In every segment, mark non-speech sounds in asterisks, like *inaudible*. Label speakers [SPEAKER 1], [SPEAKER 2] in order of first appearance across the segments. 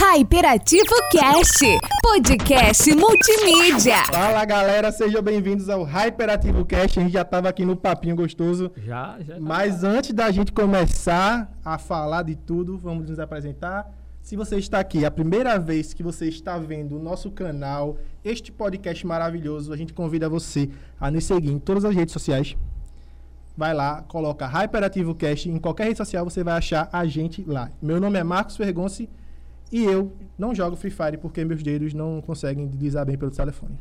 [SPEAKER 1] Hyperativo Cast, podcast multimídia.
[SPEAKER 2] Fala galera, sejam bem-vindos ao Hyperativo Cast. A gente já tava aqui no papinho gostoso.
[SPEAKER 3] Já, já. tá
[SPEAKER 2] Mas antes da gente começar a falar de tudo, vamos nos apresentar. Se você está aqui, é a primeira vez que você está vendo o nosso canal, este podcast maravilhoso, a gente convida você a nos seguir em todas as redes sociais. Vai lá, coloca Hyperativo Cast em qualquer rede social, você vai achar a gente lá. Meu nome é Marcos Fergonce e eu não jogo Free Fire porque meus dedos não conseguem deslizar bem pelo telefone.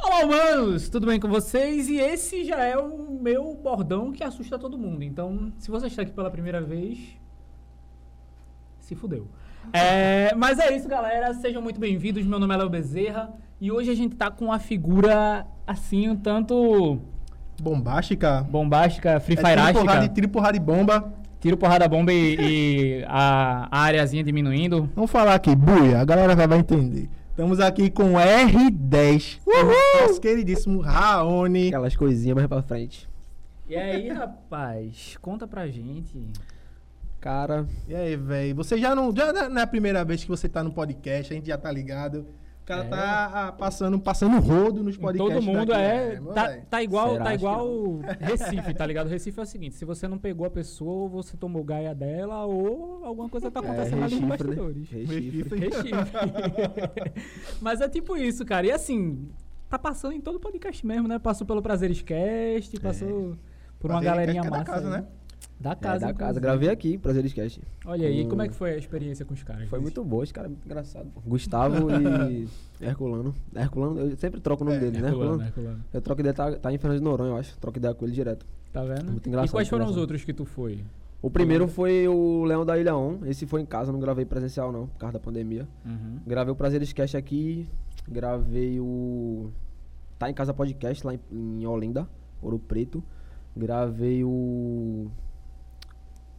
[SPEAKER 3] Olá, humanos! Tudo bem com vocês? E esse já é o meu bordão que assusta todo mundo. Então, se você está aqui pela primeira vez, se fudeu. É, mas é isso, galera. Sejam muito bem-vindos. Meu nome é Léo Bezerra. E hoje a gente tá com uma figura, assim, um tanto
[SPEAKER 2] Bombástica,
[SPEAKER 3] bombástica, free
[SPEAKER 2] É tiro, porrada, e
[SPEAKER 3] fireástica.
[SPEAKER 2] tiro, porrada e bomba.
[SPEAKER 3] Tiro, porrada, bomba e, e a, a areazinha diminuindo.
[SPEAKER 2] Vamos falar aqui, buia, a galera já vai entender. Estamos aqui com R10. Uhul! Nosso queridíssimo Raoni.
[SPEAKER 4] Aquelas coisinhas mais pra frente.
[SPEAKER 3] E aí, rapaz, conta pra gente.
[SPEAKER 4] Cara,
[SPEAKER 2] E aí, velho? Você já não. Já não é a primeira vez que você tá no podcast, a gente já tá ligado. O cara
[SPEAKER 3] É.
[SPEAKER 2] tá ah, passando, passando rodo nos
[SPEAKER 3] Em
[SPEAKER 2] podcasts.
[SPEAKER 3] Todo mundo
[SPEAKER 2] daqui,
[SPEAKER 3] é.
[SPEAKER 2] né,
[SPEAKER 3] Tá,
[SPEAKER 2] véi?
[SPEAKER 3] tá igual,
[SPEAKER 4] Será
[SPEAKER 3] tá
[SPEAKER 4] que
[SPEAKER 3] igual *laughs* Recife, tá ligado? Recife é o seguinte: se você não pegou a pessoa, ou você tomou gaia dela, ou alguma coisa
[SPEAKER 4] É,
[SPEAKER 3] tá acontecendo ali
[SPEAKER 4] né?
[SPEAKER 3] nos
[SPEAKER 2] *laughs*
[SPEAKER 3] bastidores.
[SPEAKER 4] Rechifre.
[SPEAKER 3] Recife. *laughs* Mas é tipo isso, cara. E assim, tá passando em todo podcast mesmo, né? Passou pelo Prazerescast, passou por uma
[SPEAKER 2] Prazeres
[SPEAKER 3] galerinha
[SPEAKER 2] Cast é da
[SPEAKER 3] massa.
[SPEAKER 2] casa,
[SPEAKER 3] aí.
[SPEAKER 2] né?
[SPEAKER 3] Da
[SPEAKER 4] É. É,
[SPEAKER 3] casa.
[SPEAKER 4] da casa.
[SPEAKER 3] inclusive.
[SPEAKER 4] Gravei aqui, Prazeres Cast.
[SPEAKER 3] Olha aí,
[SPEAKER 4] Com-
[SPEAKER 3] como é que foi a experiência com os caras?
[SPEAKER 4] Foi muito boa, esse cara é muito engraçado. pô. Gustavo
[SPEAKER 3] *laughs*
[SPEAKER 4] e Herculano. Herculano, eu sempre troco o nome
[SPEAKER 2] É,
[SPEAKER 4] dele, né?
[SPEAKER 3] Herculano,
[SPEAKER 4] Herculano.
[SPEAKER 3] Herculano.
[SPEAKER 4] Eu troco ideia, tá, tá em Fernando de Noronha, eu acho. Troco ideia com ele direto.
[SPEAKER 3] Tá vendo?
[SPEAKER 4] Muito
[SPEAKER 3] e
[SPEAKER 4] engraçado,
[SPEAKER 3] quais foram os
[SPEAKER 4] engraçado.
[SPEAKER 3] outros que tu foi?
[SPEAKER 4] O primeiro foi o Leão da Ilha On. Esse foi em casa, não gravei presencial não, por causa da pandemia.
[SPEAKER 3] Uhum.
[SPEAKER 4] Gravei o Prazeres Cast aqui. Gravei o. Tá em casa podcast lá em, em Olinda, Ouro Preto. Gravei o.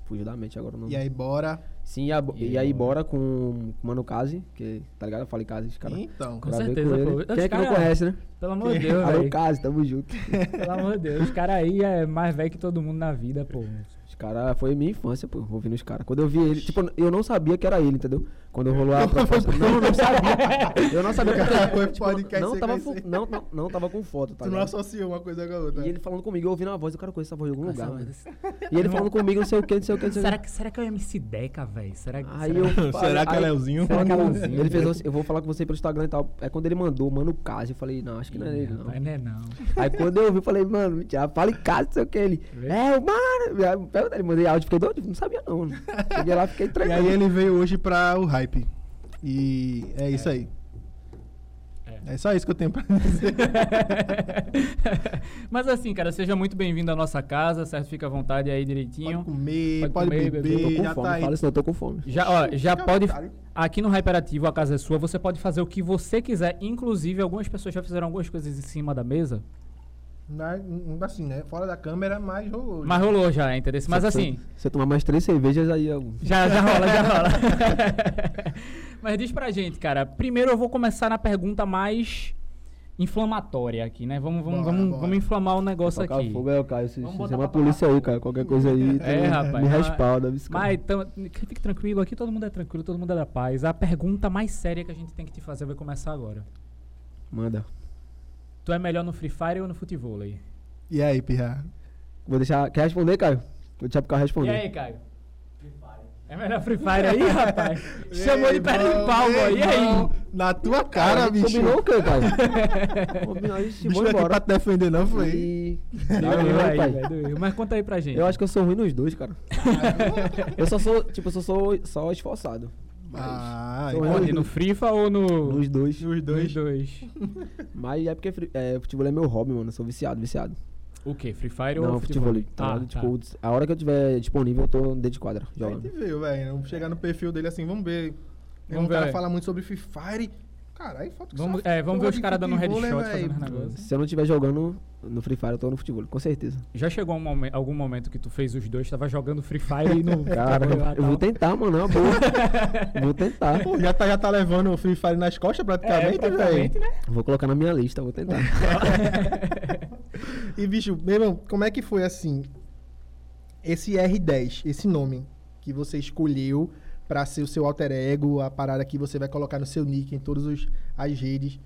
[SPEAKER 4] Fugiu da mente agora o nome.
[SPEAKER 2] E aí, bora.
[SPEAKER 4] Sim, e, a-
[SPEAKER 3] E aí,
[SPEAKER 4] e aí
[SPEAKER 3] bora.
[SPEAKER 4] bora com o Mano Kazi, que tá ligado? Eu falei Kazi, esse cara.
[SPEAKER 2] Então.
[SPEAKER 3] Com
[SPEAKER 4] Gravei
[SPEAKER 3] certeza, pô. Esse
[SPEAKER 4] Quem é que
[SPEAKER 3] cara-
[SPEAKER 4] não conhece, né?
[SPEAKER 3] Pelo
[SPEAKER 4] *laughs*
[SPEAKER 3] amor de Deus,
[SPEAKER 4] Alô,
[SPEAKER 3] velho.
[SPEAKER 4] Kazi, tamo
[SPEAKER 2] *laughs*
[SPEAKER 4] junto.
[SPEAKER 3] Pelo amor de Deus, os caras aí é mais velho que todo mundo na vida, pô.
[SPEAKER 4] Os caras, foi minha infância, pô, ouvindo os caras. Quando eu vi ele, tipo, eu não sabia que era ele, entendeu?
[SPEAKER 2] *laughs*
[SPEAKER 4] Quando rolou a proposta. não, não sabia. Eu não sabia que *laughs* era ele.
[SPEAKER 2] Foi podcast
[SPEAKER 4] Não
[SPEAKER 2] sem
[SPEAKER 4] tava,
[SPEAKER 2] conhecer.
[SPEAKER 4] com- não, não, não tava com foto, tá
[SPEAKER 2] Tu não né?
[SPEAKER 4] ligado?
[SPEAKER 2] associou uma coisa com a outra.
[SPEAKER 4] E ele falando comigo, eu ouvindo a voz, eu quero conhecer essa voz de algum lugar.
[SPEAKER 3] Nossa,
[SPEAKER 4] mano.
[SPEAKER 3] mas-
[SPEAKER 4] E ele falando comigo, não sei o que, não sei o que, não sei o
[SPEAKER 3] Será
[SPEAKER 4] que.
[SPEAKER 3] que, será que é o MC Deca, velho? Será que.
[SPEAKER 4] Aí
[SPEAKER 3] será-
[SPEAKER 4] eu falei-
[SPEAKER 2] *laughs* Será que é
[SPEAKER 4] aí-
[SPEAKER 2] Leozinho?
[SPEAKER 4] Será que é Leozinho?
[SPEAKER 3] Leozinho?
[SPEAKER 4] Ele fez assim, eu vou falar com você pelo Instagram e tal. É quando ele mandou, mano, caso. Eu falei, não, acho que não é
[SPEAKER 3] Ih,
[SPEAKER 4] ele, não.
[SPEAKER 3] rapaz, não é não. *laughs*
[SPEAKER 4] Aí quando eu vi, eu falei, mano, mentira, fala em casa, não sei o que. Ele, é, o mano. Aí eu perguntei, Ele mandei áudio, fiquei doido, não sabia não. né? Cheguei lá, fiquei
[SPEAKER 2] E
[SPEAKER 4] treinando.
[SPEAKER 2] aí ele veio hoje pra o hype. E é isso aí. É. só isso que eu tenho pra dizer.
[SPEAKER 3] Mas assim, cara, seja muito bem-vindo à nossa casa, certo? Fica à vontade aí
[SPEAKER 2] Pode
[SPEAKER 3] direitinho.
[SPEAKER 2] comer,
[SPEAKER 3] *laughs* Pode
[SPEAKER 2] pode,
[SPEAKER 3] comer,
[SPEAKER 2] beber,
[SPEAKER 4] Eu tô com
[SPEAKER 2] já
[SPEAKER 4] fome,
[SPEAKER 2] tá aí.
[SPEAKER 4] fala isso, não, eu tô com fome.
[SPEAKER 3] Já, ó, já
[SPEAKER 2] Fica à
[SPEAKER 3] pode.
[SPEAKER 2] vontade.
[SPEAKER 3] Aqui no Hyperativo, a casa é sua, você pode fazer o que você quiser. Inclusive, algumas pessoas já fizeram algumas coisas em cima da mesa.
[SPEAKER 2] Na- n- assim, né? Fora da câmera, mas rolou. hoje.
[SPEAKER 3] Mas rolou já, entendeu? Mas
[SPEAKER 4] Se-
[SPEAKER 3] assim.
[SPEAKER 4] Se se eu tomar mais três cervejas, aí eu.
[SPEAKER 3] Já, já rola, já rola. *laughs* Mas diz pra gente, cara. Primeiro eu vou começar na pergunta mais inflamatória aqui, né? Vamos, vamos,
[SPEAKER 2] Bora,
[SPEAKER 3] vamos,
[SPEAKER 2] bora.
[SPEAKER 3] vamos inflamar o negócio
[SPEAKER 4] Tocar
[SPEAKER 3] aqui.
[SPEAKER 4] fogo é aí, ó, Caio. Se
[SPEAKER 3] Vamos
[SPEAKER 4] se
[SPEAKER 3] botar
[SPEAKER 4] chama a
[SPEAKER 3] pra
[SPEAKER 4] polícia
[SPEAKER 3] tocar
[SPEAKER 4] aí, cara. Qualquer coisa aí,
[SPEAKER 3] É,
[SPEAKER 4] tá-
[SPEAKER 3] rapaz,
[SPEAKER 4] me
[SPEAKER 3] não é-
[SPEAKER 4] respalda. biscoito.
[SPEAKER 3] Mas então, fique tranquilo, aqui todo mundo é tranquilo, todo mundo é da paz. A pergunta mais séria que a gente tem que te fazer vai começar agora.
[SPEAKER 4] Manda.
[SPEAKER 3] Tu é melhor no Free Fire ou no futebol aí?
[SPEAKER 2] E aí, pirra?
[SPEAKER 4] Vou deixar. Quer responder, Caio? Vou deixar pro
[SPEAKER 3] E
[SPEAKER 4] Caio responder.
[SPEAKER 3] aí, Caio? É melhor Free Fire aí, rapaz? Chamou
[SPEAKER 2] Meu
[SPEAKER 3] de perna de
[SPEAKER 2] irmão,
[SPEAKER 3] pau,
[SPEAKER 2] meu
[SPEAKER 3] boy. E
[SPEAKER 2] irmão,
[SPEAKER 3] aí?
[SPEAKER 2] Na tua
[SPEAKER 4] a
[SPEAKER 2] cara,
[SPEAKER 4] gente
[SPEAKER 2] bicho.
[SPEAKER 4] Combinou o quê, Caio? *laughs* combinou, a gente
[SPEAKER 2] Bicho
[SPEAKER 4] vou
[SPEAKER 2] não é aqui pra
[SPEAKER 4] embora.
[SPEAKER 2] te defender, não, foi?
[SPEAKER 4] E...
[SPEAKER 3] Doeu aí,
[SPEAKER 4] pai.
[SPEAKER 3] velho, doeu. Mas conta aí pra gente.
[SPEAKER 4] Eu acho que eu sou ruim nos dois, cara. eu só sou, tipo, eu só sou só esforçado.
[SPEAKER 2] Ah,
[SPEAKER 4] Sou
[SPEAKER 2] então-
[SPEAKER 4] eu.
[SPEAKER 3] Onde? No FIFA ou no.
[SPEAKER 4] Nos dois.
[SPEAKER 2] os
[SPEAKER 3] Nos
[SPEAKER 2] dois.
[SPEAKER 3] dois.
[SPEAKER 4] Mas é porque fri- é, futebol é meu hobby, mano. Eu sou viciado, viciado.
[SPEAKER 3] O quê? Free Fire
[SPEAKER 4] não,
[SPEAKER 3] ou
[SPEAKER 4] futebol.
[SPEAKER 3] futebol?
[SPEAKER 4] tá
[SPEAKER 3] Ah,
[SPEAKER 4] ligado? tipo, a hora que eu tiver disponível, eu tô dentro de quadra
[SPEAKER 2] A gente
[SPEAKER 4] jogando.
[SPEAKER 2] viu, velho. Chegar no perfil dele assim, vamos ver. Tem um
[SPEAKER 3] Vamos ver,
[SPEAKER 2] cara
[SPEAKER 3] véi.
[SPEAKER 2] que fala muito sobre Free Fire. Caralho, foto que
[SPEAKER 3] Vamos,
[SPEAKER 2] só
[SPEAKER 3] é, vamos
[SPEAKER 2] porra
[SPEAKER 3] ver os
[SPEAKER 2] de
[SPEAKER 3] caras dando um
[SPEAKER 2] futebol,
[SPEAKER 3] headshot
[SPEAKER 2] né, véi?
[SPEAKER 3] fazendo negócio.
[SPEAKER 4] Se eu não estiver jogando no Free Fire, eu tô no futebol, com certeza.
[SPEAKER 3] Já chegou um momen- algum momento que tu fez os dois, tava jogando Free Fire e no.
[SPEAKER 4] *laughs* É, Cara,
[SPEAKER 3] Foi lá,
[SPEAKER 4] eu vou
[SPEAKER 3] tal.
[SPEAKER 4] tentar, mano. É uma *laughs* boa. vou tentar.
[SPEAKER 2] Pô, já tá, já tá levando o Free Fire nas costas
[SPEAKER 3] É,
[SPEAKER 2] praticamente, velho.
[SPEAKER 3] praticamente, né?
[SPEAKER 4] Vou colocar na minha lista, vou tentar.
[SPEAKER 3] né?
[SPEAKER 2] E, bicho, meu irmão, como é que foi assim? Esse R10, esse nome que você escolheu pra pra ser o seu alter ego, a parada que você vai colocar no seu nick, em todas os- as redes.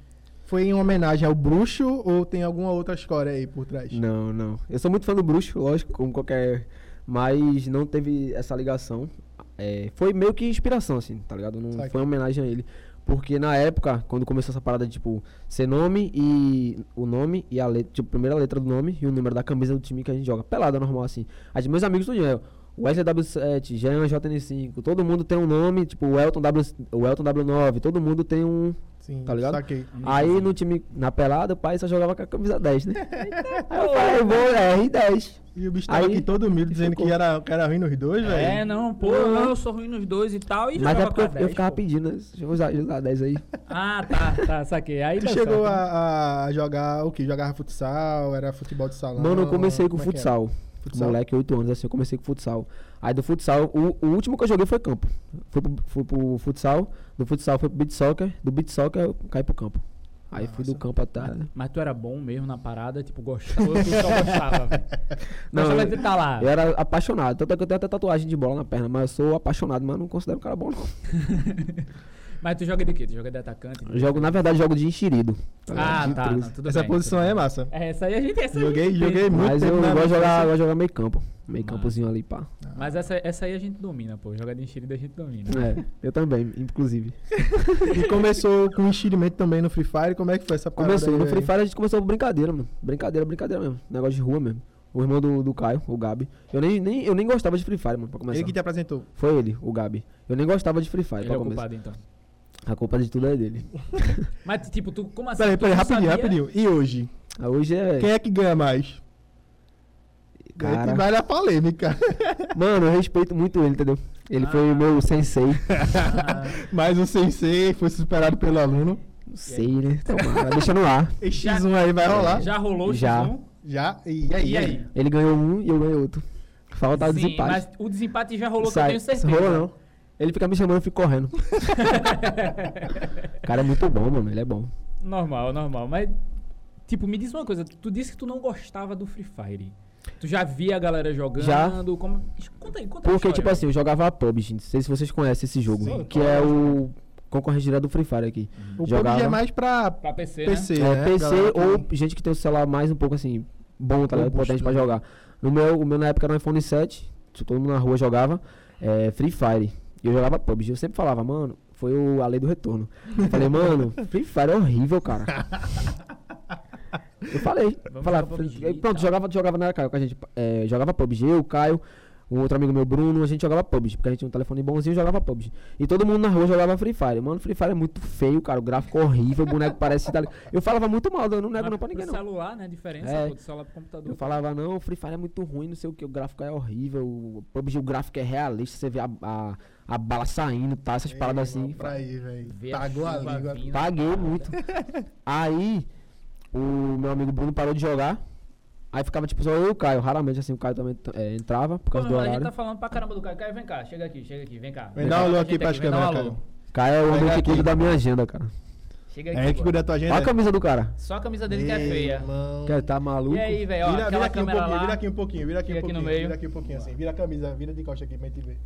[SPEAKER 2] Foi em homenagem ao bruxo ou tem alguma outra história aí por trás?
[SPEAKER 4] Não, não. Eu sou muito fã do Bruxo, lógico, como qualquer. Mas não teve essa ligação. É, foi meio que inspiração, assim, tá ligado? Não
[SPEAKER 2] Saca.
[SPEAKER 4] foi uma homenagem a ele. Porque na época, quando começou essa parada de, tipo, ser nome e. O nome e a letra. Tipo, a primeira letra do nome e o número da camisa do time que a gente joga. Pelada normal, assim. As de meus amigos do Jean. Wesley W7, Jean JN5. Todo mundo tem um nome, tipo, o Elton, w, o Elton W9. Todo mundo tem um.
[SPEAKER 2] Sim,
[SPEAKER 4] Tá ligado?
[SPEAKER 2] saquei.
[SPEAKER 4] Aí no time, na pelada, o pai só jogava com a camisa 10, né? Aí eu falei, vou, é, R10.
[SPEAKER 2] E o bicho tava
[SPEAKER 4] Aí-
[SPEAKER 2] aqui todo humilde dizendo
[SPEAKER 4] ficou.
[SPEAKER 2] que era, que era ruim nos dois,
[SPEAKER 3] É,
[SPEAKER 2] velho.
[SPEAKER 3] não, pô,
[SPEAKER 4] Não.
[SPEAKER 3] eu sou ruim nos dois e tal. E
[SPEAKER 4] Uhum. Mas
[SPEAKER 3] jogava
[SPEAKER 4] é porque eu,
[SPEAKER 3] com a
[SPEAKER 4] eu
[SPEAKER 3] 10,
[SPEAKER 4] ficava
[SPEAKER 3] pô.
[SPEAKER 4] pedindo, né? Deixa eu usar, deixa eu usar 10 aí.
[SPEAKER 3] Ah, tá, tá, saquei. Aí
[SPEAKER 2] Tu
[SPEAKER 3] deu
[SPEAKER 2] chegou
[SPEAKER 3] certo. né?
[SPEAKER 2] a, a jogar o quê? Jogava futsal? Era futebol de salão?
[SPEAKER 4] Mano, eu comecei com
[SPEAKER 2] Como é que era?
[SPEAKER 4] futsal.
[SPEAKER 2] Futsal?
[SPEAKER 4] Moleque, 8 anos, assim, eu comecei com futsal. Aí do futsal, o, o último que eu joguei foi campo. Fui pro, fui pro futsal, do futsal foi pro beat soccer, do beat soccer eu caí pro campo. Aí fui do
[SPEAKER 2] Massa. Ah.
[SPEAKER 4] campo até...
[SPEAKER 3] Mas tu era bom mesmo na parada, tipo, gostava, tu só gostava, velho.
[SPEAKER 4] *laughs* Não,
[SPEAKER 3] Gostava
[SPEAKER 4] eu-
[SPEAKER 3] de estar lá.
[SPEAKER 4] Eu era apaixonado, tanto é que eu tenho até tatuagem de bola na perna, mas eu sou apaixonado, mas eu não considero um cara bom não.
[SPEAKER 3] Mas tu joga de quê? Tu joga de atacante?
[SPEAKER 4] É. Eu jogo, na verdade, jogo de enxerido. ligado?
[SPEAKER 3] Ah,
[SPEAKER 4] De
[SPEAKER 3] tá,
[SPEAKER 4] truze.
[SPEAKER 3] não, tudo
[SPEAKER 2] Essa
[SPEAKER 3] bem,
[SPEAKER 2] posição
[SPEAKER 3] tudo
[SPEAKER 2] aí é
[SPEAKER 3] bem.
[SPEAKER 2] massa.
[SPEAKER 3] É, essa aí a gente... Essa aí a
[SPEAKER 2] Joguei,
[SPEAKER 3] gente tem.
[SPEAKER 2] joguei É muito
[SPEAKER 4] Mas
[SPEAKER 2] tempo né, Ah. na
[SPEAKER 4] eu gosto de
[SPEAKER 2] minha
[SPEAKER 4] jogar,
[SPEAKER 2] infância.
[SPEAKER 4] gosto de jogar meio campo. Meio campozinho
[SPEAKER 2] *laughs*
[SPEAKER 4] ali, pá.
[SPEAKER 3] Mas essa, essa aí a gente domina, pô. Jogar de enxerida a gente domina.
[SPEAKER 4] É, eu também, inclusive.
[SPEAKER 2] E começou com enxerimento também no Free Fire. Como é que foi essa parada?
[SPEAKER 4] Começou,
[SPEAKER 2] aí,
[SPEAKER 4] no Free
[SPEAKER 2] velho?
[SPEAKER 4] Fire a gente começou por brincadeira, mano. Brincadeira, brincadeira mesmo. Negócio de rua mesmo. O irmão do, do Caio, o Gabi. Eu nem, nem, eu nem gostava de Free Fire, mano, pra começar.
[SPEAKER 2] Ele que tá- te apresentou.
[SPEAKER 4] Foi ele, o Gabi. Eu nem gostava de Free Fire,
[SPEAKER 3] Ele é
[SPEAKER 4] pra
[SPEAKER 3] o
[SPEAKER 4] começar.
[SPEAKER 3] culpado, então.
[SPEAKER 4] A culpa de tudo é dele.
[SPEAKER 3] Mas, tipo, tu... Como assim?
[SPEAKER 2] Peraí,
[SPEAKER 3] Tu
[SPEAKER 2] peraí,
[SPEAKER 3] não
[SPEAKER 2] rapidinho,
[SPEAKER 3] sabia?
[SPEAKER 2] rapidinho. E hoje?
[SPEAKER 4] Aí hoje é.
[SPEAKER 2] Quem é que ganha mais? Cara. Aí
[SPEAKER 4] Cara,
[SPEAKER 2] que vale a
[SPEAKER 3] *laughs*
[SPEAKER 2] polêmica.
[SPEAKER 4] Mano, eu respeito muito ele, entendeu? Ele foi
[SPEAKER 3] Ah.
[SPEAKER 4] o
[SPEAKER 3] *laughs*
[SPEAKER 4] meu sensei.
[SPEAKER 2] Mas o um sensei foi superado pelo aluno.
[SPEAKER 4] Não sei, né? Tomara, deixa no ar.
[SPEAKER 2] E X1 aí vai rolar. Já.
[SPEAKER 3] Já rolou o
[SPEAKER 4] Já.
[SPEAKER 3] X1?
[SPEAKER 2] E aí?
[SPEAKER 3] E aí?
[SPEAKER 4] Ele ganhou um e eu ganhei outro. Falta o
[SPEAKER 3] Sim,
[SPEAKER 4] desempate.
[SPEAKER 3] mas o desempate já rolou, que eu
[SPEAKER 4] Sai.
[SPEAKER 3] tenho certeza.
[SPEAKER 4] Rolou não. Ele fica me chamando, eu fico
[SPEAKER 3] *laughs*
[SPEAKER 4] correndo. O cara é muito bom, mano. Ele é bom.
[SPEAKER 3] Normal, normal. Mas, tipo, me diz uma coisa. Tu disse que tu não gostava do Free Fire. Tu já via a galera jogando?
[SPEAKER 4] Já.
[SPEAKER 3] Como... Conta aí, conta aí.
[SPEAKER 4] Porque, tipo assim, eu jogava PUBG. Não sei se vocês conhecem esse jogo.
[SPEAKER 2] Sim,
[SPEAKER 4] que é o concorrente direto do Free Fire aqui.
[SPEAKER 2] O
[SPEAKER 4] Jogava.
[SPEAKER 2] PUBG é mais pra
[SPEAKER 3] Pra PC,
[SPEAKER 2] PC,
[SPEAKER 4] É,
[SPEAKER 2] né?
[SPEAKER 4] PC
[SPEAKER 2] Galera que-
[SPEAKER 4] ou gente que tem o celular mais um pouco assim, bom, tá ligado?
[SPEAKER 2] Robusto,
[SPEAKER 4] Potente pra
[SPEAKER 2] né?
[SPEAKER 4] jogar. No meu, o meu na época era um iPhone 7, tipo, todo mundo na rua jogava é, Free Fire. E eu jogava PUBG. Eu sempre falava, mano, foi o, a lei do retorno. Eu falei, mano, Free Fire é
[SPEAKER 2] *laughs*
[SPEAKER 4] horrível, cara. Eu falei,
[SPEAKER 3] Vamos
[SPEAKER 4] falava,
[SPEAKER 3] jogar PUBG
[SPEAKER 4] Free-
[SPEAKER 3] e
[SPEAKER 4] pronto,
[SPEAKER 3] tal.
[SPEAKER 4] jogava, jogava na Caio, com a gente é, jogava PUBG, eu, Caio, um outro amigo meu, Bruno, a gente jogava PUBG, porque a gente tinha um telefone bonzinho e jogava PUBG. E todo mundo na rua jogava Free Fire. Mano, Free Fire é muito feio, cara. O gráfico é horrível, o boneco parece. Tá... Eu falava muito mal, eu não nego não pra ninguém,
[SPEAKER 3] pro
[SPEAKER 4] não.
[SPEAKER 3] celular, né? A diferença
[SPEAKER 4] É.
[SPEAKER 3] pô, do celular pro computador.
[SPEAKER 4] Eu falava, não, Free Fire é muito ruim, não sei o que, o gráfico é horrível, o PUBG, o gráfico é realista, você vê a, a, a bala saindo, tá? Essas
[SPEAKER 2] Ei,
[SPEAKER 4] paradas assim.
[SPEAKER 2] irmão, Pra aí,
[SPEAKER 3] Ver
[SPEAKER 2] velho. Tá
[SPEAKER 3] a
[SPEAKER 2] Pagou a
[SPEAKER 3] chuva
[SPEAKER 2] língua.
[SPEAKER 3] vindo. *laughs*
[SPEAKER 4] Paguei muito. Aí, o meu amigo Bruno parou de jogar. Aí ficava tipo só eu e o Caio. Raramente assim o Caio também é, entrava por
[SPEAKER 3] Pô,
[SPEAKER 4] causa do
[SPEAKER 3] irmão, a gente
[SPEAKER 4] horário.
[SPEAKER 3] tá falando pra caramba do Caio. Caio, vem cá, chega aqui, chega aqui, vem cá.
[SPEAKER 2] Vem dar um alô
[SPEAKER 3] Gente
[SPEAKER 2] aqui pras
[SPEAKER 3] vem dar um
[SPEAKER 2] câmeras,
[SPEAKER 3] alô.
[SPEAKER 4] Caio é o homem
[SPEAKER 2] Pega
[SPEAKER 4] que
[SPEAKER 2] aqui.
[SPEAKER 4] cuida da minha agenda, cara.
[SPEAKER 3] Chega aqui.
[SPEAKER 2] É que
[SPEAKER 3] pô.
[SPEAKER 2] cuida da tua agenda.
[SPEAKER 4] Olha a camisa do cara.
[SPEAKER 3] Só a camisa dele que é
[SPEAKER 2] Ei,
[SPEAKER 3] feia.
[SPEAKER 2] irmão.
[SPEAKER 4] Cara, tá maluco.
[SPEAKER 3] E aí, velho,
[SPEAKER 2] Vira,
[SPEAKER 3] ó,
[SPEAKER 2] vira
[SPEAKER 3] aquela
[SPEAKER 2] aqui um
[SPEAKER 3] câmera
[SPEAKER 2] pouquinho,
[SPEAKER 3] lá.
[SPEAKER 2] vira aqui um pouquinho, vira aqui um
[SPEAKER 3] Fica aqui no
[SPEAKER 2] pouquinho,
[SPEAKER 3] meio.
[SPEAKER 2] vira aqui um pouquinho assim, vira a camisa, vira de costa aqui pra gente ver.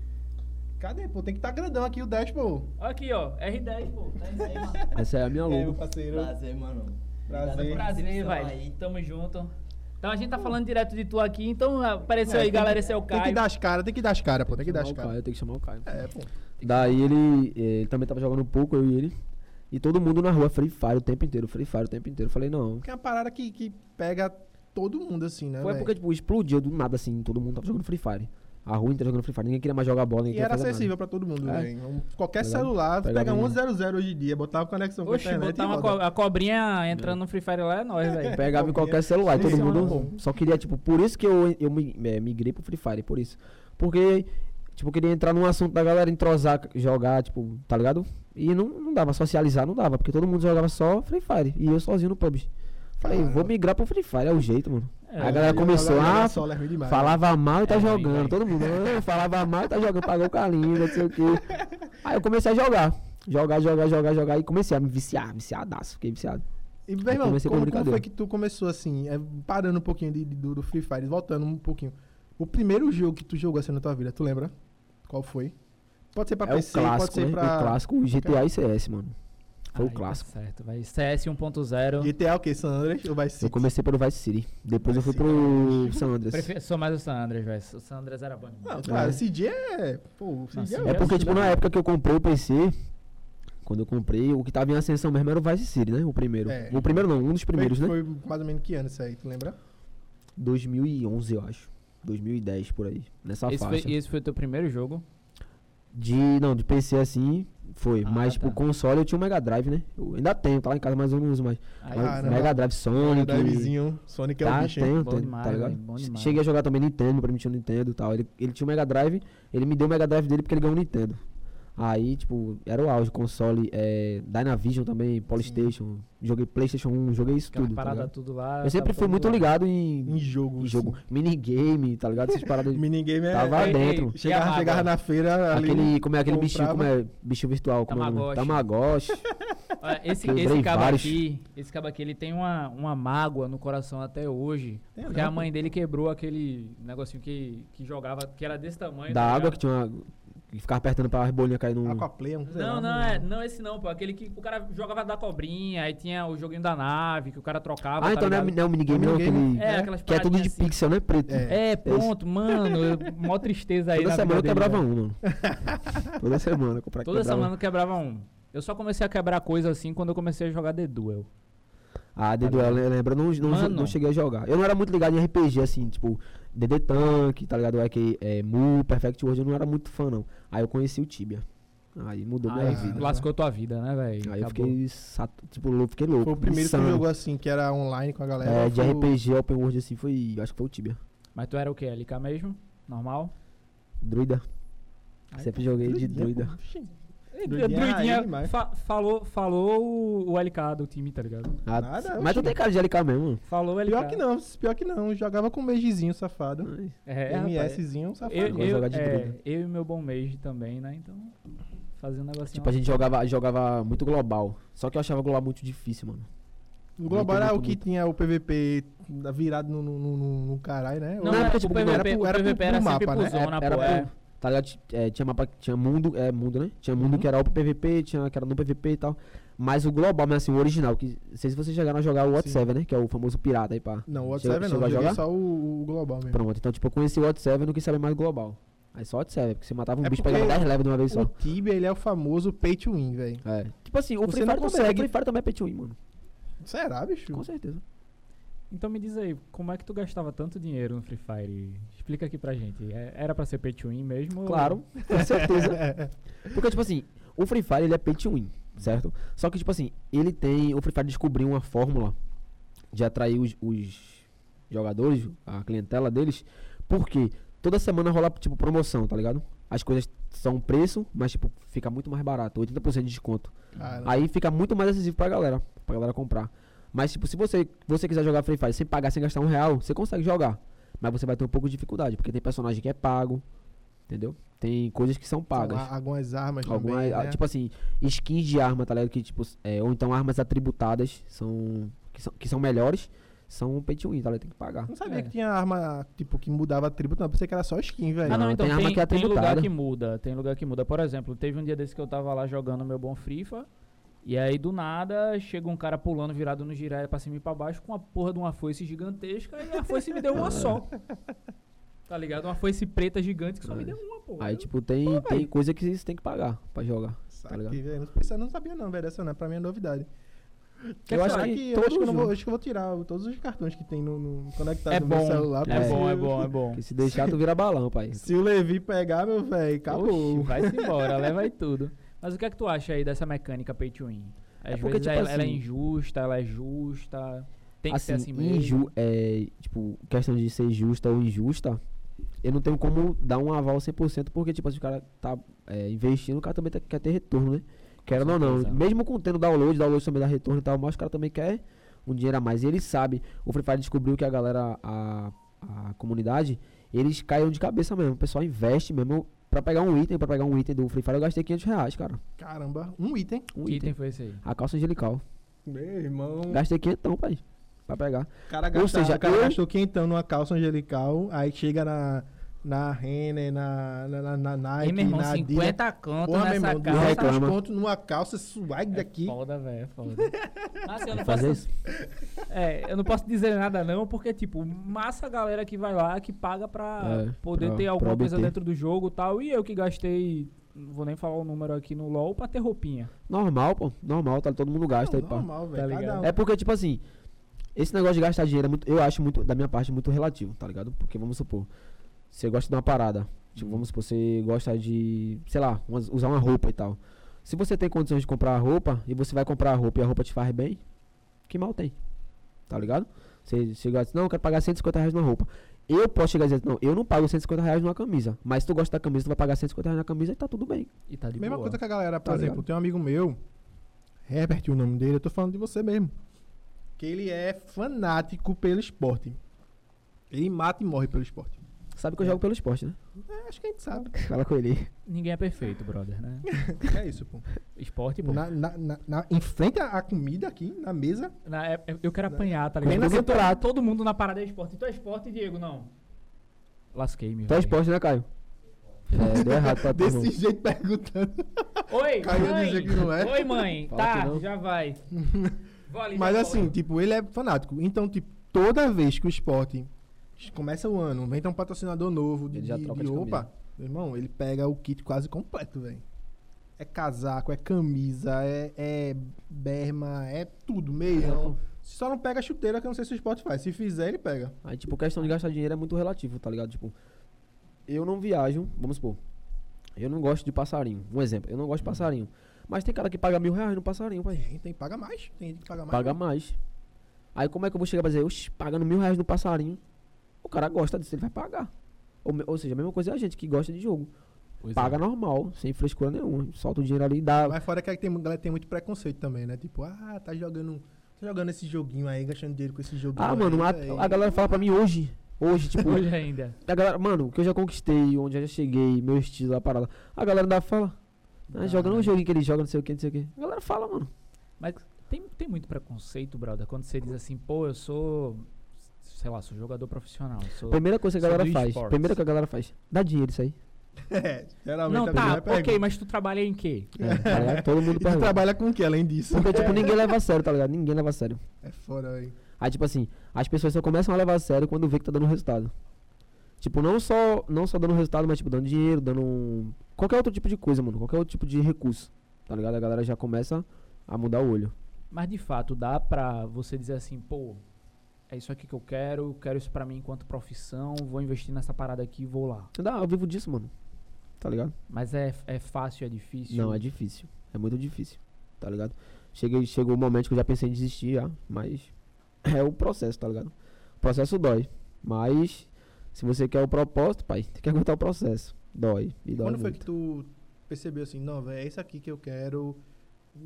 [SPEAKER 2] Cadê, pô? Tem que tá grandão aqui o 10, pô.
[SPEAKER 3] Ó Aqui, ó, R10, pô. Tá isso aí, mano.
[SPEAKER 4] Essa é a minha
[SPEAKER 2] É, meu
[SPEAKER 4] luta.
[SPEAKER 2] parceiro.
[SPEAKER 5] Prazer, mano.
[SPEAKER 2] Prazer.
[SPEAKER 3] Prazer, vai.
[SPEAKER 5] vai.
[SPEAKER 3] Tamo junto. Então a gente tá falando direto de tu aqui, então apareceu
[SPEAKER 2] É,
[SPEAKER 3] aí,
[SPEAKER 2] tem
[SPEAKER 3] galera,
[SPEAKER 2] que-
[SPEAKER 3] esse é o
[SPEAKER 2] Tem que
[SPEAKER 3] Caio.
[SPEAKER 2] dar as caras, tem que dar as caras, pô, tem que dar as
[SPEAKER 4] chamar é o
[SPEAKER 2] caras.
[SPEAKER 4] Caio, tem que chamar o Caio.
[SPEAKER 2] É, pô.
[SPEAKER 4] Daí ele, eh, ele também tava jogando um pouco, eu e ele. E todo mundo na rua, Free Fire o tempo inteiro, Free Fire o tempo inteiro. Eu Falei, não.
[SPEAKER 2] Porque é uma parada que, que pega todo mundo assim, né,
[SPEAKER 4] Foi
[SPEAKER 2] velho?
[SPEAKER 4] porque, tipo, explodiu do nada, assim, todo mundo tava jogando Free Fire. A rua inteira jogando Free Fire, ninguém queria mais jogar bola, ninguém
[SPEAKER 2] E
[SPEAKER 4] queria
[SPEAKER 2] era
[SPEAKER 4] fazer nada.
[SPEAKER 2] acessível pra todo mundo,
[SPEAKER 4] É.
[SPEAKER 2] velho. Um- Qualquer
[SPEAKER 4] Pegava-
[SPEAKER 2] celular, tu pega
[SPEAKER 4] pegava um-
[SPEAKER 2] 1100 hoje em dia, botava conexão com a
[SPEAKER 3] Oxe,
[SPEAKER 2] internet
[SPEAKER 3] botar
[SPEAKER 2] e
[SPEAKER 3] uma
[SPEAKER 2] roda.
[SPEAKER 3] co- a cobrinha entrando
[SPEAKER 2] Hum.
[SPEAKER 3] no Free Fire lá
[SPEAKER 2] *laughs*
[SPEAKER 3] é nóis, velho.
[SPEAKER 2] tá
[SPEAKER 4] Pegava em qualquer celular, todo
[SPEAKER 2] Esse é um
[SPEAKER 4] mundo
[SPEAKER 2] bom.
[SPEAKER 4] só queria, tipo, por isso que eu, eu mi- eh, migrei pro Free Fire, por isso. Porque, tipo, eu queria entrar num assunto da galera, entrosar, jogar, tipo, tá ligado? E não, não dava, socializar não dava, porque todo mundo jogava só Free Fire, e eu sozinho no PUBG. Falei,
[SPEAKER 2] Cara.
[SPEAKER 4] vou migrar pro Free Fire, é o jeito, mano.
[SPEAKER 3] É,
[SPEAKER 4] a galera
[SPEAKER 2] Ah. Eu
[SPEAKER 4] começou,
[SPEAKER 2] jogava
[SPEAKER 4] ah,
[SPEAKER 2] solo, é ruim demais.
[SPEAKER 4] falava mal e tá
[SPEAKER 3] É,
[SPEAKER 4] jogando.
[SPEAKER 3] vai, vai.
[SPEAKER 4] Todo mundo,
[SPEAKER 2] *laughs*
[SPEAKER 4] "Ah, falava mal e tá jogando, pagou o calinho, não sei o quê. Aí eu comecei a jogar. Jogar, jogar, jogar, jogar. E comecei a me viciar, viciadaço. Fiquei viciado.
[SPEAKER 2] E, meu
[SPEAKER 4] Aí
[SPEAKER 2] irmão,
[SPEAKER 4] comecei com
[SPEAKER 2] como, como
[SPEAKER 4] brincadeira.
[SPEAKER 2] foi que tu começou assim, é, parando um pouquinho de, de- do, do Free Fire, voltando um pouquinho. O primeiro jogo que tu jogou assim na tua vida, tu lembra? Qual foi? Pode ser pra
[SPEAKER 4] é
[SPEAKER 2] PC,
[SPEAKER 4] o
[SPEAKER 2] pode
[SPEAKER 4] clássico,
[SPEAKER 2] ser
[SPEAKER 4] né?
[SPEAKER 2] pra. um.
[SPEAKER 4] O clássico o GTA e CS, mano. Foi o
[SPEAKER 3] Aí,
[SPEAKER 4] clássico.
[SPEAKER 3] Tá certo, vai. CS 1.0.
[SPEAKER 2] GTA o quê? San Andreas ou Vice
[SPEAKER 4] Eu
[SPEAKER 2] City?
[SPEAKER 4] comecei pelo Vice City. Depois eu
[SPEAKER 2] Vice é
[SPEAKER 4] fui pro San Andreas.
[SPEAKER 3] Prefe- Sou mais o San Andreas, velho. O San Andreas era bom. demais.
[SPEAKER 2] Não, cara,
[SPEAKER 4] É.
[SPEAKER 2] esse dia é. Pô, esse
[SPEAKER 3] Nossa,
[SPEAKER 2] dia
[SPEAKER 4] É
[SPEAKER 2] é.
[SPEAKER 3] eu
[SPEAKER 4] porque,
[SPEAKER 3] acho
[SPEAKER 4] tipo,
[SPEAKER 3] da
[SPEAKER 4] na
[SPEAKER 3] hora.
[SPEAKER 4] época que eu comprei o PC, quando eu comprei, o que tava em ascensão mesmo era o Vice City, né? O primeiro.
[SPEAKER 2] É.
[SPEAKER 4] O primeiro não, um dos primeiros,
[SPEAKER 2] foi,
[SPEAKER 4] né?
[SPEAKER 2] foi mais ou menos que ano isso aí, tu lembra?
[SPEAKER 4] 2011, eu acho. 2010, por aí. Nessa
[SPEAKER 2] tá
[SPEAKER 3] Esse foi,
[SPEAKER 4] faixa.
[SPEAKER 3] esse foi o teu primeiro jogo?
[SPEAKER 4] De, não, de PC assim, foi.
[SPEAKER 3] Ah,
[SPEAKER 4] mas,
[SPEAKER 3] tá.
[SPEAKER 4] tipo, console eu tinha um Mega Drive, né? Eu ainda tenho, tá lá em casa, mas eu não uso mais.
[SPEAKER 3] Aí,
[SPEAKER 4] Mas
[SPEAKER 2] Caramba.
[SPEAKER 4] Mega Drive Sonic.
[SPEAKER 2] Drivezinho, Sonic é
[SPEAKER 4] tá,
[SPEAKER 2] o bicho, hein?
[SPEAKER 4] tenho,
[SPEAKER 3] Bom
[SPEAKER 4] tenho,
[SPEAKER 3] demais,
[SPEAKER 4] tá ligado?
[SPEAKER 3] velho, bom demais.
[SPEAKER 4] Cheguei a jogar também Nintendo, pra mim tinha um Nintendo e tal. Ele, ele tinha um Mega Drive, ele me deu o Mega Drive dele porque ele ganhou um Nintendo. Aí, tipo, era o auge, console, é, Dynavision também, Polystation, joguei Playstation 1, joguei isso
[SPEAKER 3] aquela
[SPEAKER 4] tudo, tá
[SPEAKER 3] parada
[SPEAKER 4] ligado?
[SPEAKER 3] tudo lá.
[SPEAKER 4] Eu sempre
[SPEAKER 3] tava
[SPEAKER 4] fui
[SPEAKER 3] todo
[SPEAKER 4] muito
[SPEAKER 3] lá.
[SPEAKER 4] ligado em,
[SPEAKER 2] Em jogo.
[SPEAKER 4] em um jogo, minigame, tá ligado? Essas paradas,
[SPEAKER 2] *laughs* Assim. Minigame é.
[SPEAKER 4] Tava- lá
[SPEAKER 3] Ei,
[SPEAKER 4] dentro.
[SPEAKER 3] ei,
[SPEAKER 2] Chegava,
[SPEAKER 3] Yamaha.
[SPEAKER 2] chegava na feira ali. né?
[SPEAKER 4] aquele, como é aquele bichinho, como
[SPEAKER 2] comprava.
[SPEAKER 4] é, bicho virtual, como é o nome? Tamagotchi.
[SPEAKER 3] *laughs* Tá Olha, Esse,
[SPEAKER 4] Quebrei
[SPEAKER 3] esse cabo
[SPEAKER 4] vários.
[SPEAKER 3] aqui, esse cabo aqui, ele tem uma, uma mágoa no coração até hoje.
[SPEAKER 2] Tem
[SPEAKER 3] porque
[SPEAKER 2] não,
[SPEAKER 3] a mãe dele quebrou aquele negocinho que, que jogava, que era desse tamanho.
[SPEAKER 4] Da
[SPEAKER 3] tá
[SPEAKER 4] água que
[SPEAKER 3] ligado?
[SPEAKER 4] tinha uma. Que ficava apertando pra bolinha cair no.
[SPEAKER 2] Aquaplay, um sei lá,
[SPEAKER 3] Não, não, é,
[SPEAKER 4] né?
[SPEAKER 3] não, esse não, pô. Aquele que o cara jogava da cobrinha, aí tinha o joguinho da nave, que o cara trocava.
[SPEAKER 4] Ah,
[SPEAKER 3] tá
[SPEAKER 4] então não é,
[SPEAKER 3] ligado?
[SPEAKER 4] não é um minigame, não,
[SPEAKER 2] Minigame.
[SPEAKER 4] aquele.
[SPEAKER 3] É, aquelas
[SPEAKER 4] Que é tudo de
[SPEAKER 3] paradinhas assim.
[SPEAKER 4] pixel, né? Preto.
[SPEAKER 2] É.
[SPEAKER 3] É, pronto, mano. eu- Mó tristeza aí.
[SPEAKER 4] Toda
[SPEAKER 3] na
[SPEAKER 4] semana eu
[SPEAKER 3] vida dele,
[SPEAKER 4] quebrava
[SPEAKER 3] velho.
[SPEAKER 4] um, mano. Toda semana eu comprava
[SPEAKER 3] Toda
[SPEAKER 4] quebrava
[SPEAKER 3] semana eu quebrava um. Eu só comecei a quebrar coisa assim quando eu comecei a jogar The Duel.
[SPEAKER 4] um. Ah, The Duel, né, lembra? Eu Não, não,
[SPEAKER 3] Mano.
[SPEAKER 4] não cheguei a jogar. Eu não era muito ligado em RPG, assim, tipo, DD Tank, tá ligado? É que é, Mu, Perfect World, eu não era muito fã, não. Aí eu conheci o Tibia. Aí mudou
[SPEAKER 2] Ah,
[SPEAKER 4] minha
[SPEAKER 3] Aí
[SPEAKER 4] vida.
[SPEAKER 3] lascou tua vida, né, velho?
[SPEAKER 4] Aí eu
[SPEAKER 3] Acabou.
[SPEAKER 4] fiquei, sato, tipo, louco, fiquei louco.
[SPEAKER 2] Foi o primeiro que
[SPEAKER 4] insano.
[SPEAKER 2] jogou né? assim, que era online com a galera.
[SPEAKER 4] É, de
[SPEAKER 2] foi o-
[SPEAKER 4] RPG, Open World, assim, foi. Acho que foi o Tibia.
[SPEAKER 3] Mas tu era o quê? LK mesmo? Normal?
[SPEAKER 4] Druida.
[SPEAKER 3] Aí,
[SPEAKER 4] Sempre joguei de druida.
[SPEAKER 2] Tá
[SPEAKER 3] É,
[SPEAKER 2] Doidinha
[SPEAKER 3] Doidinha,
[SPEAKER 2] aí demais.
[SPEAKER 3] fa- falou, falou o- o LK do time, tá ligado?
[SPEAKER 4] Ah,
[SPEAKER 2] Nada,
[SPEAKER 4] mas
[SPEAKER 2] oxe.
[SPEAKER 4] tu tem cara de LK mesmo.
[SPEAKER 3] Falou o LK.
[SPEAKER 2] Pior que não, pior que não. Jogava com um beijizinho safado.
[SPEAKER 4] Ai,
[SPEAKER 3] É, rapaz.
[SPEAKER 2] MSzinho safado.
[SPEAKER 3] Eu,
[SPEAKER 4] Gosto de
[SPEAKER 3] eu,
[SPEAKER 4] jogar de
[SPEAKER 3] é,
[SPEAKER 4] druida.
[SPEAKER 3] eu e meu bom mês também, né? Então, fazia um negocinho.
[SPEAKER 4] Tipo, a gente jogava, jogava muito global. Só que eu achava global muito difícil, mano.
[SPEAKER 2] O Global
[SPEAKER 4] Muito,
[SPEAKER 2] era o
[SPEAKER 4] muito,
[SPEAKER 2] que
[SPEAKER 4] muito.
[SPEAKER 2] tinha o PVP virado no, no, no, no- no caralho, né?
[SPEAKER 3] Não,
[SPEAKER 4] na
[SPEAKER 3] é,
[SPEAKER 4] época,
[SPEAKER 3] o
[SPEAKER 4] tipo,
[SPEAKER 3] PVP,
[SPEAKER 4] era
[SPEAKER 3] era,
[SPEAKER 2] pro- era pro-
[SPEAKER 3] o PVP era
[SPEAKER 2] pro
[SPEAKER 3] sempre
[SPEAKER 4] mapa,
[SPEAKER 3] pro
[SPEAKER 4] né?
[SPEAKER 3] zona,
[SPEAKER 4] Era-
[SPEAKER 3] pô.
[SPEAKER 4] era
[SPEAKER 3] é.
[SPEAKER 4] Tá ligado? Ti- é, tinha mapa, tinha mundo, é mundo, né? Tinha mundo que era open PVP, tinha que era no PVP e tal. Mas o global, mas assim, o original, que não sei se vocês chegaram a jogar o What
[SPEAKER 2] Sim.
[SPEAKER 4] 7, né? Que é o famoso pirata aí, pá.
[SPEAKER 2] Não, o What
[SPEAKER 4] Chegou-
[SPEAKER 2] 7 não,
[SPEAKER 4] chegou a
[SPEAKER 2] eu joguei
[SPEAKER 4] jogar?
[SPEAKER 2] só o, o Global mesmo.
[SPEAKER 4] Pronto, então tipo, eu conheci o What 7 e não quis saber mais global. Aí só What 7, porque você matava um
[SPEAKER 2] É
[SPEAKER 4] bicho,
[SPEAKER 2] porque
[SPEAKER 4] pegava 10 levels de uma vez só.
[SPEAKER 2] O Tibia, ele é o famoso pay to win, velho.
[SPEAKER 4] É. Tipo assim, o
[SPEAKER 2] Você
[SPEAKER 4] Free
[SPEAKER 2] não
[SPEAKER 4] Fire também, o
[SPEAKER 2] consegue-
[SPEAKER 4] Free Fire também é pay to win, mano.
[SPEAKER 2] Será, bicho?
[SPEAKER 4] Com certeza.
[SPEAKER 3] Então me diz aí, como é que tu gastava tanto dinheiro no Free Fire? Explica aqui pra gente. É- Era pra ser pay to win mesmo? ou-
[SPEAKER 4] Claro, com certeza. Porque, tipo assim, o Free Fire ele é pay to win, certo? Só que, tipo assim, ele tem. O Free Fire descobriu uma fórmula de atrair os, os jogadores, a clientela deles, porque toda semana rola, tipo, promoção, tá ligado? As coisas são preço, mas, tipo, fica muito mais barato, 80% de desconto.
[SPEAKER 2] Cara,
[SPEAKER 4] Aí fica muito mais acessível pra galera, pra galera comprar. Mas, tipo, se você, você quiser jogar Free Fire sem pagar, sem gastar um real, você consegue jogar. Mas você vai ter um pouco de dificuldade, porque tem personagem que é pago, entendeu? Tem coisas que são pagas.
[SPEAKER 2] a- Algumas armas
[SPEAKER 4] Alguma,
[SPEAKER 2] também,
[SPEAKER 4] ah,
[SPEAKER 2] né?
[SPEAKER 4] Tipo assim, skins de arma, tá ligado? Que, tipo, é, ou então armas atributadas são, que, são, que são melhores, são pay to win, tá ligado? Tem que pagar.
[SPEAKER 2] Não sabia
[SPEAKER 3] É.
[SPEAKER 2] que tinha arma, tipo, que mudava atributo, não. Pensei que era só skin, velho.
[SPEAKER 3] Ah, não,
[SPEAKER 4] Não,
[SPEAKER 3] então
[SPEAKER 4] tem
[SPEAKER 3] tem,
[SPEAKER 4] arma que é
[SPEAKER 3] tem lugar
[SPEAKER 4] atributada.
[SPEAKER 3] que muda, tem lugar que muda. Por exemplo, teve um dia desse que eu tava lá jogando meu bom FIFA, e aí do nada chega um cara pulando virado no giraia pra cima e pra baixo com a porra de uma foice gigantesca e a foice me deu *laughs* uma só. Tá ligado? Uma foice preta gigante que só me deu uma, porra.
[SPEAKER 4] Aí, tipo, tem, tem coisa que você tem que pagar pra jogar, tá ligado?
[SPEAKER 2] Saquei, velho. Não pensei- não sabia não, velho. Essa não é pra mim é novidade.
[SPEAKER 4] Eu
[SPEAKER 2] Será
[SPEAKER 4] acho
[SPEAKER 2] que, eu acho que
[SPEAKER 4] que
[SPEAKER 2] eu
[SPEAKER 4] todos
[SPEAKER 2] não vou,
[SPEAKER 4] vão.
[SPEAKER 2] acho que eu vou tirar o- todos os cartões que tem no, no- conectado
[SPEAKER 3] é
[SPEAKER 2] Tá no
[SPEAKER 3] bom,
[SPEAKER 2] meu celular.
[SPEAKER 4] é
[SPEAKER 3] é
[SPEAKER 2] porque
[SPEAKER 3] bom,
[SPEAKER 2] se-
[SPEAKER 3] é bom, é bom.
[SPEAKER 4] Porque se deixar, tu vira balão, pai.
[SPEAKER 2] *laughs* Se o Levi pegar, meu velho, acabou.
[SPEAKER 3] Oxi, *laughs* vai-se embora, leva
[SPEAKER 2] *laughs*
[SPEAKER 3] aí tudo. Mas o que é que tu acha aí dessa mecânica pay to win? Às
[SPEAKER 4] É porque,
[SPEAKER 3] vezes
[SPEAKER 4] tipo
[SPEAKER 3] ela, ela é
[SPEAKER 4] assim-
[SPEAKER 3] injusta, ela é justa, tem que
[SPEAKER 4] assim,
[SPEAKER 3] ser assim mesmo.
[SPEAKER 4] inju- é, tipo, questão de ser justa ou injusta, eu não tenho como dar um aval 100%, porque, tipo, se o cara tá é, investindo, o cara também tá- quer ter retorno, né? Quer ou não,
[SPEAKER 3] certeza.
[SPEAKER 4] mesmo contendo download, download também dá retorno e tal, mas o cara também quer um dinheiro a mais. E ele sabe, o Free Fire descobriu que a galera, a, a comunidade, eles caíram de cabeça mesmo. O pessoal investe mesmo pra pegar um item, pra pegar um item do Free Fire, eu gastei 500 reais, cara.
[SPEAKER 2] Caramba, um item.
[SPEAKER 4] Um
[SPEAKER 3] que
[SPEAKER 4] item.
[SPEAKER 3] item foi esse aí?
[SPEAKER 4] A calça angelical.
[SPEAKER 2] Meu irmão.
[SPEAKER 4] Gastei 500, pai, pra pegar.
[SPEAKER 2] O cara,
[SPEAKER 4] Ou
[SPEAKER 2] gasta,
[SPEAKER 4] seja,
[SPEAKER 2] o cara
[SPEAKER 4] eu-
[SPEAKER 2] gastou quentão numa calça angelical, aí chega na, na Renner, na, na, na, na Nike,
[SPEAKER 3] E, meu irmão,
[SPEAKER 2] na Adidas.
[SPEAKER 3] 50
[SPEAKER 2] Porra,
[SPEAKER 3] conto
[SPEAKER 2] meu
[SPEAKER 3] nessa É
[SPEAKER 2] irmão,
[SPEAKER 3] casa.
[SPEAKER 2] 200
[SPEAKER 4] Reclama.
[SPEAKER 2] conto numa calça swag daqui.
[SPEAKER 6] Foda, velho, é *laughs* foda. Mas
[SPEAKER 3] um
[SPEAKER 6] eu não posso
[SPEAKER 4] Fazer isso?
[SPEAKER 6] É, eu não posso dizer nada não, porque, tipo, massa a galera que vai lá, que paga pra
[SPEAKER 4] É,
[SPEAKER 6] poder
[SPEAKER 4] pra-
[SPEAKER 6] ter
[SPEAKER 4] pra
[SPEAKER 6] alguma coisa
[SPEAKER 4] obter.
[SPEAKER 6] dentro do jogo e tal. E eu que gastei, não vou nem falar o número aqui no LoL, pra ter roupinha.
[SPEAKER 4] Normal, pô. Normal, tá? Todo mundo gasta aí, pá.
[SPEAKER 2] normal,
[SPEAKER 3] Tá
[SPEAKER 2] velho.
[SPEAKER 6] ligado?
[SPEAKER 2] cada um.
[SPEAKER 4] É porque, tipo assim, esse negócio de gastar dinheiro é muito, eu acho muito, da minha parte, muito relativo, tá ligado? Porque vamos supor, você gosta de uma parada. Tipo, vamos supor, você gosta de, sei lá, umas- usar uma roupa e tal. Se você tem condições de comprar a roupa e você vai comprar a roupa e a roupa te faz bem, que mal tem. Tá ligado? Você chega e diz, não, eu quero pagar 150 reais numa roupa. Eu posso chegar e dizer, não, eu não pago 150 reais numa camisa. Mas se tu gosta da camisa, tu vai pagar 150 reais na camisa e tá tudo bem.
[SPEAKER 6] E tá de
[SPEAKER 2] Mesma
[SPEAKER 6] boa.
[SPEAKER 2] coisa que a galera, por
[SPEAKER 4] Tá
[SPEAKER 2] exemplo,
[SPEAKER 4] ligado?
[SPEAKER 2] tem um amigo meu, Herbert, o nome dele, eu tô falando de você mesmo. Que ele é fanático pelo esporte. Ele mata e morre pelo esporte.
[SPEAKER 4] Sabe que eu jogo pelo esporte, né?
[SPEAKER 2] É, acho que a gente sabe.
[SPEAKER 4] Fala com ele.
[SPEAKER 6] Ninguém é perfeito, brother, né?
[SPEAKER 2] É isso, pô.
[SPEAKER 6] Esporte, pô.
[SPEAKER 2] Na, na, na, na- em frente à comida aqui, na mesa,
[SPEAKER 6] Na é- é- eu quero apanhar, tá
[SPEAKER 2] Vem
[SPEAKER 6] ligado?
[SPEAKER 2] na
[SPEAKER 6] Porque
[SPEAKER 2] cintura.
[SPEAKER 6] todo- todo mundo na parada é esporte. Então é esporte, Diego, não. Lasquei, meu.
[SPEAKER 4] Tu é
[SPEAKER 6] velho.
[SPEAKER 4] esporte, né, Caio? *laughs* É, deu errado pra tu, irmão.
[SPEAKER 2] desse jeito *laughs* perguntando.
[SPEAKER 6] Oi,
[SPEAKER 2] Caiu
[SPEAKER 6] mãe.
[SPEAKER 2] dizer que não é.
[SPEAKER 6] Oi, mãe.
[SPEAKER 4] Fala que
[SPEAKER 6] tá,
[SPEAKER 4] não.
[SPEAKER 6] já vai. Vou ali,
[SPEAKER 2] Mas
[SPEAKER 6] já
[SPEAKER 2] assim,
[SPEAKER 6] volto.
[SPEAKER 2] tipo, ele é fanático. Então, tipo, toda vez que o esporte começa o ano, vem ter um patrocinador novo de,
[SPEAKER 4] Ele já
[SPEAKER 2] de-
[SPEAKER 4] troca
[SPEAKER 2] de
[SPEAKER 4] de camisa.
[SPEAKER 2] roupa, meu irmão, ele pega o kit quase completo, velho. É casaco, é camisa, é, é berma, é tudo, meião. Só não pega chuteira, que eu não sei se o esporte faz. Se fizer, ele pega.
[SPEAKER 4] Aí, tipo, questão de gastar dinheiro é muito relativo, tá ligado? Tipo, eu não viajo, vamos supor, eu não gosto de passarinho. Um exemplo, eu não gosto de passarinho. Mas tem cara que paga mil reais no passarinho, pai.
[SPEAKER 2] Tem, tem que pagar mais, tem gente que paga mais.
[SPEAKER 4] Paga mais. Aí como é que eu vou chegar pra dizer, oxe, pagando mil reais no passarinho? O cara gosta disso, ele vai pagar. Ou, me- ou seja, a mesma coisa é a gente que gosta de jogo.
[SPEAKER 6] Pois é.
[SPEAKER 4] Paga normal, sem frescura nenhuma. Solta o dinheiro ali e dá.
[SPEAKER 2] Mas fora que tem, mu- galera tem muito preconceito também, né? Tipo, ah, tá jogando, tá jogando esse joguinho aí, gastando dinheiro com esse joguinho.
[SPEAKER 4] Ah, mano,
[SPEAKER 2] aí,
[SPEAKER 4] a,
[SPEAKER 2] véi.
[SPEAKER 4] a galera fala pra mim hoje. Hoje, tipo, *laughs*
[SPEAKER 6] Hoje ainda.
[SPEAKER 4] A galera, mano, o que eu já conquistei, onde eu já cheguei, meu estilo, a parada. A galera ainda fala. Ah, joga
[SPEAKER 2] né?
[SPEAKER 4] não o joguinho que ele joga, não sei o que, não sei o que. A galera fala, mano.
[SPEAKER 6] Mas tem, tem muito preconceito, brother, quando você diz assim, pô, eu sou, sei lá, sou jogador profissional. Sou...
[SPEAKER 4] Primeira coisa que a
[SPEAKER 6] Sobre
[SPEAKER 4] galera faz.
[SPEAKER 6] esportes.
[SPEAKER 4] Primeira que a galera faz. Dá dinheiro isso aí.
[SPEAKER 2] *laughs* É, geralmente
[SPEAKER 6] Não,
[SPEAKER 2] a
[SPEAKER 6] tá,
[SPEAKER 2] galera
[SPEAKER 6] ok,
[SPEAKER 2] pergunta.
[SPEAKER 6] mas tu trabalha em quê?
[SPEAKER 4] É, tá ligado? Todo mundo
[SPEAKER 2] *laughs* E tu
[SPEAKER 4] pergunta.
[SPEAKER 2] trabalha assim, é. com o que além disso?
[SPEAKER 4] Porque, tipo, ninguém leva a sério, tá ligado? Ninguém leva a sério.
[SPEAKER 2] *laughs* É fora, velho.
[SPEAKER 4] Aí, tipo assim, as pessoas só começam a levar a sério quando vê que tá dando resultado. Tipo, não só, não só dando resultado, mas, tipo, dando dinheiro, dando. um- Qualquer outro tipo de coisa, mano. Qualquer outro tipo de recurso. Tá ligado? A galera já começa a mudar o olho.
[SPEAKER 6] Mas de fato, dá pra você dizer assim, pô, é isso aqui que eu quero, eu quero isso pra mim enquanto profissão, vou investir nessa parada aqui e vou lá.
[SPEAKER 4] Dá, eu vivo disso, mano. Tá ligado?
[SPEAKER 6] Mas é, é fácil, é difícil?
[SPEAKER 4] Não, é difícil. É muito difícil, tá ligado? Cheguei, chegou o momento que eu já pensei em desistir, já, mas é o processo, tá ligado? O processo dói, mas se você quer o propósito, pai, tem que aguentar o processo. Dói, e dói
[SPEAKER 2] Quando foi
[SPEAKER 4] muito.
[SPEAKER 2] que tu percebeu assim, não, velho, é isso aqui que eu quero?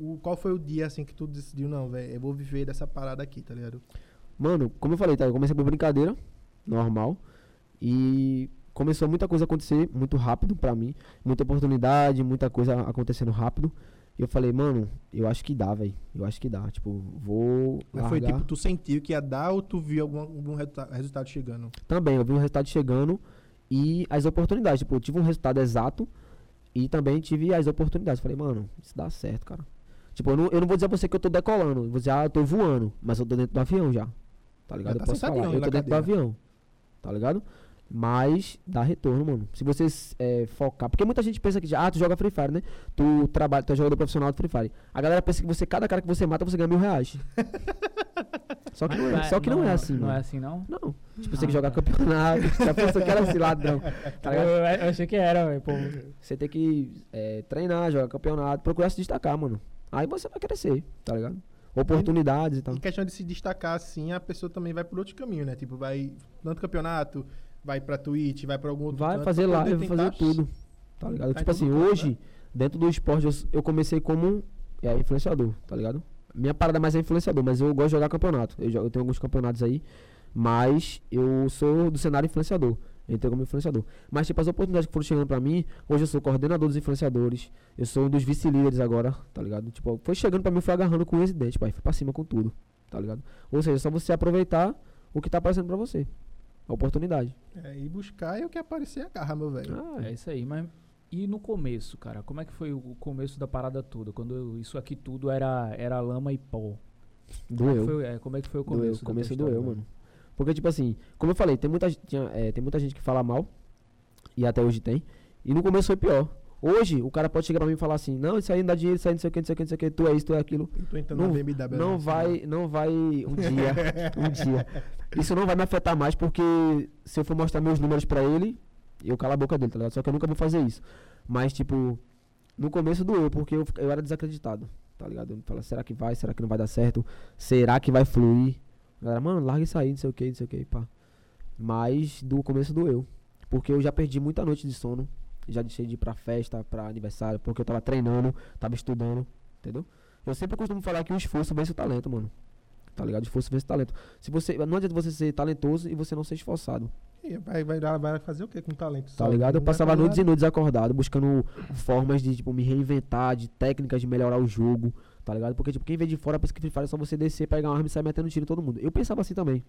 [SPEAKER 2] O, qual foi o dia assim que tu decidiu, não, velho, eu vou viver dessa parada aqui, tá ligado?
[SPEAKER 4] Mano, como eu falei, tá? Eu comecei por brincadeira, normal, e começou muita coisa a acontecer muito rápido pra mim, muita oportunidade, muita coisa acontecendo rápido. E eu falei, mano, eu acho que dá, velho. Eu acho que dá. Tipo, vou.
[SPEAKER 2] Mas foi
[SPEAKER 4] largar.
[SPEAKER 2] tipo, tu sentiu que ia dar ou tu viu algum, algum resulta- resultado chegando?
[SPEAKER 4] também, eu vi o resultado chegando e as oportunidades. Tipo, eu tive um resultado exato e também tive as oportunidades. Falei, mano, isso dá certo, cara. Tipo, eu não, eu não vou dizer pra você que eu tô decolando, eu vou dizer, ah, eu tô voando, mas eu tô dentro do avião já. Tá ligado?
[SPEAKER 2] Já tá
[SPEAKER 4] eu posso falar,
[SPEAKER 2] sentadinho
[SPEAKER 4] eu
[SPEAKER 2] na
[SPEAKER 4] tô dentro do
[SPEAKER 2] cadeira.
[SPEAKER 4] avião. Tá ligado? Mas dá retorno, mano. Se você é, focar. Porque muita gente pensa que, já, ah, tu joga Free Fire, né? Tu trabalha, tu é jogador profissional de Free Fire. A galera pensa que você, cada cara que você mata, você ganha mil
[SPEAKER 2] *laughs*
[SPEAKER 4] reais. só que,
[SPEAKER 6] Mas
[SPEAKER 4] não é, só que não, é assim,
[SPEAKER 6] Não
[SPEAKER 4] mano.
[SPEAKER 6] é assim, não?
[SPEAKER 4] Não. Tipo, você
[SPEAKER 6] Ah,
[SPEAKER 4] que joga
[SPEAKER 6] tá.
[SPEAKER 4] campeonato, *laughs* já pensou que era esse ladrão. Tá ligado?
[SPEAKER 3] É.
[SPEAKER 6] eu, eu achei que era, velho, pô.
[SPEAKER 4] Você tem que é, treinar, jogar campeonato, procurar se destacar, mano. Aí você vai crescer, tá ligado? Oportunidades e tal.
[SPEAKER 2] Em questão de se destacar assim, a pessoa também vai por outro caminho, né? Tipo, vai tanto campeonato, vai pra Twitch, vai pra algum outro
[SPEAKER 4] Vai
[SPEAKER 2] canto
[SPEAKER 4] fazer
[SPEAKER 2] pra poder
[SPEAKER 4] live, vai fazer
[SPEAKER 2] tentar-
[SPEAKER 4] tudo. Tá ligado?
[SPEAKER 2] Tá em
[SPEAKER 4] tipo
[SPEAKER 2] todo
[SPEAKER 4] assim,
[SPEAKER 2] canto,
[SPEAKER 4] hoje,
[SPEAKER 2] né?
[SPEAKER 4] dentro do esporte, eu, s- eu comecei como é, influenciador, tá ligado? Minha parada mais é influenciador, mas eu gosto de jogar campeonato. Eu, jo- eu tenho alguns campeonatos aí, mas eu sou do cenário influenciador. Eu entrei como influenciador. Mas, tipo, as oportunidades que foram chegando pra mim, hoje eu sou coordenador dos influenciadores, eu sou um dos vice-líderes agora, tá ligado? Tipo, foi chegando pra mim, eu fui agarrando com esse dente, pai, fui pra cima com tudo, tá ligado? Ou seja, é só você aproveitar o que tá aparecendo pra você. a oportunidade.
[SPEAKER 2] É, ir buscar e o que aparecer agarra, meu velho.
[SPEAKER 4] Ah,
[SPEAKER 6] É isso aí, mas. E no começo, cara, como é que foi o começo da parada toda? Quando eu- isso aqui tudo era, era lama e pó. Como é que
[SPEAKER 4] doeu.
[SPEAKER 6] foi- é, como é que foi o começo?
[SPEAKER 4] Doeu,
[SPEAKER 6] da
[SPEAKER 4] o
[SPEAKER 6] tua
[SPEAKER 4] começo
[SPEAKER 6] história, né?
[SPEAKER 4] doeu, mano. Porque, tipo assim, como eu falei, tem muita, tinha, é, tem muita gente que fala mal, e até hoje tem, e no começo foi pior. Hoje, o cara pode chegar pra mim e falar assim, não, isso aí não dá dinheiro, isso aí não sei o que, não sei o que, não sei o que, tu é isso, tu é aquilo.
[SPEAKER 2] Eu tô entrando
[SPEAKER 4] Não,
[SPEAKER 2] na BMW.
[SPEAKER 4] não
[SPEAKER 2] né?
[SPEAKER 4] vai, não vai, um dia, um dia. Isso não vai me afetar mais, porque se eu for mostrar meus números pra ele, eu calo a boca dele, tá ligado? Só que eu nunca vou fazer isso. Mas, tipo, no começo doeu, porque eu, eu era desacreditado, tá ligado? Eu falava, será que vai, será que não vai dar certo? Será que vai fluir? A galera, mano, larga isso aí, não sei o que, não sei o que, pá. Mas do começo doeu. Porque eu já perdi muita noite de sono. Já deixei de ir pra festa, pra aniversário, porque eu tava treinando, tava estudando, entendeu? Eu sempre costumo falar que o esforço vence o talento, mano. Tá ligado? O esforço vence o talento. Se você, não adianta você ser talentoso e você não ser esforçado.
[SPEAKER 2] E vai, vai, dar- vai fazer o que com talento?
[SPEAKER 4] Tá
[SPEAKER 2] só?
[SPEAKER 4] ligado? Eu
[SPEAKER 2] Não vai
[SPEAKER 4] passava
[SPEAKER 2] fazer
[SPEAKER 4] noites e
[SPEAKER 2] nada.
[SPEAKER 4] noites acordado, buscando formas de, tipo, me reinventar, de técnicas de melhorar o jogo, tá ligado? Porque, tipo, quem vê de fora pensa que Free Fire é só você descer, pegar uma arma e sair metendo tiro em todo mundo. Eu pensava assim também,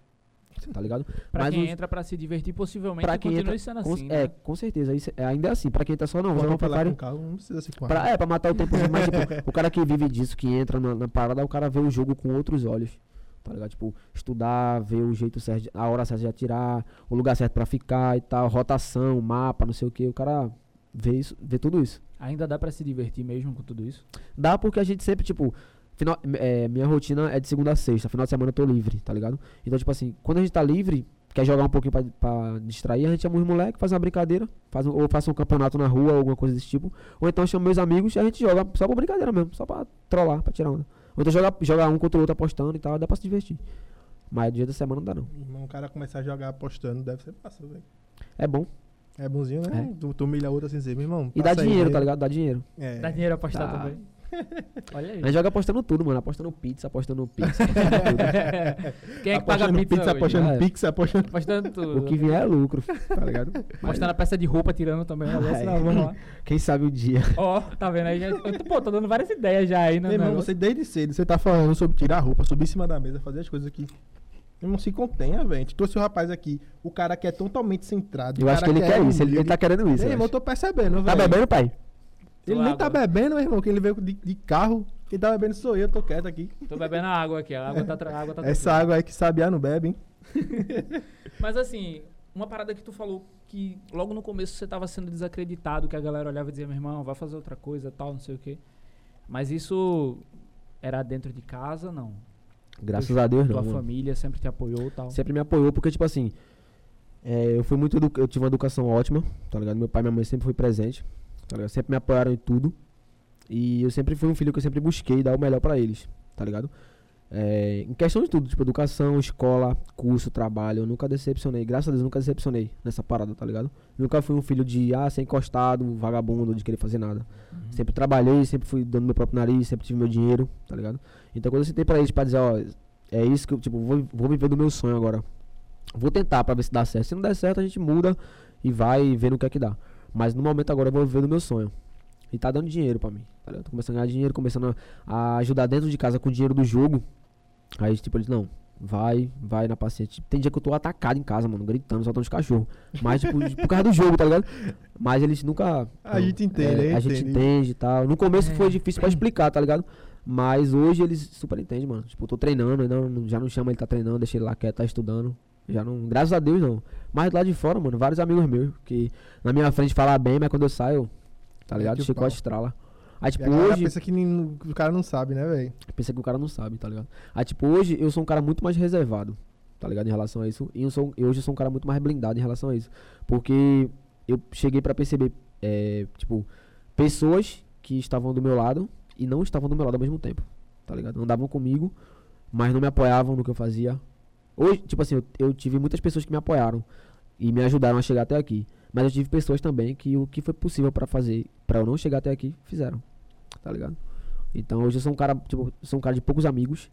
[SPEAKER 4] tá ligado?
[SPEAKER 6] Pra
[SPEAKER 4] Mas
[SPEAKER 6] quem
[SPEAKER 4] os-
[SPEAKER 6] entra pra se divertir, possivelmente
[SPEAKER 4] Pra quem
[SPEAKER 6] continua
[SPEAKER 4] entra-
[SPEAKER 6] sendo
[SPEAKER 4] Com-
[SPEAKER 6] assim,
[SPEAKER 4] é,
[SPEAKER 6] né?
[SPEAKER 4] com certeza. Isso é- ainda é assim. Pra quem tá só, não, vou
[SPEAKER 2] Agora
[SPEAKER 4] jogar um
[SPEAKER 2] vamos
[SPEAKER 4] Free
[SPEAKER 2] falar
[SPEAKER 4] Fire.
[SPEAKER 2] com carro, não precisa se com
[SPEAKER 4] Pra, é, pra matar o tempo, mas tipo, o cara que vive disso, que entra na, na parada, o cara vê o jogo com outros olhos. Tá ligado? Tipo, estudar, ver o jeito certo, de- a hora certa de atirar, o lugar certo pra ficar e tal, rotação, mapa, não sei o que. O cara vê isso, vê tudo isso.
[SPEAKER 6] Ainda dá pra se divertir mesmo com tudo isso?
[SPEAKER 4] Dá porque a gente sempre, tipo, final, é, minha rotina é de segunda a sexta, final de semana eu tô livre, tá ligado? Então, tipo assim, quando a gente tá livre, quer jogar um pouquinho pra, pra distrair, a gente chama os moleques, faz uma brincadeira, faz um- ou faz um campeonato na rua, alguma coisa desse tipo. Ou então chama meus amigos e a gente joga só pra brincadeira mesmo, só pra trollar, pra tirar onda. Ou então joga, joga um contra o outro apostando e tal, dá pra se divertir. Mas dia da semana não dá não.
[SPEAKER 2] Irmão, o cara começar a jogar apostando deve ser massa, velho.
[SPEAKER 4] É bom.
[SPEAKER 2] É bonzinho, né? Tu, tu humilha outro assim, dizer, meu irmão.
[SPEAKER 4] E dá
[SPEAKER 2] passa aí,
[SPEAKER 4] dinheiro,
[SPEAKER 2] né?
[SPEAKER 4] tá ligado? Dá dinheiro.
[SPEAKER 2] É.
[SPEAKER 6] Dá dinheiro apostar
[SPEAKER 4] Dá.
[SPEAKER 6] também? *laughs* Olha aí.
[SPEAKER 4] A gente joga apostando tudo, mano. Apostando pizza, apostando pizza. apostando tudo.
[SPEAKER 6] *laughs* quem é que paga
[SPEAKER 2] Apostando
[SPEAKER 6] pizza, hoje?
[SPEAKER 2] apostando
[SPEAKER 4] É.
[SPEAKER 2] pizza, apostando.
[SPEAKER 6] Apostando tudo.
[SPEAKER 4] o que vier é lucro, tá ligado? Mas-
[SPEAKER 6] Apostando a peça de roupa, tirando também. Olha,
[SPEAKER 4] Ai.
[SPEAKER 6] senão, vamos lá.
[SPEAKER 4] Quem sabe o dia.
[SPEAKER 6] Ó, tá vendo aí? Já, eu tô- pô, tô dando várias ideias já aí, né?
[SPEAKER 2] Meu irmão, você desde cedo, você tá falando sobre tirar a roupa, subir em cima da mesa, fazer as coisas aqui. Meu irmão, se contenha, velho. A gente Trouxe o rapaz aqui, o cara que é totalmente centrado. o
[SPEAKER 4] Eu acho que
[SPEAKER 2] cara é
[SPEAKER 4] ele quer isso, ele,
[SPEAKER 2] humilde.
[SPEAKER 4] ele tá querendo isso.
[SPEAKER 2] Meu
[SPEAKER 4] eu
[SPEAKER 2] irmão, eu
[SPEAKER 4] acho.
[SPEAKER 2] tô percebendo,
[SPEAKER 4] Tá
[SPEAKER 2] velho.
[SPEAKER 4] bebendo, pai?
[SPEAKER 2] Ele nem tá bebendo, meu irmão, que ele veio de, de carro. Quem tá bebendo sou eu, tô quieto aqui.
[SPEAKER 6] Tô bebendo a água aqui, a água tá, tra- a água tá
[SPEAKER 2] Essa água aí que sabiá não bebe, hein?
[SPEAKER 6] Mas assim, uma parada que tu falou que logo no começo você tava sendo desacreditado, que a galera olhava e dizia, meu irmão, vai fazer outra coisa, tal, não sei o quê. Mas isso era dentro de casa, não?
[SPEAKER 4] Graças
[SPEAKER 6] Teus-
[SPEAKER 4] a Deus, não.
[SPEAKER 6] Tua
[SPEAKER 4] mano.
[SPEAKER 6] família sempre te apoiou, tal?
[SPEAKER 4] Sempre me apoiou, porque, tipo assim, é, eu fui muito. edu- Eu tive uma educação ótima, tá ligado? Meu pai e minha mãe sempre foi presente, tá ligado? Sempre me apoiaram em tudo. E eu sempre fui um filho que eu sempre busquei dar o melhor pra eles, tá ligado? É, em questão de tudo, tipo, educação, escola, curso, trabalho, eu nunca decepcionei. Graças a Deus, nunca decepcionei nessa parada, tá ligado? Nunca fui um filho de, ah, ser encostado, vagabundo, de querer fazer nada. Sempre trabalhei, sempre fui dando meu próprio nariz, sempre tive meu dinheiro, tá ligado? Então quando eu sentei pra eles pra dizer, ó, é isso que eu, tipo, vou, vou viver do meu sonho agora. Vou tentar pra ver se dá certo. Se não der certo, a gente muda e vai vendo o que é que dá. Mas no momento agora eu vou viver do meu sonho. E tá dando dinheiro pra mim, tá ligado? Tô começando a ganhar dinheiro, começando a, a ajudar dentro de casa com o dinheiro do jogo. Aí, tipo, eles, não, vai, vai na paciente. Tem dia que eu tô atacado em casa, mano, gritando, soltando os cachorros. Mas, tipo, por causa do jogo, tá ligado? Mas eles nunca.
[SPEAKER 2] A gente entende,
[SPEAKER 4] é,
[SPEAKER 2] né?
[SPEAKER 4] A gente
[SPEAKER 2] Entende.
[SPEAKER 4] entende e tal. No começo
[SPEAKER 6] É.
[SPEAKER 4] foi difícil pra explicar, tá ligado? Mas hoje eles super entendem, mano. Tipo, eu tô treinando, eu não, já não chama ele tá treinando, deixa ele lá quieto, tá estudando. Já não. Graças a Deus, não. Mas lá de fora, mano, vários amigos meus que na minha frente falam bem, mas quando eu saio, tá
[SPEAKER 2] Mete
[SPEAKER 4] ligado?
[SPEAKER 2] o
[SPEAKER 4] Chicote
[SPEAKER 2] pau.
[SPEAKER 4] estrala. Aí,
[SPEAKER 2] E
[SPEAKER 4] tipo,
[SPEAKER 2] a galera
[SPEAKER 4] hoje.
[SPEAKER 2] pensa que nem- o cara não sabe, né, velho?
[SPEAKER 4] Pensa que o cara não sabe, tá ligado? Aí, tipo, hoje eu sou um cara muito mais reservado, tá ligado? Em relação a isso. E eu sou, e hoje eu sou um cara muito mais blindado em relação a isso. Porque eu cheguei pra perceber, é, tipo, pessoas que estavam do meu lado e não estavam do meu lado ao mesmo tempo, tá ligado? Andavam comigo, mas não me apoiavam no que eu fazia. Hoje, tipo assim, eu, eu tive muitas pessoas que me apoiaram e me ajudaram a chegar até aqui. Mas eu tive pessoas também que o que foi possível pra fazer, pra eu não chegar até aqui, fizeram, tá ligado? Então hoje eu sou um cara, tipo, sou um cara de poucos amigos,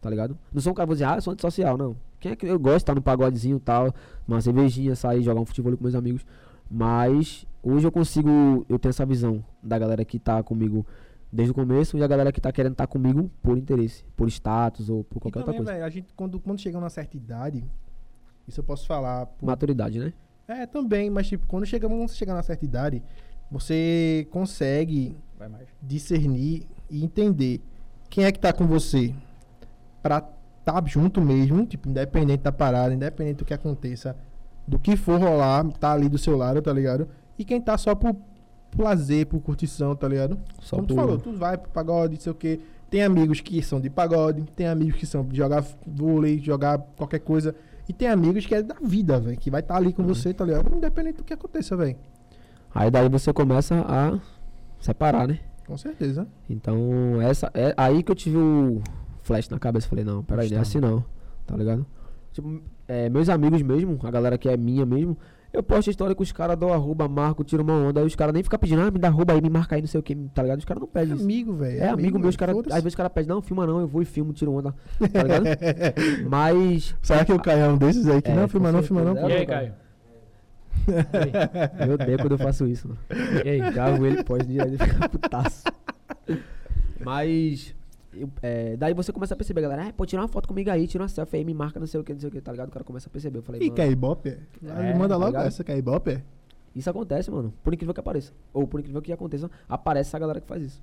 [SPEAKER 4] tá ligado? Não sou um cara, vou dizer, ah, eu sou antissocial, não. Quem é que eu gosto de estar no pagodezinho e tal, uma cervejinha, sair, jogar um futebol com meus amigos. Mas hoje eu consigo, eu tenho essa visão da galera que tá comigo desde o começo e a galera que tá querendo estar comigo por interesse, por status ou por
[SPEAKER 2] E
[SPEAKER 4] qualquer outra
[SPEAKER 2] também,
[SPEAKER 4] coisa.
[SPEAKER 2] velho, a gente, quando, quando chega numa certa idade, Isso eu posso falar. Por...
[SPEAKER 4] Maturidade, né?
[SPEAKER 2] É, também, mas tipo, quando chega, quando você chega na certa idade, você consegue
[SPEAKER 6] Vai mais.
[SPEAKER 2] discernir e entender quem é que tá com você pra tá junto mesmo, tipo, independente da parada, independente do que aconteça, do que for rolar, tá ali do seu lado, tá ligado? E quem tá só por, por lazer, por curtição, tá ligado?
[SPEAKER 4] Só
[SPEAKER 2] Como tu
[SPEAKER 4] por-
[SPEAKER 2] falou, tu vai pro pagode, não sei o quê. Tem amigos que são de pagode, tem amigos que são de jogar vôlei, jogar qualquer coisa. E tem amigos que é da vida, velho, que vai estar tá ali com
[SPEAKER 4] Uhum.
[SPEAKER 2] você, tá ligado? Independente do que aconteça, velho.
[SPEAKER 4] Aí daí você começa a separar, né?
[SPEAKER 2] Com certeza.
[SPEAKER 4] Então, essa é aí que eu tive o flash na cabeça. Falei, não, peraí, não é assim não, tá ligado? Tipo, é, meus amigos mesmo, a galera que é minha mesmo, eu posto história com os caras, dou arroba, marco, tiro uma onda. Aí os caras nem ficam pedindo, ah, me dá arroba aí, me marca aí, não sei o que, tá ligado? Os caras não
[SPEAKER 2] É
[SPEAKER 4] pedem isso.
[SPEAKER 2] amigo, velho.
[SPEAKER 4] É, amigo meu, os caras,
[SPEAKER 2] foda-se.
[SPEAKER 4] às vezes os caras pedem, não, filma não, eu vou e filmo, tiro onda, tá ligado? Mas,
[SPEAKER 2] *laughs* Será que o Caio é um desses aí que
[SPEAKER 4] É,
[SPEAKER 2] não filma,
[SPEAKER 4] com
[SPEAKER 2] não filma, não?
[SPEAKER 4] certeza.
[SPEAKER 6] E aí,
[SPEAKER 4] Tá.
[SPEAKER 6] Caio?
[SPEAKER 4] eu odeio quando eu faço isso, mano.
[SPEAKER 6] E aí?
[SPEAKER 4] Gavo ele pós direto ele fica putaço. Mas. eu- é, daí você começa a perceber, galera. Ah, pô, tira uma foto comigo aí, tira uma selfie aí, me marca, não sei o que, não sei o que, tá ligado? O cara começa a perceber. Eu falei,
[SPEAKER 2] Ih,
[SPEAKER 4] mano,
[SPEAKER 2] Caio Ibope? Ah,
[SPEAKER 4] É,
[SPEAKER 2] manda
[SPEAKER 4] tá
[SPEAKER 2] logo
[SPEAKER 4] ligado?
[SPEAKER 2] essa, Caio Ibope? é?
[SPEAKER 4] isso acontece, mano. Por incrível que apareça. Ou por incrível que aconteça, aparece essa galera que faz isso.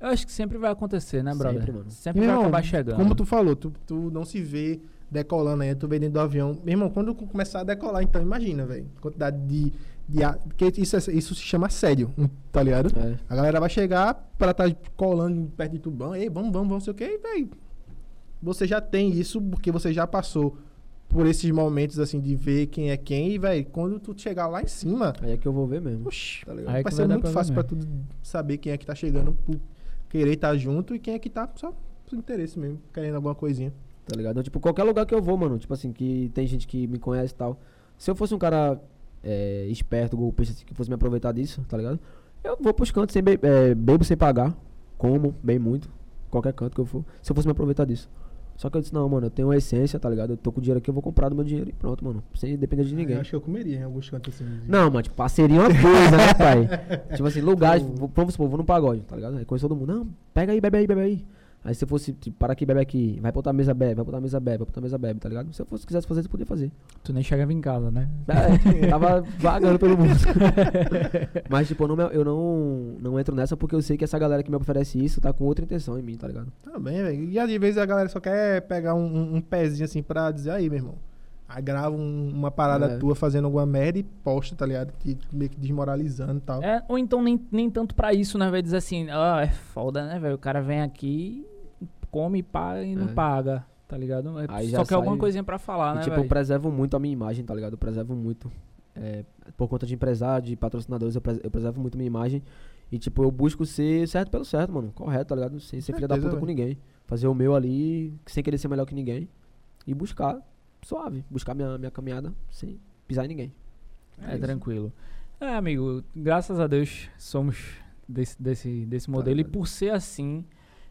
[SPEAKER 6] Eu acho que sempre vai acontecer, né, brother?
[SPEAKER 4] Sempre, mano.
[SPEAKER 6] Sempre
[SPEAKER 2] Meu
[SPEAKER 6] vai
[SPEAKER 2] irmão,
[SPEAKER 6] acabar chegando.
[SPEAKER 2] Como tu falou, tu, tu não se vê decolando aí, tu vê dentro do avião. Meu irmão, quando começar a decolar, então imagina, velho. Quantidade de. de a- porque isso, é- isso se chama assédio, tá ligado?
[SPEAKER 4] É.
[SPEAKER 2] A galera vai chegar pra estar colando perto de tubão, ei, vamos, vamos, vamos, sei o que, e, véi. Você já tem isso porque você já passou por esses momentos assim de ver quem é quem, e, véi, quando tu chegar lá em cima,
[SPEAKER 4] Aí é que eu vou ver mesmo.
[SPEAKER 2] Oxi, tá
[SPEAKER 6] Aí
[SPEAKER 2] ligado?
[SPEAKER 6] que
[SPEAKER 2] Vai
[SPEAKER 6] vai
[SPEAKER 2] ser
[SPEAKER 6] dar
[SPEAKER 2] muito fácil pra
[SPEAKER 6] problema.
[SPEAKER 2] tudo saber quem é que tá chegando por querer estar junto e quem é que tá só por interesse mesmo, querendo alguma coisinha.
[SPEAKER 4] Tá ligado? Então, tipo, qualquer lugar que eu vou, mano. Tipo assim, que tem gente que me conhece e tal. Se eu fosse um cara é, esperto, golpista, assim, que fosse me aproveitar disso, tá ligado? Eu vou pros cantos sem be é, bebo sem pagar. Como, bem muito. Qualquer canto que eu for. Se eu fosse me aproveitar disso. Só que eu disse, não, mano, eu tenho uma essência, tá ligado? Eu tô com o dinheiro aqui, eu vou comprar do meu dinheiro e pronto, mano. Sem depender de ninguém.
[SPEAKER 2] Eu acho que eu comeria em alguns cantos assim. de-
[SPEAKER 4] Não, mas tipo, parceria é uma coisa, né, pai? tipo assim, lugares, vou- vamos supor, vou num pagode, tá ligado? Aí conhece todo mundo, não, pega aí, bebe aí, bebe aí. Aí se eu fosse, tipo, para aqui, bebe aqui, vai pra outra mesa, bebe, vai pra outra mesa, bebe, vai pra outra mesa, bebe, tá ligado? Se eu fosse, quisesse fazer isso, eu podia fazer.
[SPEAKER 6] Tu nem chegava em casa, né?
[SPEAKER 4] É, tava vagando pelo mundo. *laughs* mas, tipo, eu, não, me- eu não, não entro nessa porque eu sei que essa galera que me oferece isso tá com outra intenção em mim, tá ligado?
[SPEAKER 2] Também, velho. E às vezes a galera só quer pegar um, um- um pezinho assim pra dizer aí, meu irmão. Aí grava um- uma parada
[SPEAKER 4] É.
[SPEAKER 2] tua fazendo alguma merda e posta, tá ligado? Que, meio que desmoralizando e tal.
[SPEAKER 6] É, ou então nem, nem tanto pra isso, né, velho? Diz assim, ah, é foda, né, velho? O cara vem aqui, come, paga e não
[SPEAKER 4] É.
[SPEAKER 6] paga, tá ligado? É,
[SPEAKER 4] Aí
[SPEAKER 6] só
[SPEAKER 4] já
[SPEAKER 6] quer
[SPEAKER 4] sai-
[SPEAKER 6] alguma coisinha pra falar,
[SPEAKER 4] E,
[SPEAKER 6] né,
[SPEAKER 4] tipo, eu
[SPEAKER 6] velho?
[SPEAKER 4] preservo muito a minha imagem, tá ligado? Eu preservo muito. é, por conta de empresário, de patrocinadores, eu, pres- eu preservo muito a minha imagem. E, tipo, eu busco ser certo pelo certo, mano. Correto, tá ligado? Sem ser filha da puta
[SPEAKER 2] certeza,
[SPEAKER 4] com ninguém. Fazer o meu ali, sem querer ser melhor que ninguém. E buscar suave. Buscar minha, minha caminhada sem pisar em ninguém.
[SPEAKER 6] É,
[SPEAKER 4] isso.
[SPEAKER 6] tranquilo. É, amigo, graças a Deus somos desse, desse, desse modelo. e
[SPEAKER 4] ligado.
[SPEAKER 6] por ser assim,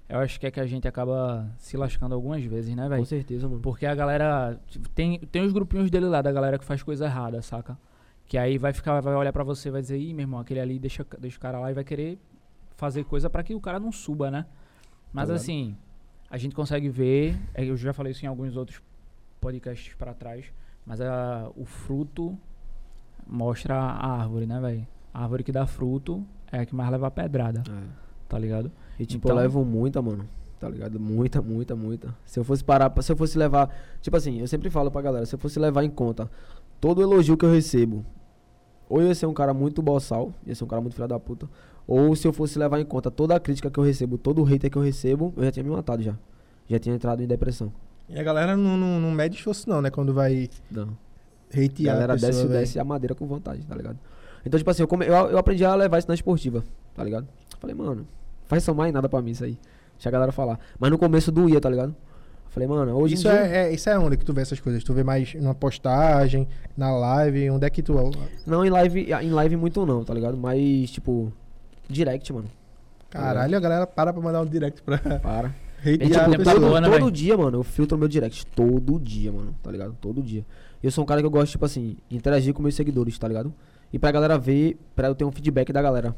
[SPEAKER 6] eu acho que é que a gente acaba se lascando algumas vezes, né, velho?
[SPEAKER 4] Com certeza, mano.
[SPEAKER 6] Porque a galera. tipo, Tem, tem os grupinhos dele lá, da galera que faz coisa errada, saca? Que aí vai ficar, vai olhar pra você e vai dizer, ih, meu irmão, aquele ali deixa, deixa o cara lá e vai querer fazer coisa pra que o cara não suba, né? Mas
[SPEAKER 4] ligado?
[SPEAKER 6] assim, a gente consegue ver, é, eu já falei isso em alguns outros podcasts pra trás, mas a, o fruto mostra a árvore, né, velho? A árvore que dá fruto é a que mais leva a pedrada,
[SPEAKER 4] É.
[SPEAKER 6] tá ligado?
[SPEAKER 4] E tipo,
[SPEAKER 6] Então-
[SPEAKER 4] eu levo muita, mano. Tá ligado? Muita, muita, muita. Se eu fosse parar, pra- se eu fosse levar. Tipo assim, eu sempre falo pra galera, se eu fosse levar em conta todo o elogio que eu recebo, ou eu ia ser um cara muito boçal, ia ser um cara muito filha da puta, ou se eu fosse levar em conta toda a crítica que eu recebo, todo o hater que eu recebo, eu já tinha me matado já. Já tinha entrado em depressão.
[SPEAKER 2] E a galera não, não, não mede esforço, não, né? Quando vai
[SPEAKER 4] Não.
[SPEAKER 2] hatear.
[SPEAKER 4] galera
[SPEAKER 2] a pessoa,
[SPEAKER 4] desce,
[SPEAKER 2] véi.
[SPEAKER 4] desce a madeira com vontade, tá ligado? Então, tipo assim, eu, come- eu, eu aprendi a levar isso na esportiva, tá ligado? Falei, mano, faz somar em nada pra mim isso aí. Deixa a galera falar. Mas no começo doía, tá ligado? Falei, mano, hoje em
[SPEAKER 2] Isso
[SPEAKER 4] dia-
[SPEAKER 2] é, é- isso é onde que tu vê essas coisas? Tu vê mais numa postagem, na live, onde é que tu.
[SPEAKER 4] Não em live, em live muito não, tá ligado? Mas, tipo, direct, mano.
[SPEAKER 2] Caralho, a galera para pra mandar um direct
[SPEAKER 4] *laughs*
[SPEAKER 2] pra
[SPEAKER 4] Para. E,
[SPEAKER 2] hatear a
[SPEAKER 4] tipo,
[SPEAKER 6] tá
[SPEAKER 4] todo,
[SPEAKER 2] pessoa.
[SPEAKER 6] boa, né,
[SPEAKER 4] todo
[SPEAKER 6] velho?
[SPEAKER 4] dia, mano, eu filtro meu direct. Todo dia, mano, tá ligado? Todo dia. Eu sou um cara que eu gosto, tipo assim, interagir com meus seguidores, tá ligado? E pra galera ver, pra eu ter um feedback da galera.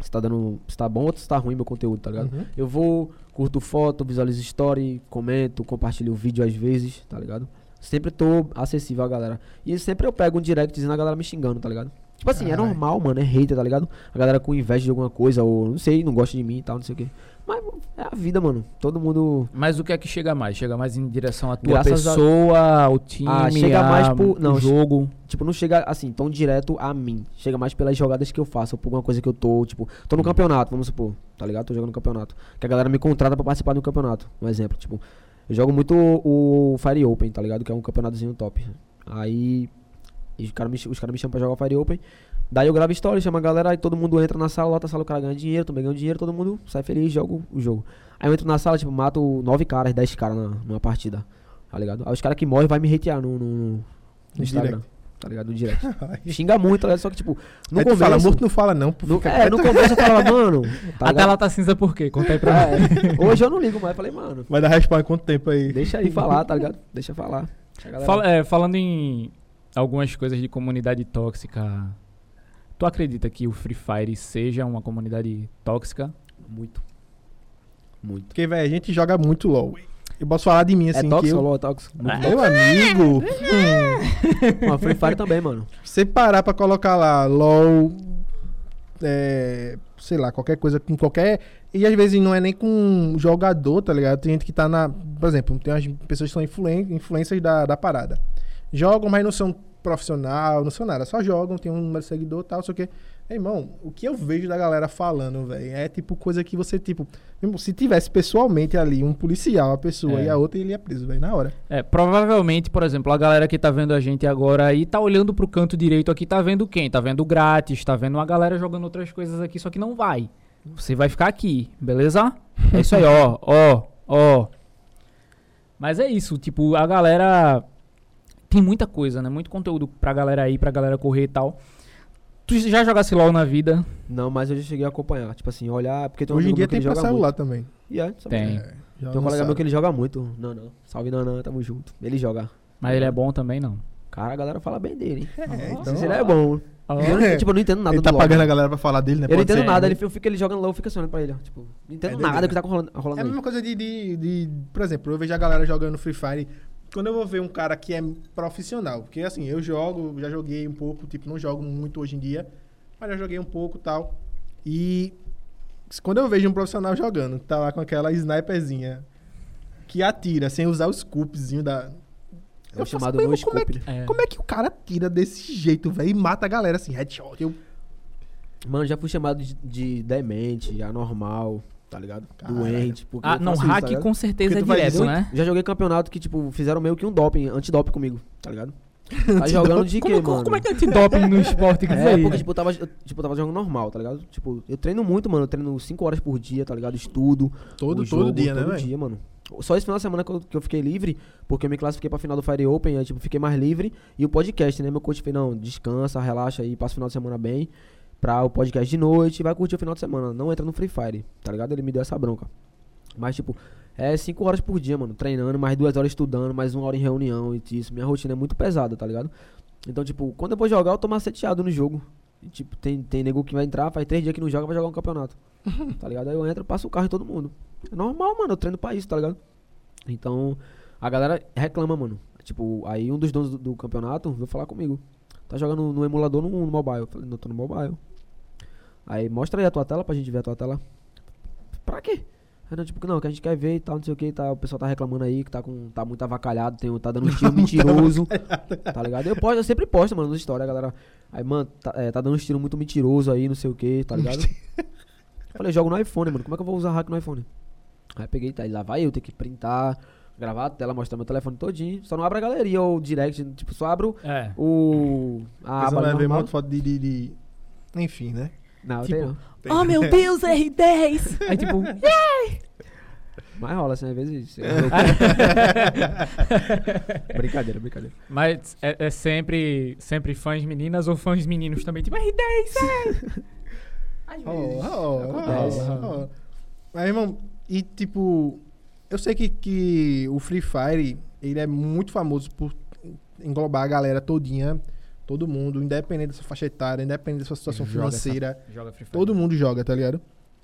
[SPEAKER 4] Se tá dando. Se tá bom ou se tá ruim meu conteúdo, tá ligado?
[SPEAKER 2] Uhum.
[SPEAKER 4] Eu vou, curto foto, visualizo story, comento, compartilho o vídeo às vezes, tá ligado? Sempre tô acessível à galera. E sempre eu pego um direct dizendo a galera me xingando, tá ligado? Tipo assim, é
[SPEAKER 2] Caralho.
[SPEAKER 4] normal, mano, é hater, tá ligado? A galera com inveja de alguma coisa, ou não sei, não gosta de mim e tal, não sei o quê. Mas é a vida, mano. Todo mundo.
[SPEAKER 3] Mas o que é que chega mais? Chega mais em direção à tua
[SPEAKER 4] Graças a-
[SPEAKER 3] pessoa, ao time,
[SPEAKER 4] Ah, chega
[SPEAKER 3] a-
[SPEAKER 4] mais pro- não,
[SPEAKER 3] o jogo.
[SPEAKER 4] Tipo, não chega assim tão direto a mim. Chega mais pelas jogadas que eu faço, ou por alguma coisa que eu tô, tipo, tô no campeonato, vamos supor, tá ligado? Tô jogando no campeonato. Que a galera me contrata pra participar de um campeonato. Um exemplo, tipo, eu jogo muito o Fire Open, tá ligado? Que é um campeonatozinho top. Aí e os caras me, ch- os cara me chamam pra jogar Fire Open. Daí eu gravo história, chamo a galera, aí todo mundo entra na sala, lota a sala, o cara ganha dinheiro, também ganha dinheiro, todo mundo sai feliz, jogo o jogo. Aí eu entro na sala, tipo, mato nove caras, dez caras na, numa partida, tá ligado? Aí os caras que morrem vai me hatear no, no, no
[SPEAKER 2] No
[SPEAKER 4] Instagram,
[SPEAKER 2] direct.
[SPEAKER 4] tá ligado?
[SPEAKER 2] *laughs*
[SPEAKER 4] No direct. Xinga muito, tá ligado? Só que, tipo, no
[SPEAKER 2] Aí tu
[SPEAKER 4] começo...
[SPEAKER 2] fala, morto não fala não, pô.
[SPEAKER 4] no,
[SPEAKER 2] fica
[SPEAKER 4] é,
[SPEAKER 2] quieto.
[SPEAKER 4] no começo eu
[SPEAKER 2] *laughs*
[SPEAKER 4] falava, mano...
[SPEAKER 6] a
[SPEAKER 4] ligado?
[SPEAKER 6] tela tá cinza por quê? Conta aí pra mim.
[SPEAKER 4] *laughs* É, hoje eu não ligo mais, falei, mano,
[SPEAKER 2] Vai dar respawn em quanto tempo aí?
[SPEAKER 4] deixa aí falar, tá ligado? Deixa falar. Deixa a galera-
[SPEAKER 3] Fala- é, falando em algumas coisas de comunidade tóxica, tu acredita que o Free Fire seja uma comunidade tóxica?
[SPEAKER 4] Muito. Muito.
[SPEAKER 2] Porque, velho, a gente joga muito LOL. Eu posso falar de mim, assim,
[SPEAKER 4] é
[SPEAKER 2] que
[SPEAKER 4] tóxico,
[SPEAKER 2] eu...
[SPEAKER 4] LOL, é tóxico. Muito
[SPEAKER 2] Meu amigo,
[SPEAKER 4] tóxico. Mas Free Fire também, mano.
[SPEAKER 2] você parar pra colocar lá LOL, é, sei lá, qualquer coisa com qualquer. E às vezes não é nem com jogador, tá ligado? Tem gente que tá na. Por exemplo, tem umas pessoas que são influen influencers da, da parada. Jogam, mas não são profissional, não são nada. Só jogam, tem um número de seguidor e tal, não sei o quê. Meu irmão, o que eu vejo da galera falando, velho, é tipo coisa que você, tipo. meu irmão, Se tivesse pessoalmente ali um policial, a pessoa
[SPEAKER 3] É.
[SPEAKER 2] e a outra, ele ia preso, velho, na hora.
[SPEAKER 3] É, provavelmente, por exemplo, a galera que tá vendo a gente agora aí tá olhando pro canto direito aqui, tá vendo quem? Tá vendo o grátis, tá vendo uma galera jogando outras coisas aqui, só que não vai. Você vai ficar aqui, beleza? É isso aí, ó, *laughs* ó, ó. Mas é isso, tipo, a galera tem muita coisa, né? Muito conteúdo pra galera aí, pra galera correr e tal. Tu já jogasse LOL na vida?
[SPEAKER 4] Não, mas eu já cheguei a acompanhar. Tipo assim, olhar. Porque tem um
[SPEAKER 2] Hoje em
[SPEAKER 4] amigo
[SPEAKER 2] dia
[SPEAKER 4] meu que
[SPEAKER 2] tem
[SPEAKER 4] ele
[SPEAKER 2] pra
[SPEAKER 4] joga
[SPEAKER 2] celular também.
[SPEAKER 4] muito. E é, sabe?
[SPEAKER 3] Tem.
[SPEAKER 2] É, já
[SPEAKER 4] Tem um
[SPEAKER 2] não
[SPEAKER 4] colega meu
[SPEAKER 2] sabe.
[SPEAKER 4] que ele joga muito. Não, não. Salve Nanã, tamo junto. Ele joga.
[SPEAKER 3] Mas ele é bom também, não.
[SPEAKER 4] Cara, a galera fala bem dele. hein?
[SPEAKER 2] É,
[SPEAKER 4] Não
[SPEAKER 2] então,
[SPEAKER 4] sei se ele é bom.
[SPEAKER 3] Ó.
[SPEAKER 4] Eu não, tipo, eu não entendo
[SPEAKER 2] ele
[SPEAKER 4] nada do
[SPEAKER 2] tá
[SPEAKER 4] LoL,
[SPEAKER 2] pagando a
[SPEAKER 4] mano.
[SPEAKER 2] galera pra falar dele, né?
[SPEAKER 4] Eu não
[SPEAKER 2] Pode
[SPEAKER 4] entendo
[SPEAKER 2] ser.
[SPEAKER 4] nada.
[SPEAKER 3] né?
[SPEAKER 4] Ele fica- fica ele jogando lá, eu fico assim olhando pra ele, ó. Tipo, não entendo
[SPEAKER 2] doideira,
[SPEAKER 4] nada do
[SPEAKER 2] né?
[SPEAKER 4] que tá rolando, rolando
[SPEAKER 2] É a
[SPEAKER 4] aí.
[SPEAKER 2] mesma coisa de, de, de- Por exemplo, eu vejo a galera jogando Free Fire. Quando eu vou ver um cara que é profissional, porque assim, eu jogo, já joguei um pouco, tipo, não jogo muito hoje em dia, mas já joguei um pouco e tal. E quando eu vejo um profissional jogando, que tá lá com aquela sniperzinha que atira sem usar o scoopzinho da.
[SPEAKER 4] É o
[SPEAKER 2] faço,
[SPEAKER 4] chamado
[SPEAKER 2] "Meu
[SPEAKER 4] no
[SPEAKER 2] irmão, como, é
[SPEAKER 4] scoop.
[SPEAKER 2] que,
[SPEAKER 4] né?
[SPEAKER 3] É.
[SPEAKER 2] como é que o cara atira desse jeito, velho? E mata a galera assim, headshot. Eu,
[SPEAKER 4] Mano, já fui chamado de, de demente, anormal, tá ligado?
[SPEAKER 2] Caraca.
[SPEAKER 4] Doente. Porque
[SPEAKER 3] Ah,
[SPEAKER 4] eu
[SPEAKER 3] não,
[SPEAKER 4] faço isso, tá
[SPEAKER 3] hack
[SPEAKER 4] ligado?
[SPEAKER 3] com certeza
[SPEAKER 2] Porque
[SPEAKER 3] é
[SPEAKER 2] tu faz
[SPEAKER 3] direto,
[SPEAKER 2] muito-
[SPEAKER 3] né?
[SPEAKER 4] Já joguei campeonato que, tipo, fizeram meio que um doping, antidoping comigo, tá ligado? Tá jogando de quê,
[SPEAKER 3] Como,
[SPEAKER 4] mano?
[SPEAKER 3] como, como é que é antidoping no *laughs* esporte? que isso
[SPEAKER 4] É,
[SPEAKER 3] aí?
[SPEAKER 4] porque, tipo, eu tava, eu, tipo, eu tava jogando normal, tá ligado? Tipo, eu treino muito, mano. Eu treino 5 horas por dia, tá ligado? Estudo.
[SPEAKER 2] Todo-
[SPEAKER 4] o
[SPEAKER 2] todo dia, né,
[SPEAKER 4] Todo
[SPEAKER 2] velho?
[SPEAKER 4] dia, mano. Só esse final de semana que eu, que eu fiquei livre, porque eu me classifiquei pra final do Fire Open, aí, tipo, fiquei mais livre. E o podcast, né? Meu coach fez, não, descansa, relaxa aí, passa o final de semana bem. Pra o podcast de noite, vai curtir o final de semana. Não entra no Free Fire, tá ligado? Ele me deu essa bronca. Mas, tipo, é 5 horas por dia, mano. Treinando, mais duas horas estudando, mais uma hora em reunião e isso. Minha rotina é muito pesada, tá ligado? Então, tipo, quando eu vou jogar, eu tô maceteado no jogo. E, tipo, tem, tem nego que vai entrar, faz três dias que não joga, vai jogar um campeonato. tá ligado? Aí eu entro, passo o carro em todo mundo. É normal, mano. Eu treino pra isso, tá ligado? Então, a galera reclama, mano. Tipo, aí um dos donos do, do campeonato veio falar comigo. Tá jogando no emulador no, no mobile. Eu falei, não, tô no mobile. Aí mostra aí a tua tela pra gente ver a tua tela. Pra quê? Aí não, tipo, que não, que a gente quer ver e tal, não sei o que, tá, o pessoal tá reclamando aí, que tá, com, tá muito avacalhado, tem, um- tá dando um tiro mentiroso, tá ligado? Eu, posto, eu sempre posto, mano, nas histórias, a galera, aí, mano, tá, é, tá dando um tiro muito mentiroso aí, não sei o que, tá ligado? Eu Falei, jogo no iPhone, mano. Como é que eu vou usar hack no iPhone? Aí peguei, tá, lá vai eu ter que printar, gravar a tela, mostrar meu telefone todinho. Só não abre a galeria ou direct, tipo, só abro
[SPEAKER 3] É.
[SPEAKER 4] o. A
[SPEAKER 2] ah,
[SPEAKER 4] aba
[SPEAKER 2] vai ver
[SPEAKER 4] normal.
[SPEAKER 2] muito foto de, de, de. Enfim, né?
[SPEAKER 4] Não,
[SPEAKER 3] tipo,
[SPEAKER 4] tem não.
[SPEAKER 7] Oh, meu Deus,
[SPEAKER 2] *laughs*
[SPEAKER 7] R10!
[SPEAKER 3] Aí, tipo,
[SPEAKER 4] Mas rola assim,
[SPEAKER 2] *laughs*
[SPEAKER 4] às vezes. brincadeira, brincadeira.
[SPEAKER 3] Mas é, é sempre, sempre fãs meninas ou fãs meninos também. Tipo, R10, é!
[SPEAKER 2] Oh, oh, oh,
[SPEAKER 4] Acontece.
[SPEAKER 2] oh. Mas, irmão, e tipo, eu sei que, que o Free Fire, ele é muito famoso por englobar a galera todinha, todo mundo, independente da sua faixa etária, independente da sua situação
[SPEAKER 3] Joga essa
[SPEAKER 2] financeira,
[SPEAKER 3] Joga Free Fire.
[SPEAKER 2] todo mundo joga, tá ligado?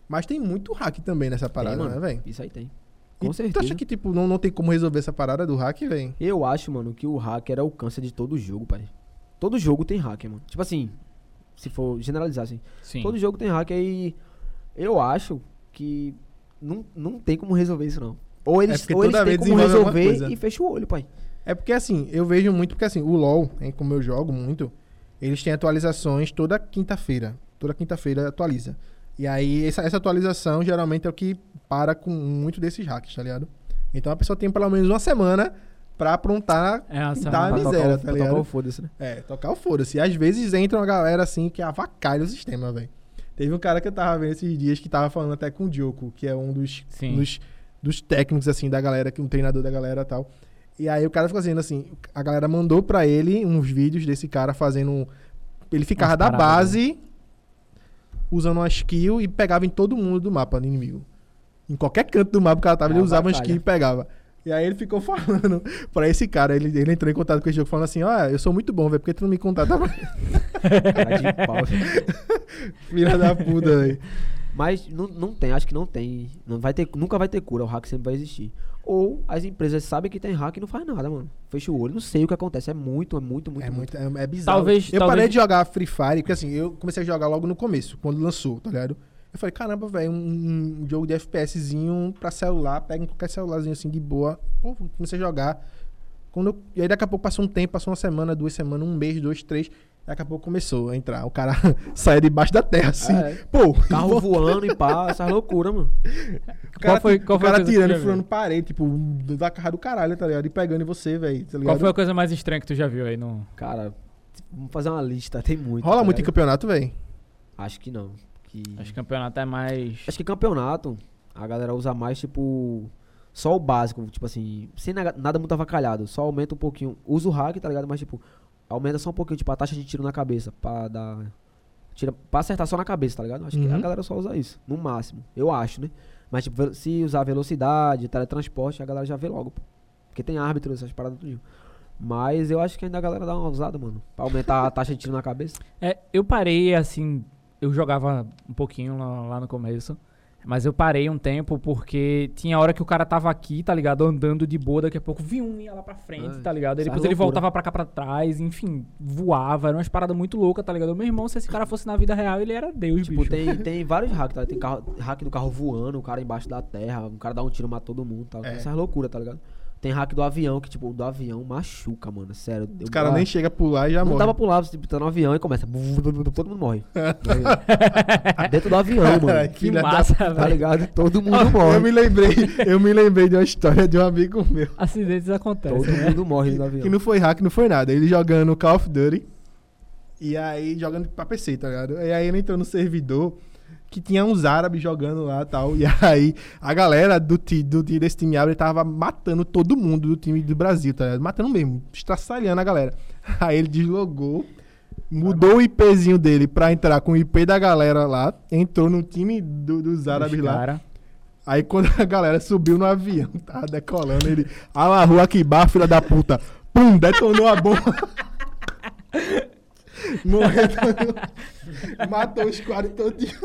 [SPEAKER 2] Mas tem muito hack também nessa parada,
[SPEAKER 4] mano.
[SPEAKER 2] né, velho?
[SPEAKER 4] Isso aí tem. Com
[SPEAKER 2] E Tu
[SPEAKER 4] certeza.
[SPEAKER 2] acha que, tipo, não, não tem como resolver essa parada do hack, velho?
[SPEAKER 4] Eu acho, mano, que o hacker é o câncer de todo jogo, pai. Todo jogo tem hacker, mano. Tipo assim, se for generalizar assim.
[SPEAKER 3] Sim.
[SPEAKER 4] Todo jogo tem hacker e eu acho que não, não tem como resolver isso, não. Ou eles,
[SPEAKER 2] É porque
[SPEAKER 4] ou eles
[SPEAKER 2] toda
[SPEAKER 4] têm
[SPEAKER 2] vez
[SPEAKER 4] como
[SPEAKER 2] desenvolve alguma
[SPEAKER 4] resolver
[SPEAKER 2] coisa.
[SPEAKER 4] e fecha o olho, pai.
[SPEAKER 2] É porque, assim, eu vejo muito, porque, assim, o LoL, hein, como eu jogo muito, eles têm atualizações toda quinta-feira. Toda quinta-feira atualiza. E aí, essa, essa atualização geralmente é o que para com muito desses hacks, tá ligado? Então a pessoa tem pelo menos uma semana pra aprontar
[SPEAKER 6] É a
[SPEAKER 2] Tá
[SPEAKER 4] Pra
[SPEAKER 6] semana.
[SPEAKER 2] ali.
[SPEAKER 4] tocar o-
[SPEAKER 2] miséria, tá
[SPEAKER 4] pra tocar
[SPEAKER 2] ligado?
[SPEAKER 4] o foda-se, né?
[SPEAKER 2] É, tocar o foda-se. E Às vezes entra uma galera assim que avacalha o sistema, velho. Teve um cara que eu tava vendo esses dias que tava falando até com o Diogo, que é um dos,
[SPEAKER 3] Sim.
[SPEAKER 2] dos, dos técnicos, assim, da galera, que um treinador da galera e tal. E aí o cara ficou dizendo assim, a galera mandou pra ele uns vídeos desse cara fazendo. um, Ele ficava
[SPEAKER 3] Umas
[SPEAKER 2] da
[SPEAKER 3] paradas, né?
[SPEAKER 2] base usando uma skill e pegava em todo mundo do mapa do inimigo. Em qualquer canto do mapa que o cara tava,
[SPEAKER 4] É
[SPEAKER 2] ele
[SPEAKER 4] uma
[SPEAKER 2] usava uma
[SPEAKER 4] batalha.
[SPEAKER 2] skill e pegava. E aí ele ficou *laughs* falando pra esse cara, ele, ele entrou em contato com esse jogo falando assim, ó, eu sou muito bom, velho, porque tu não me *laughs* contata pra
[SPEAKER 4] Cara de pau, velho.
[SPEAKER 2] filha da puta, velho.
[SPEAKER 4] Mas não, não tem, acho que não tem. Não vai ter, nunca vai ter cura, o hack sempre vai existir. Ou as empresas sabem que tem hack e não faz nada, mano. Fecha o olho, não sei o que acontece. É muito, é muito, muito.
[SPEAKER 2] É muito, é, é bizarro.
[SPEAKER 3] Talvez-
[SPEAKER 2] eu
[SPEAKER 3] talvez-
[SPEAKER 2] parei de jogar Free Fire, porque assim, eu comecei a jogar logo no começo, quando lançou, tá ligado? Eu falei, caramba, velho, um, um jogo de FPSzinho pra celular, pega em qualquer celularzinho assim de boa. Pô, comecei a jogar. Quando eu- e aí daqui a pouco passou um tempo, passou uma semana, duas semanas, um mês, dois, três. Daqui a pouco começou a entrar. O cara *laughs* saia debaixo da terra, assim.
[SPEAKER 4] É.
[SPEAKER 2] Pô,
[SPEAKER 4] Carro voando e pá, essas loucuras, mano.
[SPEAKER 2] o cara,
[SPEAKER 3] Qual foi- qual
[SPEAKER 2] o
[SPEAKER 3] foi a
[SPEAKER 2] cara
[SPEAKER 3] coisa que
[SPEAKER 2] tirando
[SPEAKER 3] tu
[SPEAKER 2] e
[SPEAKER 3] já
[SPEAKER 2] furando parede, tipo, da cara do caralho, tá ligado? E pegando em você, velho, tá
[SPEAKER 3] Qual
[SPEAKER 2] ligado?
[SPEAKER 3] foi a coisa mais estranha que tu já viu aí no.
[SPEAKER 4] Cara, vamos fazer uma lista, tem muito.
[SPEAKER 2] Rola
[SPEAKER 4] tá
[SPEAKER 2] muito em
[SPEAKER 4] ligado?
[SPEAKER 2] campeonato, velho.
[SPEAKER 4] Acho que não. Que...
[SPEAKER 3] Acho que campeonato é mais.
[SPEAKER 4] Acho que campeonato, a galera usa mais, tipo, só o básico, tipo assim, sem naga- nada muito avacalhado, só aumenta um pouquinho. Usa o hack, tá ligado? Mas, tipo, aumenta só um pouquinho, tipo, a taxa de tiro na cabeça, pra dar... Tira, pra acertar só na cabeça, tá ligado? Acho que a
[SPEAKER 2] Uhum.
[SPEAKER 4] galera só usa isso, no máximo, eu acho, né? Mas, tipo, velo- se usar velocidade, teletransporte, a galera já vê logo, pô. Porque tem árbitro, essas paradas tudo. Mas eu acho que ainda a galera dá uma usada, mano. Pra aumentar a taxa de tiro na cabeça.
[SPEAKER 3] É, eu parei assim, eu jogava um pouquinho lá, lá no começo, mas eu parei um tempo porque tinha hora que o cara tava aqui, tá ligado? Andando de boa, daqui a pouco vi um ia lá pra frente,
[SPEAKER 4] Ai,
[SPEAKER 3] tá ligado?
[SPEAKER 2] é
[SPEAKER 3] Aí
[SPEAKER 4] essa
[SPEAKER 3] depois ele
[SPEAKER 4] loucura.
[SPEAKER 3] voltava pra cá pra trás, enfim, voava, era umas paradas muito loucas, tá ligado? Meu irmão, se esse cara fosse na vida real, ele era Deus,
[SPEAKER 4] Tipo,
[SPEAKER 3] bicho.
[SPEAKER 4] tem, tem vários hacks, tá? Tem carro, hack do carro voando, o cara embaixo da terra, um cara dá um tiro, mata todo mundo, tá?
[SPEAKER 2] É.
[SPEAKER 4] Essas loucuras, tá ligado? Tem hack do avião, que, tipo, o do avião machuca, mano. Sério.
[SPEAKER 2] Os caras nem chega a pular e já
[SPEAKER 4] Não
[SPEAKER 2] morre.
[SPEAKER 4] dá pra pular, você tipo, tá no avião e começa. Todo mundo
[SPEAKER 2] *laughs*
[SPEAKER 4] morre. Tá Dentro do avião, mano.
[SPEAKER 3] Que
[SPEAKER 2] Filha da
[SPEAKER 3] massa,
[SPEAKER 4] Tá
[SPEAKER 3] velho.
[SPEAKER 4] ligado? Todo mundo
[SPEAKER 2] Eu
[SPEAKER 4] morre.
[SPEAKER 2] me lembrei, eu me lembrei de uma história de um amigo meu.
[SPEAKER 3] Acidentes acontecem.
[SPEAKER 4] Todo mundo morre no
[SPEAKER 2] Tá Que
[SPEAKER 4] avião.
[SPEAKER 2] não foi hack, não foi nada. Ele jogando Call of Duty. E aí, jogando pra PC, tá ligado? E aí ele entrou no servidor que tinha uns árabes jogando lá e tal. E aí, a galera do, ti, do, ti- desse time árabe tava matando todo mundo do time do Brasil, tá ligado? Matando mesmo, estraçalhando a galera. *laughs* Aí ele deslogou, mudou o IPzinho dele pra entrar com o IP da galera lá. Entrou no time do- dos árabes
[SPEAKER 3] Os
[SPEAKER 2] lá.
[SPEAKER 3] cara.
[SPEAKER 2] Aí quando *laughs* a galera subiu no avião, tava decolando, ele. Alarrou aqui embaixo, filha da puta. Pum, detonou a bomba. *laughs* Morreu. todo- Matou os quadros todinho.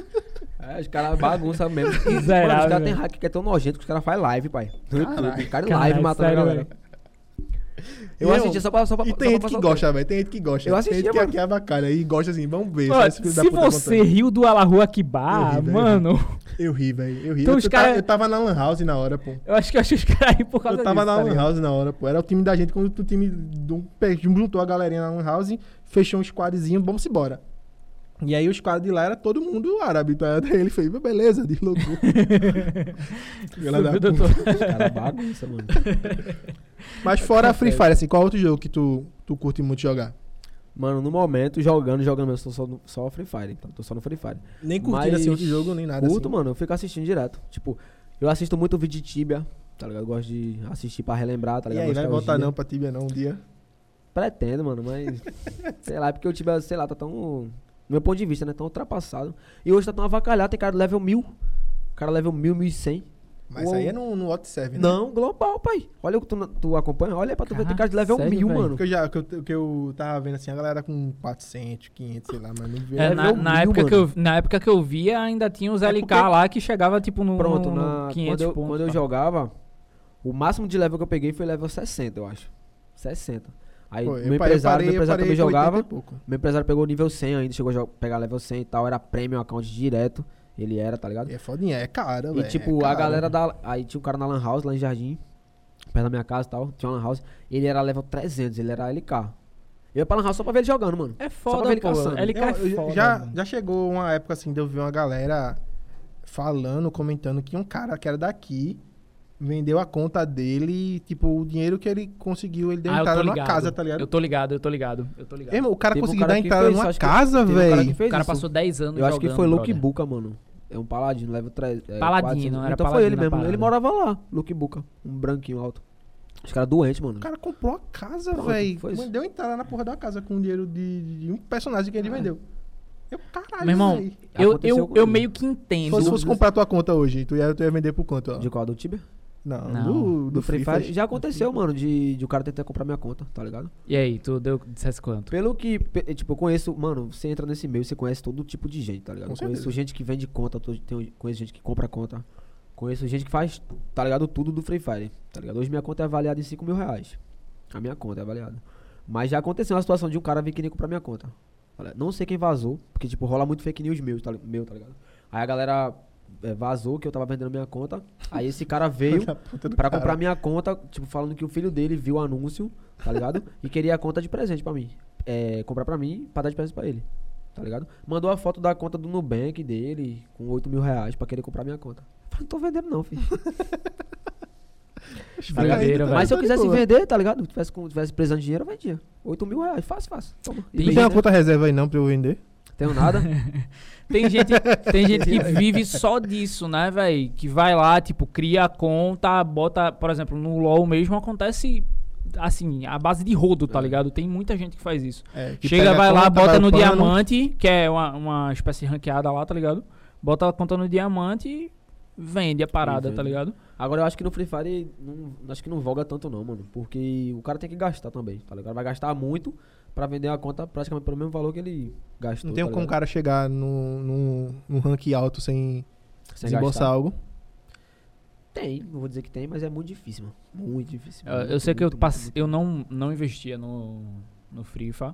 [SPEAKER 4] É, os caras
[SPEAKER 2] *laughs*
[SPEAKER 4] bagunçam mesmo. Mano, os
[SPEAKER 3] Miserável,
[SPEAKER 4] caras tem
[SPEAKER 3] velho.
[SPEAKER 4] hack que é tão nojento que os caras fazem live, pai. Tipo, No YouTube. Os caras em é live
[SPEAKER 3] Caralho,
[SPEAKER 4] matando a
[SPEAKER 3] sério,
[SPEAKER 4] galera.
[SPEAKER 3] velho.
[SPEAKER 4] Eu
[SPEAKER 2] Não,
[SPEAKER 4] assisti só pra. Só pra
[SPEAKER 2] E
[SPEAKER 4] só
[SPEAKER 2] tem gente
[SPEAKER 4] pra
[SPEAKER 2] que
[SPEAKER 4] passar o tempo.
[SPEAKER 2] gosta, velho. Tem gente que gosta.
[SPEAKER 4] Eu
[SPEAKER 2] tem
[SPEAKER 4] assistia,
[SPEAKER 2] gente que
[SPEAKER 4] mano.
[SPEAKER 2] aqui é avacalha e gosta assim, vamos ver.
[SPEAKER 3] Ó,
[SPEAKER 2] só esse filho da
[SPEAKER 3] se
[SPEAKER 2] puta
[SPEAKER 3] você
[SPEAKER 2] contando.
[SPEAKER 3] riu do Alahu Akbar,
[SPEAKER 2] Eu ri, velho.
[SPEAKER 3] mano,
[SPEAKER 2] Eu ri, velho. Eu ri.
[SPEAKER 3] Então
[SPEAKER 2] eu,
[SPEAKER 3] os
[SPEAKER 2] eu
[SPEAKER 3] cara-
[SPEAKER 2] tava, eu tava na Lan House na hora, pô.
[SPEAKER 3] eu acho que eu acho que os caras aí por causa
[SPEAKER 2] Eu tava
[SPEAKER 3] disso,
[SPEAKER 2] na
[SPEAKER 3] tá
[SPEAKER 2] Lan
[SPEAKER 3] ligado?
[SPEAKER 2] House na hora, pô. Era o time da gente quando o time do, pe- juntou a galerinha na Lan House, fechou um squadzinho, vamos embora. E aí o squad de lá era todo mundo árabe. Tá? Daí ele fez, beleza,
[SPEAKER 4] *laughs*
[SPEAKER 2] deslocou. Filha da
[SPEAKER 3] Subiu,
[SPEAKER 2] puta.
[SPEAKER 3] doutor.
[SPEAKER 4] Os caras bagunçam, mano.
[SPEAKER 2] Mas fora Free Fire, assim, qual outro jogo que tu, tu curte muito jogar?
[SPEAKER 4] Mano, no momento, jogando, jogando mesmo, tô só, no, só Free Fire, tá? Tô só no Free Fire.
[SPEAKER 2] Nem
[SPEAKER 4] curtindo, assim, outro jogo,
[SPEAKER 2] nem assim.
[SPEAKER 4] Curto, mano, eu fico assistindo direto. Tipo, eu assisto muito vídeo de Tibia, tá ligado? Eu gosto de assistir pra relembrar, tá
[SPEAKER 2] E
[SPEAKER 4] ligado?
[SPEAKER 2] aí, vai
[SPEAKER 4] Nostalgia.
[SPEAKER 2] voltar não pra Tibia não um dia.
[SPEAKER 4] Pretendo,
[SPEAKER 2] *laughs*
[SPEAKER 4] mano, mas... sei lá, porque o Tibia, sei lá, tá tão... No meu ponto de vista, né? Tão ultrapassado. E hoje tá tão avacalhado, tem cara do level 1000. Cara level 1000, 1100.
[SPEAKER 2] Mas
[SPEAKER 4] Uou.
[SPEAKER 2] isso aí é no, no Hot 7, né?
[SPEAKER 4] Não, global, pai. Olha o que tu, tu acompanha, olha aí pra tu ver, tem cara de level
[SPEAKER 3] Cacete,
[SPEAKER 4] 1000,
[SPEAKER 3] velho.
[SPEAKER 4] mano.
[SPEAKER 2] Porque eu, já, que, eu, que eu tava vendo assim, a galera com 400, 500, sei lá, mas não vi.
[SPEAKER 3] É,
[SPEAKER 4] Level
[SPEAKER 3] na, na
[SPEAKER 4] mil,
[SPEAKER 3] época
[SPEAKER 4] mano.
[SPEAKER 3] que eu, na época que eu via, ainda tinha os
[SPEAKER 4] É
[SPEAKER 3] LK
[SPEAKER 4] porque-
[SPEAKER 3] lá que chegava tipo no,
[SPEAKER 4] Pronto,
[SPEAKER 3] no- no
[SPEAKER 4] na,
[SPEAKER 3] 500
[SPEAKER 4] quando, eu,
[SPEAKER 3] pontos.
[SPEAKER 4] quando eu
[SPEAKER 3] tá?
[SPEAKER 4] jogava, O máximo de level que eu peguei foi level 60, eu acho. 60. Aí
[SPEAKER 2] Pô,
[SPEAKER 4] meu
[SPEAKER 2] eu pa- eu
[SPEAKER 4] empresário,
[SPEAKER 2] parei-
[SPEAKER 4] meu
[SPEAKER 2] eu
[SPEAKER 4] empresário
[SPEAKER 2] parei
[SPEAKER 4] também
[SPEAKER 2] com 80 e
[SPEAKER 4] jogava.
[SPEAKER 2] pouco.
[SPEAKER 4] Meu empresário pegou o nível 100 ainda, chegou a jo- pegar level 100 e tal, era premium account direto. Ele era, tá ligado?
[SPEAKER 2] É fodinha, é cara,
[SPEAKER 4] E
[SPEAKER 2] velho.
[SPEAKER 4] tipo,
[SPEAKER 2] é
[SPEAKER 4] a
[SPEAKER 2] caro.
[SPEAKER 4] galera da. Aí tinha um cara na Lan House, lá em Jardim, perto da minha casa e tal, tinha uma Lan House. Ele era level 300, ele era LK. Eu ia pra Lan House só pra ver ele jogando, mano.
[SPEAKER 6] É
[SPEAKER 4] Só
[SPEAKER 6] foda,
[SPEAKER 4] pra ver ele
[SPEAKER 6] pô.
[SPEAKER 4] caçando.
[SPEAKER 6] LK é
[SPEAKER 2] Eu- eu-
[SPEAKER 6] foda,
[SPEAKER 2] já,
[SPEAKER 6] mano.
[SPEAKER 2] já chegou uma época assim de eu ver uma galera falando, comentando que um cara que era daqui vendeu a conta dele, tipo, o dinheiro que ele conseguiu, ele deu
[SPEAKER 3] Ah, eu
[SPEAKER 2] entrada
[SPEAKER 3] tô
[SPEAKER 2] numa
[SPEAKER 3] ligado.
[SPEAKER 2] casa, tá ligado?
[SPEAKER 3] Eu tô ligado, eu tô ligado, eu tô ligado.
[SPEAKER 2] Irmão, o cara
[SPEAKER 4] Teve um
[SPEAKER 2] conseguiu
[SPEAKER 4] cara
[SPEAKER 2] dar
[SPEAKER 4] que
[SPEAKER 2] entrada
[SPEAKER 4] fez,
[SPEAKER 2] numa
[SPEAKER 4] acho que
[SPEAKER 2] casa,
[SPEAKER 4] teve um cara que
[SPEAKER 2] velho.
[SPEAKER 4] fez
[SPEAKER 3] o cara
[SPEAKER 4] isso.
[SPEAKER 3] passou 10 anos
[SPEAKER 4] Eu acho que
[SPEAKER 3] jogando,
[SPEAKER 4] foi Luke
[SPEAKER 3] brother.
[SPEAKER 4] Buca, mano. É um paladino, level 3. É,
[SPEAKER 3] Paladino,
[SPEAKER 4] 400.
[SPEAKER 3] era
[SPEAKER 4] Então foi
[SPEAKER 3] paladino
[SPEAKER 4] ele
[SPEAKER 3] na
[SPEAKER 4] mesmo.
[SPEAKER 3] parada.
[SPEAKER 4] Ele morava lá, Luke Buca. Um branquinho alto. Os caras doentes, mano.
[SPEAKER 2] O cara comprou a casa,
[SPEAKER 4] Pronto,
[SPEAKER 2] velho.
[SPEAKER 4] foi isso.
[SPEAKER 2] Deu entrada na porra da casa com o dinheiro de, de um personagem que ele
[SPEAKER 4] É.
[SPEAKER 2] vendeu. Eu, caralho,
[SPEAKER 3] Meu irmão,
[SPEAKER 2] véi.
[SPEAKER 3] eu,
[SPEAKER 4] Aconteceu
[SPEAKER 3] eu,
[SPEAKER 4] com
[SPEAKER 3] eu
[SPEAKER 4] ele.
[SPEAKER 3] meio que entendo.
[SPEAKER 2] Se fosse, fosse comprar tua conta hoje, tu ia, tu ia vender por quanto? ó?
[SPEAKER 4] De qual? Do Tibia?
[SPEAKER 2] Não,
[SPEAKER 3] Não,
[SPEAKER 2] do, é do,
[SPEAKER 4] Do Free Fire.
[SPEAKER 2] Já...
[SPEAKER 4] Já aconteceu, mano, de, de o cara tentar comprar minha conta, tá ligado?
[SPEAKER 3] E aí, tu deu, dissesse quanto?
[SPEAKER 4] Pelo que, pe- tipo, eu conheço, mano, você entra nesse meio, você conhece todo tipo de gente, tá ligado?
[SPEAKER 2] Com
[SPEAKER 4] Eu conheço
[SPEAKER 2] certeza.
[SPEAKER 4] gente que vende conta, tô- tenho- conheço gente que compra conta, conheço gente que faz, tá ligado, tudo do Free Fire, tá ligado? Hoje minha conta é avaliada em 5 mil reais, a minha conta é avaliada. Mas já aconteceu uma situação de um cara vir querer comprar minha conta, tá ligado? Não sei quem vazou, porque, tipo, rola muito fake news meu, tá, li- meu, tá ligado? Aí a galera eh, vazou que eu tava vendendo minha conta, aí esse
[SPEAKER 2] *laughs* Tá
[SPEAKER 4] cara veio... Pra comprar minha conta, tipo, falando que o filho dele viu o anúncio, tá
[SPEAKER 2] *laughs*
[SPEAKER 4] ligado? e queria a conta de presente pra mim. É, comprar pra mim pra dar de presente pra ele, tá ligado? Mandou a foto da conta do Nubank dele com 8 mil reais pra querer comprar minha conta. Eu Falei, não tô vendendo não, filho.
[SPEAKER 3] Brincadeira, velho.
[SPEAKER 4] Mas se eu quisesse
[SPEAKER 2] assim,
[SPEAKER 4] vender, tá ligado? Tivesse, com- tivesse precisando de dinheiro, eu vendia. 8 mil reais, fácil, fácil. Toma.
[SPEAKER 3] Tem
[SPEAKER 4] E
[SPEAKER 2] Não
[SPEAKER 4] vendi.
[SPEAKER 2] tem uma conta reserva aí não pra eu vender? *laughs*
[SPEAKER 4] Tenho nada.
[SPEAKER 3] Tem gente, tem
[SPEAKER 4] *laughs*
[SPEAKER 3] gente que vive só disso, né, velho? Que vai lá, tipo, cria a conta, bota, por exemplo, no LoL mesmo acontece assim, a base de rodo,
[SPEAKER 4] É.
[SPEAKER 3] tá ligado? Tem muita gente que faz isso.
[SPEAKER 2] É, que
[SPEAKER 3] Chega,
[SPEAKER 2] pega a
[SPEAKER 3] vai lá,
[SPEAKER 2] conta,
[SPEAKER 3] bota
[SPEAKER 2] vai
[SPEAKER 3] no
[SPEAKER 2] upando.
[SPEAKER 3] diamante, que é uma, uma espécie de ranqueada lá, tá ligado? Bota a conta no diamante e vende a parada,
[SPEAKER 4] vende.
[SPEAKER 3] tá ligado?
[SPEAKER 4] Agora eu acho que no Free Fire não, acho que não voga tanto não, mano. Porque o cara tem que gastar também, tá ligado? Vai gastar muito pra vender uma conta praticamente pelo mesmo valor que ele gastou.
[SPEAKER 2] Não tem
[SPEAKER 4] tá
[SPEAKER 2] como o
[SPEAKER 4] ligado?
[SPEAKER 2] cara chegar num, num, num rank alto sem,
[SPEAKER 4] Sem
[SPEAKER 2] desembolsar
[SPEAKER 4] gastar.
[SPEAKER 2] algo.
[SPEAKER 4] Tem, não vou dizer que tem, mas é muito difícil, mano. Muito difícil.
[SPEAKER 3] Eu,
[SPEAKER 4] É muito,
[SPEAKER 3] eu sei que eu,
[SPEAKER 4] muito,
[SPEAKER 3] passe-
[SPEAKER 4] muito,
[SPEAKER 3] eu não, não investia no, no Frifa,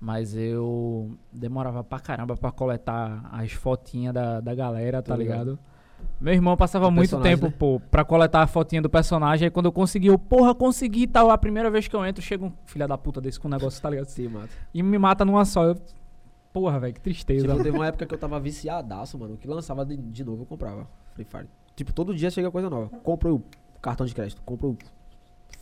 [SPEAKER 3] mas eu demorava pra caramba pra coletar as fotinhas da, da galera,
[SPEAKER 4] Tô
[SPEAKER 3] tá
[SPEAKER 4] ligado.
[SPEAKER 3] ligado? Meu irmão passava
[SPEAKER 4] Do
[SPEAKER 3] muito
[SPEAKER 4] personagem,
[SPEAKER 3] tempo,
[SPEAKER 4] né?
[SPEAKER 3] pô, pra coletar a fotinha do personagem. Aí quando eu consegui, eu, porra, consegui e tal. A primeira vez que eu entro, chega um filho da puta desse com um negócio, tá ligado?
[SPEAKER 4] muito. Sim,
[SPEAKER 3] *laughs*
[SPEAKER 4] mata.
[SPEAKER 3] E me mata numa só. Eu, porra, velho, que tristeza.
[SPEAKER 4] Tipo, teve uma época que eu tava viciadaço, mano. Que lançava de, de novo, eu comprava Free Fire. Tipo, todo dia chega coisa nova. Compro o cartão de crédito, compro o.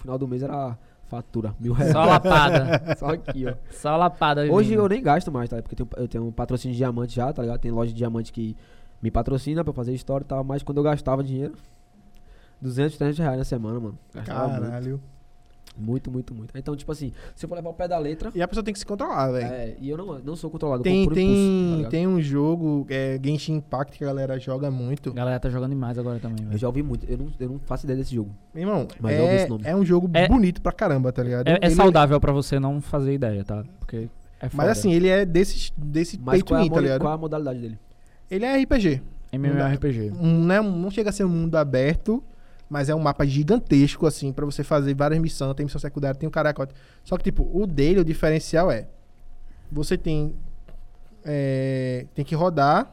[SPEAKER 4] Final do mês era fatura, mil reais.
[SPEAKER 3] Só lapada.
[SPEAKER 4] *laughs* Só aqui, ó.
[SPEAKER 3] Só lapada.
[SPEAKER 4] Hoje
[SPEAKER 3] menino.
[SPEAKER 4] eu nem gasto mais, tá? Porque eu tenho, eu tenho um patrocínio de diamante já, tá ligado? Tem loja de diamante que me patrocina pra fazer história e tal, mas quando eu gastava dinheiro, 200, 300 reais na semana, mano. Gastava
[SPEAKER 2] Caralho.
[SPEAKER 4] muito, muito, muito, muito. Então, tipo assim, se eu for levar o pé da letra,
[SPEAKER 2] E a pessoa tem que se controlar, velho.
[SPEAKER 4] é, e eu não, não sou controlado
[SPEAKER 2] Tem,
[SPEAKER 4] por impulso, tá
[SPEAKER 2] tem,
[SPEAKER 4] ligado?
[SPEAKER 2] tem um jogo, é, Genshin Impact, que a galera joga muito.
[SPEAKER 3] Galera tá jogando demais agora também,
[SPEAKER 4] Eu
[SPEAKER 3] velho.
[SPEAKER 4] já ouvi muito, eu não, eu não faço ideia desse jogo.
[SPEAKER 2] Meu irmão,
[SPEAKER 4] Mas eu ouvi esse nome.
[SPEAKER 2] é, é um jogo
[SPEAKER 3] É-
[SPEAKER 2] bonito pra caramba, tá ligado?
[SPEAKER 3] É, é
[SPEAKER 2] Ele-
[SPEAKER 3] saudável pra você não fazer ideia, tá? Porque é foda.
[SPEAKER 2] Mas assim, ele é desse, desse
[SPEAKER 4] Mas
[SPEAKER 2] pay to
[SPEAKER 4] qual é, a
[SPEAKER 2] win, tá
[SPEAKER 4] modi-
[SPEAKER 2] ligado?
[SPEAKER 4] qual é a modalidade dele?
[SPEAKER 2] Ele é RPG.
[SPEAKER 3] MMORPG.
[SPEAKER 2] Um, né, um- não chega a ser um mundo aberto, mas é um mapa gigantesco, assim, pra você fazer várias missões. Tem missão secundária, tem o caracote. Só que, tipo, o dele, o diferencial é... Você tem... é, tem que rodar,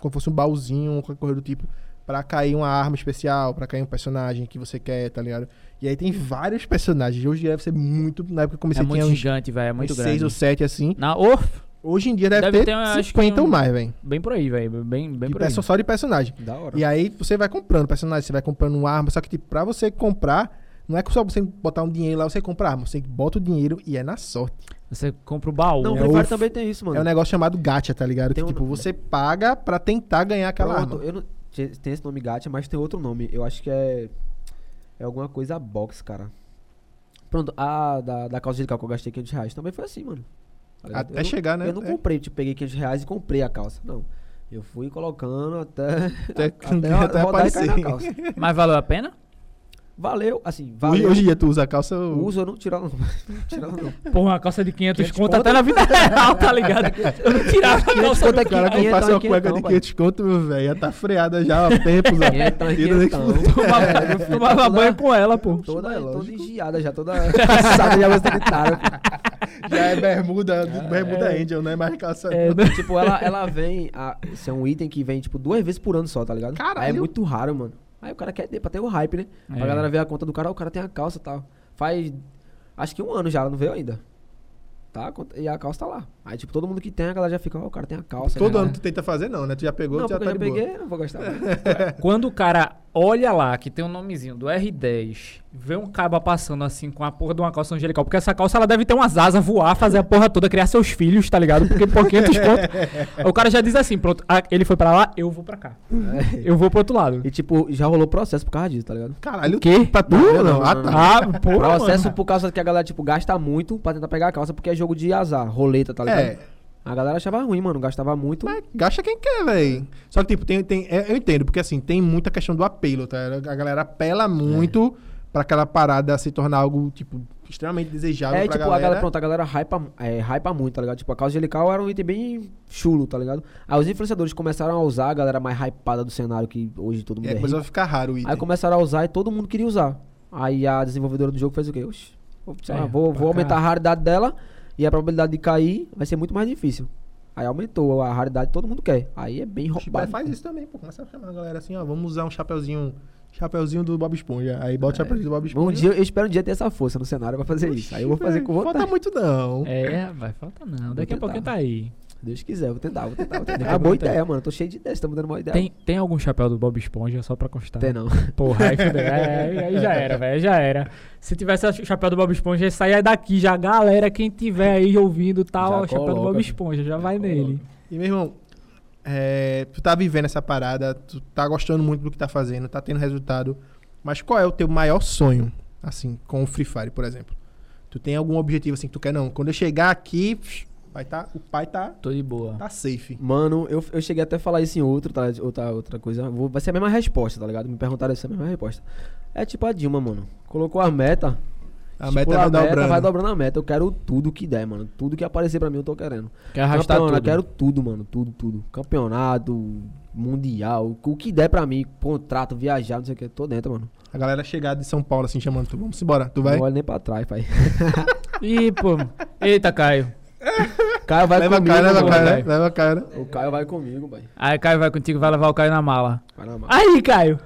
[SPEAKER 2] como fosse um baúzinho, ou qualquer coisa do tipo, pra cair uma arma especial, pra cair um personagem que você quer, tá ligado? E aí tem vários personagens. Hoje deve ser muito... Na época que eu comecei,
[SPEAKER 3] É
[SPEAKER 2] tinha
[SPEAKER 3] muito
[SPEAKER 2] uns,
[SPEAKER 3] gigante, velho. É muito
[SPEAKER 2] uns
[SPEAKER 3] grande.
[SPEAKER 2] seis ou sete, assim.
[SPEAKER 3] Na Orf,
[SPEAKER 2] Hoje em dia deve,
[SPEAKER 3] Deve
[SPEAKER 2] ter,
[SPEAKER 3] ter, acho que
[SPEAKER 2] 50 ou
[SPEAKER 3] um-
[SPEAKER 2] mais, velho.
[SPEAKER 3] bem por aí, velho. Bem, bem
[SPEAKER 2] De
[SPEAKER 3] por aí.
[SPEAKER 2] perso- Só de personagem.
[SPEAKER 4] Da hora.
[SPEAKER 2] E é aí você vai comprando personagem, você vai comprando uma arma, só que tipo, pra você comprar, não é só você botar um dinheiro lá, você compra a arma, você bota o dinheiro e é na sorte.
[SPEAKER 3] Você compra o baú.
[SPEAKER 4] Não, o
[SPEAKER 2] é
[SPEAKER 4] Free
[SPEAKER 2] o
[SPEAKER 4] Fire
[SPEAKER 2] f-
[SPEAKER 4] também tem isso, mano.
[SPEAKER 2] É um negócio chamado gacha, tá ligado?
[SPEAKER 4] Tem
[SPEAKER 2] que
[SPEAKER 4] um
[SPEAKER 2] tipo,
[SPEAKER 4] nome.
[SPEAKER 2] você paga pra tentar ganhar aquela
[SPEAKER 4] Pronto,
[SPEAKER 2] arma.
[SPEAKER 4] eu não- te- tem esse nome gacha, mas tem outro nome. Eu acho que é. É alguma coisa box, cara. Pronto, a da, da calça de que eu gastei 500 reais também foi assim, mano. Tá ligado?
[SPEAKER 2] Até
[SPEAKER 4] eu
[SPEAKER 2] chegar,
[SPEAKER 4] não,
[SPEAKER 2] né?
[SPEAKER 4] Eu não
[SPEAKER 2] É.
[SPEAKER 4] comprei, tipo, peguei 500 reais e comprei a calça. Não. Eu fui colocando até.
[SPEAKER 2] *laughs* Até-
[SPEAKER 4] até, até,
[SPEAKER 2] até
[SPEAKER 4] rodar e cair na
[SPEAKER 2] aparecer.
[SPEAKER 4] calça.
[SPEAKER 3] Mas valeu a pena?
[SPEAKER 4] Valeu, assim,
[SPEAKER 2] Hoje
[SPEAKER 4] valeu.
[SPEAKER 2] hoje em dia tu usa a calça. ou-
[SPEAKER 4] Uso, eu não tiro ela não. *laughs* não tiro ela não.
[SPEAKER 3] Porra, uma calça de 500,
[SPEAKER 4] 500
[SPEAKER 3] conto
[SPEAKER 4] conto?
[SPEAKER 3] até na vida real, tá ligado? Eu não tirava a calça.
[SPEAKER 4] Quanto é
[SPEAKER 2] O tá cara que passa uma cueca de 500 conto, meu velho, já tá freada já há tempos. ó.
[SPEAKER 4] Quinhentão,
[SPEAKER 2] *laughs* Tira nem que
[SPEAKER 4] quinhentão.
[SPEAKER 2] fudeu.
[SPEAKER 3] Tomava, tomava
[SPEAKER 4] Toda-
[SPEAKER 3] banho com ela, pô.
[SPEAKER 4] Toda,
[SPEAKER 2] Mas é
[SPEAKER 4] toda
[SPEAKER 2] então. lógico.
[SPEAKER 4] engiada
[SPEAKER 2] *laughs*
[SPEAKER 4] já, toda cansada de água sanitária.
[SPEAKER 2] Já é bermuda, bermuda Angel, não é mais calça.
[SPEAKER 3] É,
[SPEAKER 2] não.
[SPEAKER 3] né?
[SPEAKER 4] Tipo, ela, ela vem. a- esse é um item que vem, tipo, duas vezes por ano só, tá ligado?
[SPEAKER 2] Caralho.
[SPEAKER 4] Aí é muito raro, mano. Aí o cara quer ter pra ter o hype, né? Pra
[SPEAKER 3] É.
[SPEAKER 4] galera ver a conta do cara, ó, o cara tem a calça e tal. Faz. Acho que um ano já, ela não veio ainda. Tá? A conta- E a calça tá lá. Aí, tipo, todo mundo que tem, a galera já fica, ó, o cara tem a calça.
[SPEAKER 2] Todo
[SPEAKER 4] né?
[SPEAKER 2] ano tu tenta fazer, não, né? Tu já pegou,
[SPEAKER 4] Não,
[SPEAKER 2] tu já
[SPEAKER 4] porque
[SPEAKER 2] tá
[SPEAKER 4] eu já
[SPEAKER 2] de boa.
[SPEAKER 4] peguei, não vou gastar. *laughs*
[SPEAKER 3] Quando o cara olha lá, que tem um nomezinho do R10, vê um caba passando assim com a porra de uma calça angelical, porque essa calça ela deve ter umas asas, voar, fazer a porra toda, criar seus filhos, tá ligado? Porque por 500 conto, o cara já diz assim, pronto, ah, ele foi pra lá, eu vou pra cá. Eu vou pro outro lado.
[SPEAKER 4] É. E, tipo, já rolou processo por causa disso, tá ligado?
[SPEAKER 2] Caralho,
[SPEAKER 3] Quê?
[SPEAKER 2] Tá tu? Não,
[SPEAKER 4] não,
[SPEAKER 2] Ah,
[SPEAKER 4] não,
[SPEAKER 2] tá.
[SPEAKER 3] Ah, porra,
[SPEAKER 4] É processo
[SPEAKER 3] mano.
[SPEAKER 4] por causa que a galera, tipo, gasta muito pra tentar pegar a calça, porque é jogo de azar, roleta, tá ligado?
[SPEAKER 2] É.
[SPEAKER 4] A galera achava ruim, mano, gastava muito. É,
[SPEAKER 2] Mas gasta é quem quer, velho. Só que, tipo, tem, tem, é, eu entendo, porque assim, tem muita questão do apelo, tá? A galera apela muito
[SPEAKER 4] É.
[SPEAKER 2] pra aquela parada se tornar algo, tipo, extremamente desejável
[SPEAKER 4] É,
[SPEAKER 2] pra
[SPEAKER 4] tipo,
[SPEAKER 2] galera.
[SPEAKER 4] a galera, pronto, a galera hypa, é, hypa muito, tá ligado? Tipo, a causa angelical era um item bem chulo, tá ligado? Aí os influenciadores começaram a usar, a galera mais hypada do cenário, que hoje todo mundo é,
[SPEAKER 2] é,
[SPEAKER 4] rico.
[SPEAKER 2] começou a ficar raro o item.
[SPEAKER 4] Aí começaram a usar e todo mundo queria usar. Aí a desenvolvedora do jogo fez o quê? Oxi, vou, sei lá,
[SPEAKER 3] É,
[SPEAKER 4] Ah, vou,
[SPEAKER 3] pra
[SPEAKER 4] vou aumentar a
[SPEAKER 3] cá.
[SPEAKER 4] raridade dela e a probabilidade de cair vai ser muito mais difícil. Aí aumentou a raridade, todo mundo quer. Aí é bem
[SPEAKER 2] O Chibé
[SPEAKER 4] roubado.
[SPEAKER 2] faz isso também, pô. Começa a chamar a galera assim, ó, vamos usar um chapeuzinho, chapeuzinho do Bob Esponja. Aí bota o chapeuzinho do Bob Esponja. É,
[SPEAKER 4] Um dia, eu espero um dia ter essa força no cenário pra fazer isso. Aí eu vou fazer com vontade.
[SPEAKER 2] Falta muito não.
[SPEAKER 3] É, vai, falta não. Daqui a
[SPEAKER 4] tentar.
[SPEAKER 3] pouquinho tá aí.
[SPEAKER 4] Se Deus quiser, eu vou tentar, vou tentar, vou tentar. É
[SPEAKER 3] Vou
[SPEAKER 4] uma boa
[SPEAKER 3] tentar.
[SPEAKER 4] ideia, mano. Eu tô cheio de ideias, estamos dando uma ideia.
[SPEAKER 3] Tem, tem algum chapéu do Bob Esponja só pra constar?
[SPEAKER 4] Tem não.
[SPEAKER 3] Porra, aí, fudeu. É, aí- aí já era, velho, aí já era. Se tivesse o chapéu do Bob Esponja, ia sair daqui já. Galera, quem tiver aí ouvindo tal,
[SPEAKER 4] Já
[SPEAKER 3] ó, o chapéu do
[SPEAKER 4] coloca,
[SPEAKER 3] Bob
[SPEAKER 4] viu?
[SPEAKER 3] Esponja, já vai
[SPEAKER 4] coloca.
[SPEAKER 3] nele.
[SPEAKER 2] E, meu irmão, é, tu tá vivendo essa parada, tu tá gostando muito do que tá fazendo, tá tendo resultado. Mas qual é o teu maior sonho, assim, com o Free Fire, por exemplo? Tu tem algum objetivo assim que tu quer? Não, quando eu chegar aqui, psh, vai tá, o pai tá,
[SPEAKER 3] Tô de boa.
[SPEAKER 2] tá safe.
[SPEAKER 4] *laughs* Mano, eu, eu cheguei até a falar isso em outro, tá? Outra, outra coisa. Vou- vai ser a mesma resposta, tá ligado? Me perguntaram essa mesma resposta. É tipo a Dilma, mano. Colocou a meta.
[SPEAKER 2] A
[SPEAKER 4] tipo,
[SPEAKER 2] meta é vai
[SPEAKER 4] meta vai
[SPEAKER 2] dobrando.
[SPEAKER 4] dobrando a meta. Eu quero tudo que der, mano. Tudo que aparecer pra mim, eu tô querendo.
[SPEAKER 3] Quer arrastar
[SPEAKER 4] Campeonato,
[SPEAKER 3] tudo.
[SPEAKER 4] Eu quero tudo, mano. Tudo, tudo. Campeonato, mundial. O que der pra mim. Contrato, viajar, não sei o que. Tô dentro, mano.
[SPEAKER 2] A galera chegar de São Paulo assim, chamando tu, vamos embora, tu vai?
[SPEAKER 4] Não olho nem pra trás, pai.
[SPEAKER 3] Ih, pô. Eita, Caio.
[SPEAKER 4] Caio vai
[SPEAKER 2] leva a
[SPEAKER 4] comigo.
[SPEAKER 2] cara, leva a
[SPEAKER 4] mano.
[SPEAKER 2] cara,
[SPEAKER 3] vai.
[SPEAKER 2] leva a cara.
[SPEAKER 4] O Caio vai comigo, pai.
[SPEAKER 3] Aí Caio vai contigo, vai levar o Caio na mala.
[SPEAKER 4] Caramba.
[SPEAKER 3] Aí, Caio.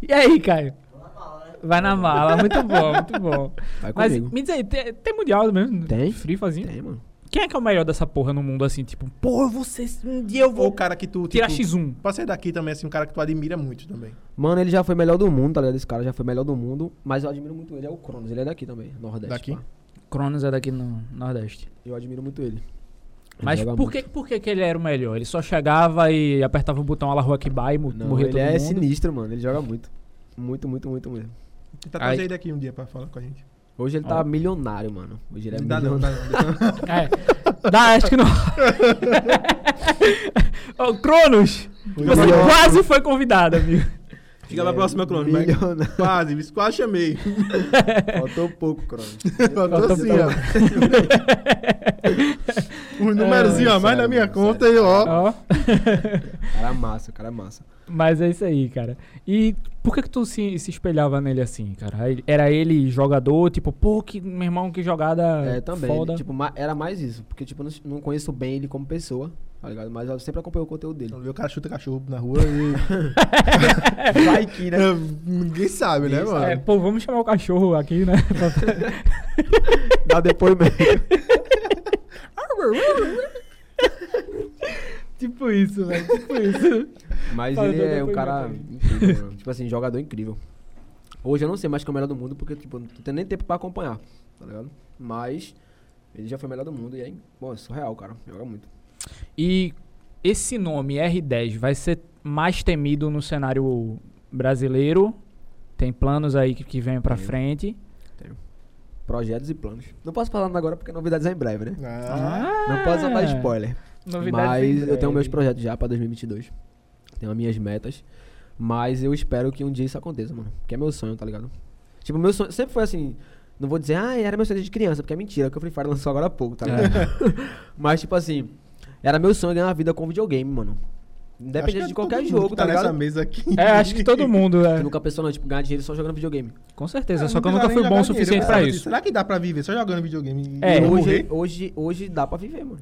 [SPEAKER 3] E aí, Caio? Vai na mala, muito bom, muito bom.
[SPEAKER 4] Vai
[SPEAKER 3] Mas
[SPEAKER 4] É comigo.
[SPEAKER 3] me diz aí, tem, tem mundial mesmo?
[SPEAKER 4] Tem.
[SPEAKER 3] Free fazinho?
[SPEAKER 4] Tem, mano.
[SPEAKER 3] Quem é que é o melhor dessa porra no mundo assim? Tipo, pô, você, um dia eu
[SPEAKER 2] Ou
[SPEAKER 3] vou
[SPEAKER 2] o cara que tu,
[SPEAKER 3] tirar
[SPEAKER 2] tipo,
[SPEAKER 3] X1.
[SPEAKER 2] pode ser daqui também, assim, um cara que tu admira muito também.
[SPEAKER 4] Mano, ele já foi melhor do mundo, tá ligado? Esse cara já foi melhor do mundo. Mas eu admiro muito ele, é o Cronos. Ele é daqui também, Nordeste.
[SPEAKER 2] Daqui?
[SPEAKER 4] pá.
[SPEAKER 3] Cronos é daqui no Nordeste.
[SPEAKER 4] Eu admiro muito ele. Ele
[SPEAKER 3] Mas
[SPEAKER 4] joga
[SPEAKER 3] por que, por que, que ele era o melhor? Ele só chegava e apertava o botão Alarro Akbar e mu-
[SPEAKER 4] muito. Não,
[SPEAKER 3] morria
[SPEAKER 4] ele
[SPEAKER 3] todo
[SPEAKER 4] é
[SPEAKER 3] mundo?
[SPEAKER 4] sinistro, mano. Ele joga muito. Muito, muito, muito mesmo.
[SPEAKER 2] Tenta
[SPEAKER 3] Aí.
[SPEAKER 2] trazer ele daqui um dia pra falar com a gente.
[SPEAKER 4] Hoje ele tá
[SPEAKER 3] Ó.
[SPEAKER 4] milionário, mano. Hoje ele é
[SPEAKER 2] Não dá não,
[SPEAKER 4] milionário.
[SPEAKER 2] dá não.
[SPEAKER 3] É. Dá, acho que
[SPEAKER 4] *laughs*
[SPEAKER 3] não. Ô, Cronos, você
[SPEAKER 4] Milionário.
[SPEAKER 3] quase foi convidado, amigo.
[SPEAKER 2] Fica pra próxima, Cronos. mas-
[SPEAKER 4] Milionário.
[SPEAKER 2] Quase, é bicho, quase chamei.
[SPEAKER 4] Faltou pouco, Cronos.
[SPEAKER 2] Faltou assim, ó. *laughs* Os numerozinhos, ó, Um mais na minha
[SPEAKER 4] sério,
[SPEAKER 2] conta e ó.
[SPEAKER 3] Ó,
[SPEAKER 4] Cara massa, cara massa.
[SPEAKER 3] Mas é isso aí, cara. E por que que tu se, se espelhava nele assim, cara? Ele- Era ele jogador, tipo, pô, que, meu irmão, que jogada
[SPEAKER 4] É, também.
[SPEAKER 3] foda.
[SPEAKER 4] ele, tipo, ma- era mais isso. Porque, tipo, eu não, não conheço bem ele como pessoa, tá ligado? Mas eu sempre acompanho o conteúdo dele.
[SPEAKER 2] O cara chuta cachorro na rua e. *laughs*
[SPEAKER 4] Vai que, né?
[SPEAKER 2] É, Ninguém sabe, né,
[SPEAKER 4] Ninguém
[SPEAKER 2] mano?
[SPEAKER 3] É, pô, vamos chamar o cachorro aqui,
[SPEAKER 4] *laughs*
[SPEAKER 3] né?
[SPEAKER 4] *laughs* Dá depoimento.
[SPEAKER 3] tipo isso, velho, tipo isso.
[SPEAKER 4] *laughs* Mas
[SPEAKER 3] Fala
[SPEAKER 4] ele
[SPEAKER 3] teu
[SPEAKER 4] é um
[SPEAKER 3] depoimento
[SPEAKER 4] cara
[SPEAKER 3] aí.
[SPEAKER 4] incrível, mano. Tipo assim, jogador incrível. Hoje eu não sei mais que é o melhor do mundo, porque, tipo, não tenho nem tempo pra acompanhar, tá ligado? Mas ele já foi o melhor do mundo e é, bom, é surreal, cara. Joga muito.
[SPEAKER 3] E esse nome R10 vai ser mais temido no cenário brasileiro? Tem planos aí que, que vem pra
[SPEAKER 4] Tem.
[SPEAKER 3] frente?
[SPEAKER 4] Projetos e planos. Não posso falar nada agora porque novidades é em breve, né?
[SPEAKER 2] Ah,
[SPEAKER 4] Não posso dar spoiler. mas eu tenho meus
[SPEAKER 3] né?
[SPEAKER 4] projetos já pra 2022. Tenho as minhas metas. Mas eu espero que um dia isso aconteça, mano. Que é meu sonho, tá ligado? Tipo, meu sonho sempre foi assim. Não vou dizer, ah, era meu sonho desde criança, porque é mentira, porque o Free Fire lançou agora há pouco, tá ligado? *laughs* Mas, tipo assim, era meu sonho ganhar uma vida com videogame, mano.
[SPEAKER 2] Acho que
[SPEAKER 4] Independente
[SPEAKER 2] é
[SPEAKER 4] de
[SPEAKER 2] todo
[SPEAKER 4] qualquer
[SPEAKER 2] mundo
[SPEAKER 4] jogo,
[SPEAKER 2] que
[SPEAKER 4] tá
[SPEAKER 2] tá nessa
[SPEAKER 4] ligado?
[SPEAKER 2] mesa aqui.
[SPEAKER 3] É, acho que todo mundo,
[SPEAKER 4] Eu
[SPEAKER 3] é.
[SPEAKER 4] nunca pensou, não, tipo, ganhar dinheiro só jogando videogame.
[SPEAKER 3] Com certeza,
[SPEAKER 2] Ah,
[SPEAKER 3] só que eu
[SPEAKER 2] não
[SPEAKER 3] nunca
[SPEAKER 2] precisava nem
[SPEAKER 3] fui
[SPEAKER 2] né?
[SPEAKER 3] bom
[SPEAKER 2] jogar
[SPEAKER 3] o
[SPEAKER 2] dinheiro,
[SPEAKER 3] suficiente pra
[SPEAKER 2] eu pensava disso.
[SPEAKER 3] isso.
[SPEAKER 2] Será que dá pra viver só jogando videogame?
[SPEAKER 3] É,
[SPEAKER 2] E não
[SPEAKER 4] hoje,
[SPEAKER 2] morrer?
[SPEAKER 4] hoje, hoje dá pra viver, mano.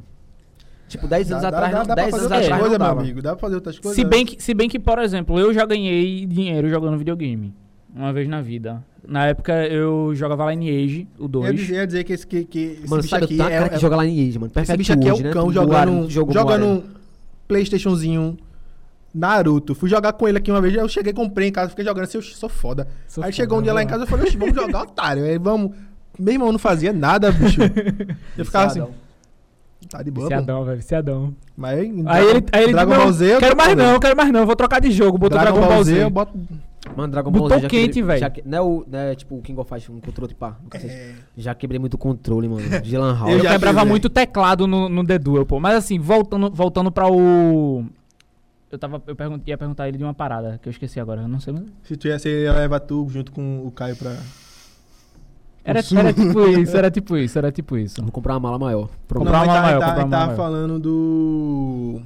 [SPEAKER 4] Tipo, 10
[SPEAKER 2] Dá-
[SPEAKER 4] anos
[SPEAKER 2] dá-
[SPEAKER 4] atrás,
[SPEAKER 2] dá,
[SPEAKER 4] não-
[SPEAKER 2] dá pra
[SPEAKER 4] 10
[SPEAKER 2] fazer
[SPEAKER 4] anos
[SPEAKER 2] outras
[SPEAKER 4] atrás,
[SPEAKER 2] coisas,
[SPEAKER 4] não
[SPEAKER 2] meu
[SPEAKER 4] dava.
[SPEAKER 2] amigo. Dá pra fazer outras coisas.
[SPEAKER 3] Se bem, que, se bem que, por exemplo, eu já ganhei dinheiro jogando videogame. Uma vez na vida. Na época eu jogava Lineage, o
[SPEAKER 2] Eu ia
[SPEAKER 3] 2.
[SPEAKER 2] dizer, eu ia dizer que esse, que, que esse
[SPEAKER 4] Mano,
[SPEAKER 2] bicho
[SPEAKER 4] sabe,
[SPEAKER 2] aqui
[SPEAKER 4] tá,
[SPEAKER 2] é,
[SPEAKER 4] cara que
[SPEAKER 2] é-
[SPEAKER 4] joga lá em Age, mano.
[SPEAKER 2] esse
[SPEAKER 4] Perfect
[SPEAKER 2] bicho aqui é
[SPEAKER 4] World,
[SPEAKER 2] o
[SPEAKER 4] né?
[SPEAKER 2] cão
[SPEAKER 4] Do
[SPEAKER 2] jogando,
[SPEAKER 4] Aran-
[SPEAKER 2] um-
[SPEAKER 4] jogo do
[SPEAKER 2] jogando
[SPEAKER 4] Aran.
[SPEAKER 2] um Playstationzinho Naruto. Fui jogar com ele aqui uma vez, eu cheguei, comprei em casa, fiquei jogando assim, eu sou foda.
[SPEAKER 3] Sou
[SPEAKER 2] Aí
[SPEAKER 3] foda,
[SPEAKER 2] chegou um dia lá em
[SPEAKER 3] vamos
[SPEAKER 2] casa, eu falei, "Oxe, vamos
[SPEAKER 3] *laughs*
[SPEAKER 2] jogar, otário. Aí vamos... Meu irmão não fazia nada, bicho. Eu ficava assim, tá de boa, pô.
[SPEAKER 3] Viciadão, velho, viciadão.
[SPEAKER 2] Mas aí,
[SPEAKER 3] Aí ele, aí ele
[SPEAKER 2] Dragon
[SPEAKER 3] não,
[SPEAKER 2] Ball Z... eu
[SPEAKER 3] quero
[SPEAKER 2] tô
[SPEAKER 3] mais
[SPEAKER 2] falando.
[SPEAKER 3] não, quero mais não, vou trocar de jogo, botou
[SPEAKER 2] Dragon Ball Z, é um eu boto...
[SPEAKER 4] Mano, Dragon
[SPEAKER 3] Botão
[SPEAKER 4] Ball Z já
[SPEAKER 3] quente,
[SPEAKER 4] quebrei-
[SPEAKER 3] velho.
[SPEAKER 4] já que- Não é o, né, tipo, o King of Fighters com controle, pá. do cacete. Já quebrei muito
[SPEAKER 2] *laughs*
[SPEAKER 4] controle, mano. De Lan
[SPEAKER 3] Eu,
[SPEAKER 4] House.
[SPEAKER 2] É. Eu já
[SPEAKER 3] quebrava
[SPEAKER 2] fiz,
[SPEAKER 3] muito o teclado no, no The Duel, pô. Mas assim, voltando, voltando pra o. Eu, tava, eu pergun- ia perguntar ele de uma parada que eu esqueci agora. Eu não sei. mas-
[SPEAKER 2] Se tu ia ser, leva tu junto com o Caio pra...
[SPEAKER 3] Era, era tipo isso, era tipo isso, era tipo isso.
[SPEAKER 4] Vou comprar uma mala maior. Pronto.
[SPEAKER 2] Não,
[SPEAKER 3] Comprar uma
[SPEAKER 2] ele tá-
[SPEAKER 3] maior,
[SPEAKER 2] ele tá-
[SPEAKER 3] comprar
[SPEAKER 2] ele
[SPEAKER 3] uma
[SPEAKER 2] tava
[SPEAKER 3] maior.
[SPEAKER 2] falando do.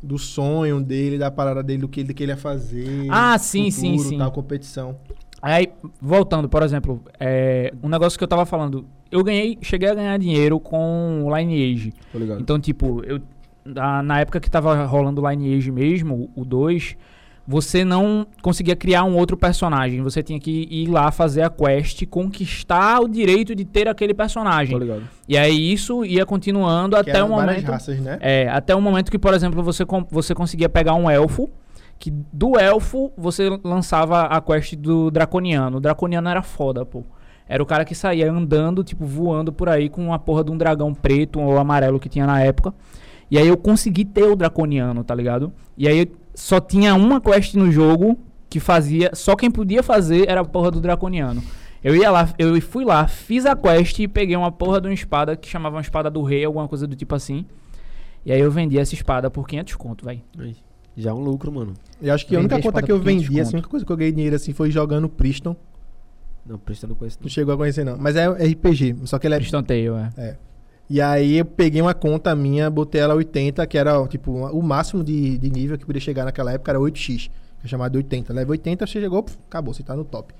[SPEAKER 2] Do sonho dele, da parada dele, do que, do que ele ia fazer.
[SPEAKER 3] Ah, sim, sim, sim.
[SPEAKER 2] Tal, competição.
[SPEAKER 3] Aí, voltando, por exemplo, é, um negócio que eu tava falando. Eu ganhei, cheguei a ganhar dinheiro com o Lineage.
[SPEAKER 4] Tô ligado.
[SPEAKER 3] Então, tipo, eu na, na época que tava rolando o Lineage mesmo, o 2, você não conseguia criar um outro personagem. Você tinha que ir lá fazer a quest, conquistar o direito de ter aquele
[SPEAKER 4] Tô
[SPEAKER 2] assim?
[SPEAKER 3] personagem.
[SPEAKER 4] ligado.
[SPEAKER 3] E aí isso ia continuando
[SPEAKER 2] que
[SPEAKER 3] até
[SPEAKER 2] eram
[SPEAKER 3] o
[SPEAKER 2] várias
[SPEAKER 3] momento.
[SPEAKER 2] raças, né?
[SPEAKER 3] É, até o momento que, por exemplo, você, com- você conseguia pegar um elfo, que do elfo você lançava a quest do draconiano. O draconiano era foda, pô. Era o cara que saía andando, tipo, voando por aí com uma porra de um dragão preto ou amarelo que tinha na época. E aí eu consegui ter o draconiano, tá ligado? E aí só tinha uma quest no jogo que fazia, só quem podia fazer era a porra do draconiano. Eu ia lá, eu fui lá, fiz a quest e peguei uma porra de uma espada que chamava uma espada do rei, alguma coisa do tipo assim. E aí eu vendi essa espada por 500 conto, velho.
[SPEAKER 4] Aí, Já é um lucro, mano.
[SPEAKER 2] Eu acho que a
[SPEAKER 3] Vender
[SPEAKER 2] única
[SPEAKER 3] a
[SPEAKER 2] conta
[SPEAKER 3] espada
[SPEAKER 2] que eu
[SPEAKER 3] por 500
[SPEAKER 2] vendi, assim,
[SPEAKER 3] conto.
[SPEAKER 2] a única coisa que eu ganhei dinheiro assim foi jogando Priston.
[SPEAKER 4] Não, prestando com esse.
[SPEAKER 2] Não chegou a conhecer, não. Mas é RPG, só que ele é.
[SPEAKER 3] Instanteio, é.
[SPEAKER 2] E aí eu peguei uma conta minha, botei ela 80, que era, tipo, o máximo de, de nível que podia chegar naquela época era 8x. Que é chamado de 80. Leva 80, você chegou, puf, acabou, você tá no top.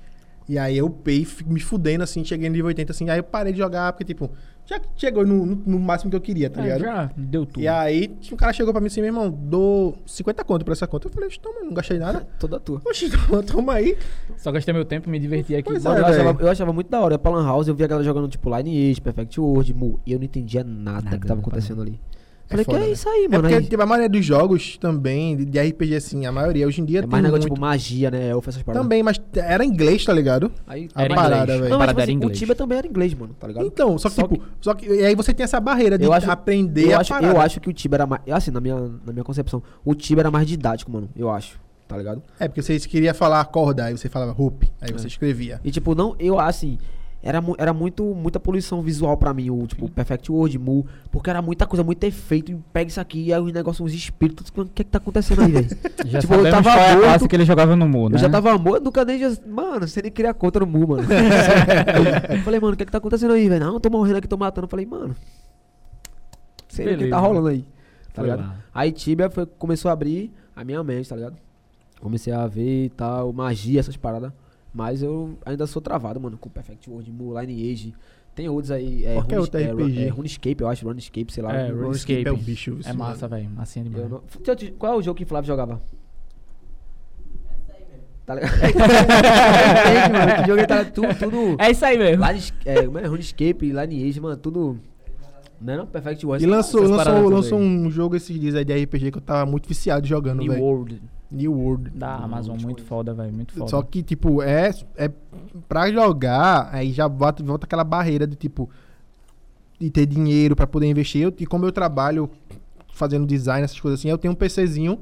[SPEAKER 2] E aí eu pei, fi- me fudendo assim, cheguei no nível 80, assim, aí eu parei de jogar, porque, tipo, já chegou no, no- no máximo que eu queria, tá
[SPEAKER 3] É,
[SPEAKER 2] ligado?
[SPEAKER 3] já deu tudo.
[SPEAKER 2] E aí um cara chegou pra mim assim, meu irmão, dou 50 conto pra essa conta. Eu falei, "Oxe, toma, não gastei nada. *laughs*
[SPEAKER 4] Toda tua.
[SPEAKER 2] Poxa, toma, toma aí.
[SPEAKER 3] Só gastei meu tempo, me diverti aqui.
[SPEAKER 2] Pois é,
[SPEAKER 4] Mano, eu,
[SPEAKER 2] velho.
[SPEAKER 4] achava, eu achava muito da hora. Eu ia pra Lan House, eu via a galera jogando tipo Lineage, Perfect World, Mu. E eu não entendia
[SPEAKER 3] Nada,
[SPEAKER 4] nada, que tava
[SPEAKER 3] não parava.
[SPEAKER 4] acontecendo ali.
[SPEAKER 2] É
[SPEAKER 4] Falei, que
[SPEAKER 2] foda,
[SPEAKER 4] é
[SPEAKER 2] né?
[SPEAKER 4] isso aí,
[SPEAKER 2] É
[SPEAKER 4] mano.
[SPEAKER 2] porque
[SPEAKER 4] Aí,
[SPEAKER 2] tipo, a maioria dos jogos também, de, de RPG assim, a maioria hoje em dia
[SPEAKER 4] é
[SPEAKER 2] tem
[SPEAKER 4] mais negócio
[SPEAKER 2] muito.
[SPEAKER 4] tipo magia, né? Eu faço essas paradas.
[SPEAKER 2] Também, mas era inglês, tá ligado?
[SPEAKER 4] Aí,
[SPEAKER 2] A
[SPEAKER 3] Era
[SPEAKER 2] parada,
[SPEAKER 3] inglês.
[SPEAKER 2] velho.
[SPEAKER 4] Não,
[SPEAKER 3] A
[SPEAKER 4] mas
[SPEAKER 3] parada
[SPEAKER 4] tipo,
[SPEAKER 3] era
[SPEAKER 4] assim, o
[SPEAKER 3] inglês.
[SPEAKER 4] Tibia também era inglês, mano, tá ligado?
[SPEAKER 2] Então, só que,
[SPEAKER 4] Só
[SPEAKER 2] tipo, só que e aí você tem essa barreira de
[SPEAKER 4] Eu acho-
[SPEAKER 2] aprender
[SPEAKER 4] Eu
[SPEAKER 2] a
[SPEAKER 4] acho,
[SPEAKER 2] parada.
[SPEAKER 4] eu acho que o Tibia era mais. Assim, na minha, na minha concepção, o Tibia era mais didático, mano. Eu acho. Tá ligado?
[SPEAKER 2] É, porque vocês queriam falar corda, aí você falava hoop, aí
[SPEAKER 4] É.
[SPEAKER 2] você escrevia.
[SPEAKER 4] E tipo, não, eu assim, era, mu- era muito muita poluição visual pra mim, o tipo, Perfect World, Mu, porque era muita coisa, muito efeito, e pega isso aqui, e aí os negócios, uns espíritos, o que é que tá acontecendo aí, velho?
[SPEAKER 2] *laughs*
[SPEAKER 3] Já
[SPEAKER 4] Tipo, eu
[SPEAKER 3] sabemos
[SPEAKER 4] tava
[SPEAKER 3] qual é a classe
[SPEAKER 4] morto.
[SPEAKER 3] que ele jogava no Mu, né?
[SPEAKER 4] Eu já tava morto, nunca nem. já- Mano, você nem queria conta no
[SPEAKER 3] *laughs*
[SPEAKER 4] Mu, mano. Eu falei, mano, o que é que tá acontecendo aí, velho? Não, eu tô morrendo aqui, tô matando. Eu falei, mano, sei lá o que
[SPEAKER 3] Beleza.
[SPEAKER 4] tá rolando aí, tá
[SPEAKER 3] Foi
[SPEAKER 4] ligado?
[SPEAKER 3] lá.
[SPEAKER 4] Aí Tibia foi, começou a abrir a minha mente, tá ligado? Comecei a ver e tal, magia, essas paradas. Mas eu ainda sou travado, mano, com Perfect World, Mu, Lineage. Tem outros aí. É,
[SPEAKER 2] Qualquer
[SPEAKER 4] Runes-
[SPEAKER 2] outro
[SPEAKER 4] é,
[SPEAKER 2] RPG.
[SPEAKER 4] É, Runescape, eu acho, Runescape, sei lá.
[SPEAKER 3] É,
[SPEAKER 4] Eu
[SPEAKER 3] RuneScape.
[SPEAKER 2] é o bicho.
[SPEAKER 3] É
[SPEAKER 2] isso,
[SPEAKER 3] massa, velho. Massinha demais.
[SPEAKER 4] não- Deixa eu te- Qual é o jogo que Flávio jogava? Tá ligado? *laughs* Entende, mano? Que jogo ele tava tu- tudo.
[SPEAKER 3] É isso aí mesmo.
[SPEAKER 4] Lines- é, como é? Runescape, Lineage, mano, tudo. Não é não? Perfect World.
[SPEAKER 2] E lançou,
[SPEAKER 4] essas paradas
[SPEAKER 2] lançou,
[SPEAKER 4] tudo
[SPEAKER 2] lançou
[SPEAKER 4] aí.
[SPEAKER 2] um jogo esses dias aí de RPG que eu tava muito viciado jogando,
[SPEAKER 3] New
[SPEAKER 2] velho.
[SPEAKER 3] World
[SPEAKER 2] New World.
[SPEAKER 3] da Amazon. Muito foda, velho. Muito foda.
[SPEAKER 2] Só que, tipo, é, é pra jogar, aí já volta, volta aquela barreira do tipo, de ter dinheiro pra poder investir. Eu- e como eu trabalho fazendo design, essas coisas assim, eu tenho um PCzinho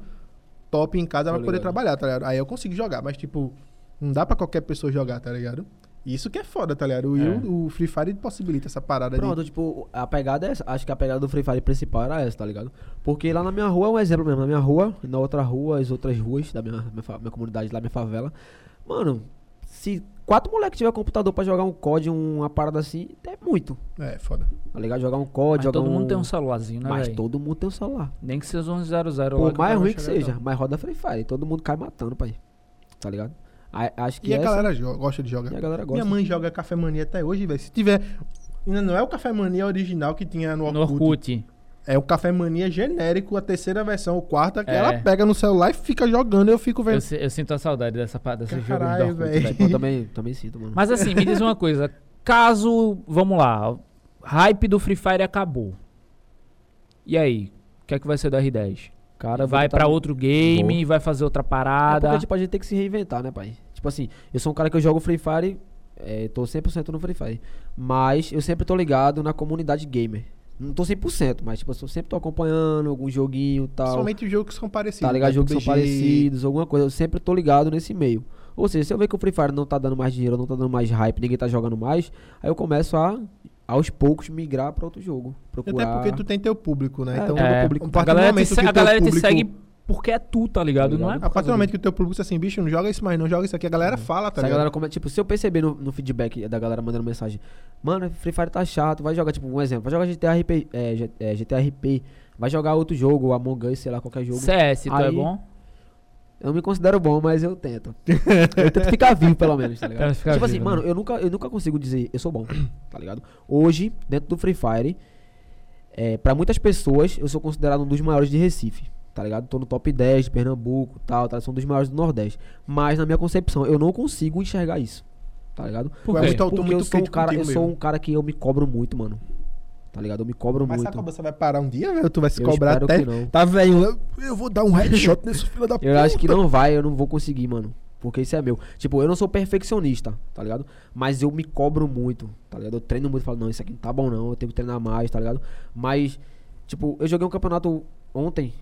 [SPEAKER 2] top em casa
[SPEAKER 4] Tô
[SPEAKER 2] pra poder
[SPEAKER 4] ligado.
[SPEAKER 2] trabalhar, tá ligado? Aí eu consigo jogar, mas, tipo, não dá pra qualquer pessoa jogar, tá ligado? Isso que é foda, tá ligado? E
[SPEAKER 3] É.
[SPEAKER 2] o, o Free Fire possibilita essa parada de.
[SPEAKER 4] Pronto, tipo, a pegada é essa. Acho que a pegada do Free Fire principal era essa, tá ligado? Porque lá na minha rua é um exemplo mesmo. Na minha rua, e na outra rua, as outras ruas da minha, minha, fa- minha comunidade lá, minha favela. Mano, Se quatro moleques tiver computador pra jogar um COD, uma parada assim, é muito.
[SPEAKER 2] É, foda.
[SPEAKER 4] Tá ligado? Jogar um COD,
[SPEAKER 3] Mas
[SPEAKER 4] jogar
[SPEAKER 3] todo
[SPEAKER 4] um...
[SPEAKER 3] mundo tem um celularzinho, né,
[SPEAKER 4] Mas
[SPEAKER 3] velho?
[SPEAKER 4] todo mundo tem um celular.
[SPEAKER 3] Nem que seja um 0 0
[SPEAKER 4] Por mais ruim que
[SPEAKER 3] é
[SPEAKER 4] seja, mas roda Free Fire. Todo mundo cai matando, pai. Tá ligado? A- acho que
[SPEAKER 2] E a
[SPEAKER 4] essa-
[SPEAKER 2] galera jo- gosta de jogar.
[SPEAKER 4] e a galera gosta.
[SPEAKER 2] Minha mãe joga Café Mania até hoje, velho. Se tiver. Ainda não é o Café Mania original que tinha no
[SPEAKER 4] um
[SPEAKER 2] Orkut.
[SPEAKER 3] No Orkut.
[SPEAKER 2] É o Café Mania genérico, a terceira versão, o quarta, que
[SPEAKER 3] É.
[SPEAKER 2] ela pega no celular e fica jogando. Eu fico
[SPEAKER 3] Eu,
[SPEAKER 2] vendo.
[SPEAKER 3] si- eu sinto a saudade dessa parte dessas jogos do
[SPEAKER 2] Caralho,
[SPEAKER 3] Orkut.
[SPEAKER 2] velho.
[SPEAKER 4] Tipo, Eu também, também sinto, mano.
[SPEAKER 3] Mas assim, me diz uma coisa. Caso, vamos lá, hype do Free Fire acabou. E aí? O que é que vai ser do R10?
[SPEAKER 4] Cara, eu vou
[SPEAKER 3] vai
[SPEAKER 4] botar-
[SPEAKER 3] pra outro game, vai fazer outra
[SPEAKER 4] É
[SPEAKER 3] parada.
[SPEAKER 4] porque, tipo, a gente tem que se reinventar, né, pai? Tipo assim, eu sou um cara que eu jogo Free Fire, é, tô 100% no Free Fire, mas eu sempre tô ligado na comunidade gamer. Não tô 100%, mas tipo, eu sou- sempre tô acompanhando algum joguinho e tal.
[SPEAKER 2] Somente os jogos que são parecidos.
[SPEAKER 4] Tá ligado?
[SPEAKER 2] né?
[SPEAKER 4] Jogos que são
[SPEAKER 2] PUBG,
[SPEAKER 4] parecidos, alguma coisa. Eu sempre tô ligado nesse meio. Ou seja, se eu ver que o Free Fire não tá dando mais dinheiro, não tá dando mais hype, ninguém tá jogando mais, aí eu começo a, aos poucos, migrar pra outro jogo. Procurar.
[SPEAKER 2] Até porque tu tem teu público, né?
[SPEAKER 4] É,
[SPEAKER 2] Então,
[SPEAKER 4] tem
[SPEAKER 3] É,
[SPEAKER 4] meu
[SPEAKER 2] a
[SPEAKER 4] público.
[SPEAKER 2] partir
[SPEAKER 3] a
[SPEAKER 2] do
[SPEAKER 3] galera, te,
[SPEAKER 2] momento
[SPEAKER 3] se-
[SPEAKER 2] que
[SPEAKER 3] a
[SPEAKER 2] teu
[SPEAKER 3] galera te
[SPEAKER 2] público-
[SPEAKER 3] segue porque é tu, tá ligado? Não é por
[SPEAKER 4] Tá
[SPEAKER 2] A partir
[SPEAKER 3] causa
[SPEAKER 2] do momento que o teu público diz assim, bicho, não joga isso mais, não joga isso aqui, a galera fala, tá
[SPEAKER 4] se a
[SPEAKER 2] ligado?
[SPEAKER 4] É. galera come- tipo, se eu perceber no, no feedback da galera mandando mensagem, mano, Free Fire tá chato, vai jogar, tipo, um exemplo, vai jogar GTA RP, é, G- é, GTA RP, vai jogar outro jogo, Among Us, sei lá, qualquer jogo.
[SPEAKER 3] disso. CS, tu é
[SPEAKER 4] Aí-
[SPEAKER 3] bom?
[SPEAKER 4] Eu não me considero bom, mas eu tento. eu tento ficar vivo,
[SPEAKER 3] *laughs*
[SPEAKER 4] pelo menos, tá ligado?
[SPEAKER 3] Tenta
[SPEAKER 4] Tipo
[SPEAKER 3] ficar
[SPEAKER 4] assim,
[SPEAKER 3] vivo,
[SPEAKER 4] mano,
[SPEAKER 3] né?
[SPEAKER 4] eu nunca, eu nunca consigo dizer eu sou bom, *clears throat* tá ligado? Hoje, dentro do Free Fire, é, pra muitas pessoas, eu sou considerado um dos maiores de Recife, tá ligado? Tô no top 10 de Pernambuco, tal, tá? Sou um dos maiores do Nordeste. Mas, na minha concepção, eu não consigo enxergar isso, tá ligado?
[SPEAKER 3] Por
[SPEAKER 2] é
[SPEAKER 3] quê?
[SPEAKER 2] muito autor,
[SPEAKER 4] Porque
[SPEAKER 2] muito
[SPEAKER 4] eu sou um
[SPEAKER 2] crítico
[SPEAKER 4] cara, eu
[SPEAKER 2] contigo
[SPEAKER 4] sou um
[SPEAKER 2] mesmo.
[SPEAKER 4] cara que eu me cobro muito, mano. Tá ligado? Eu me cobro
[SPEAKER 2] Mas
[SPEAKER 4] muito.
[SPEAKER 2] sabe como você vai parar um dia, velho? Tu vai se
[SPEAKER 4] Eu
[SPEAKER 2] cobrar
[SPEAKER 4] espero
[SPEAKER 2] até.
[SPEAKER 4] que não.
[SPEAKER 2] Tá, velho, eu- eu vou dar um
[SPEAKER 4] *laughs*
[SPEAKER 2] headshot nesse filho da puta.
[SPEAKER 4] Eu acho que não vai, eu não vou conseguir, mano. Porque isso é meu. Tipo, eu não sou perfeccionista, tá ligado? Mas eu me cobro muito, tá ligado? Eu treino muito, falo, não, isso aqui não tá bom não, eu tenho que treinar mais, tá ligado? Mas, tipo, eu joguei um campeonato ontem,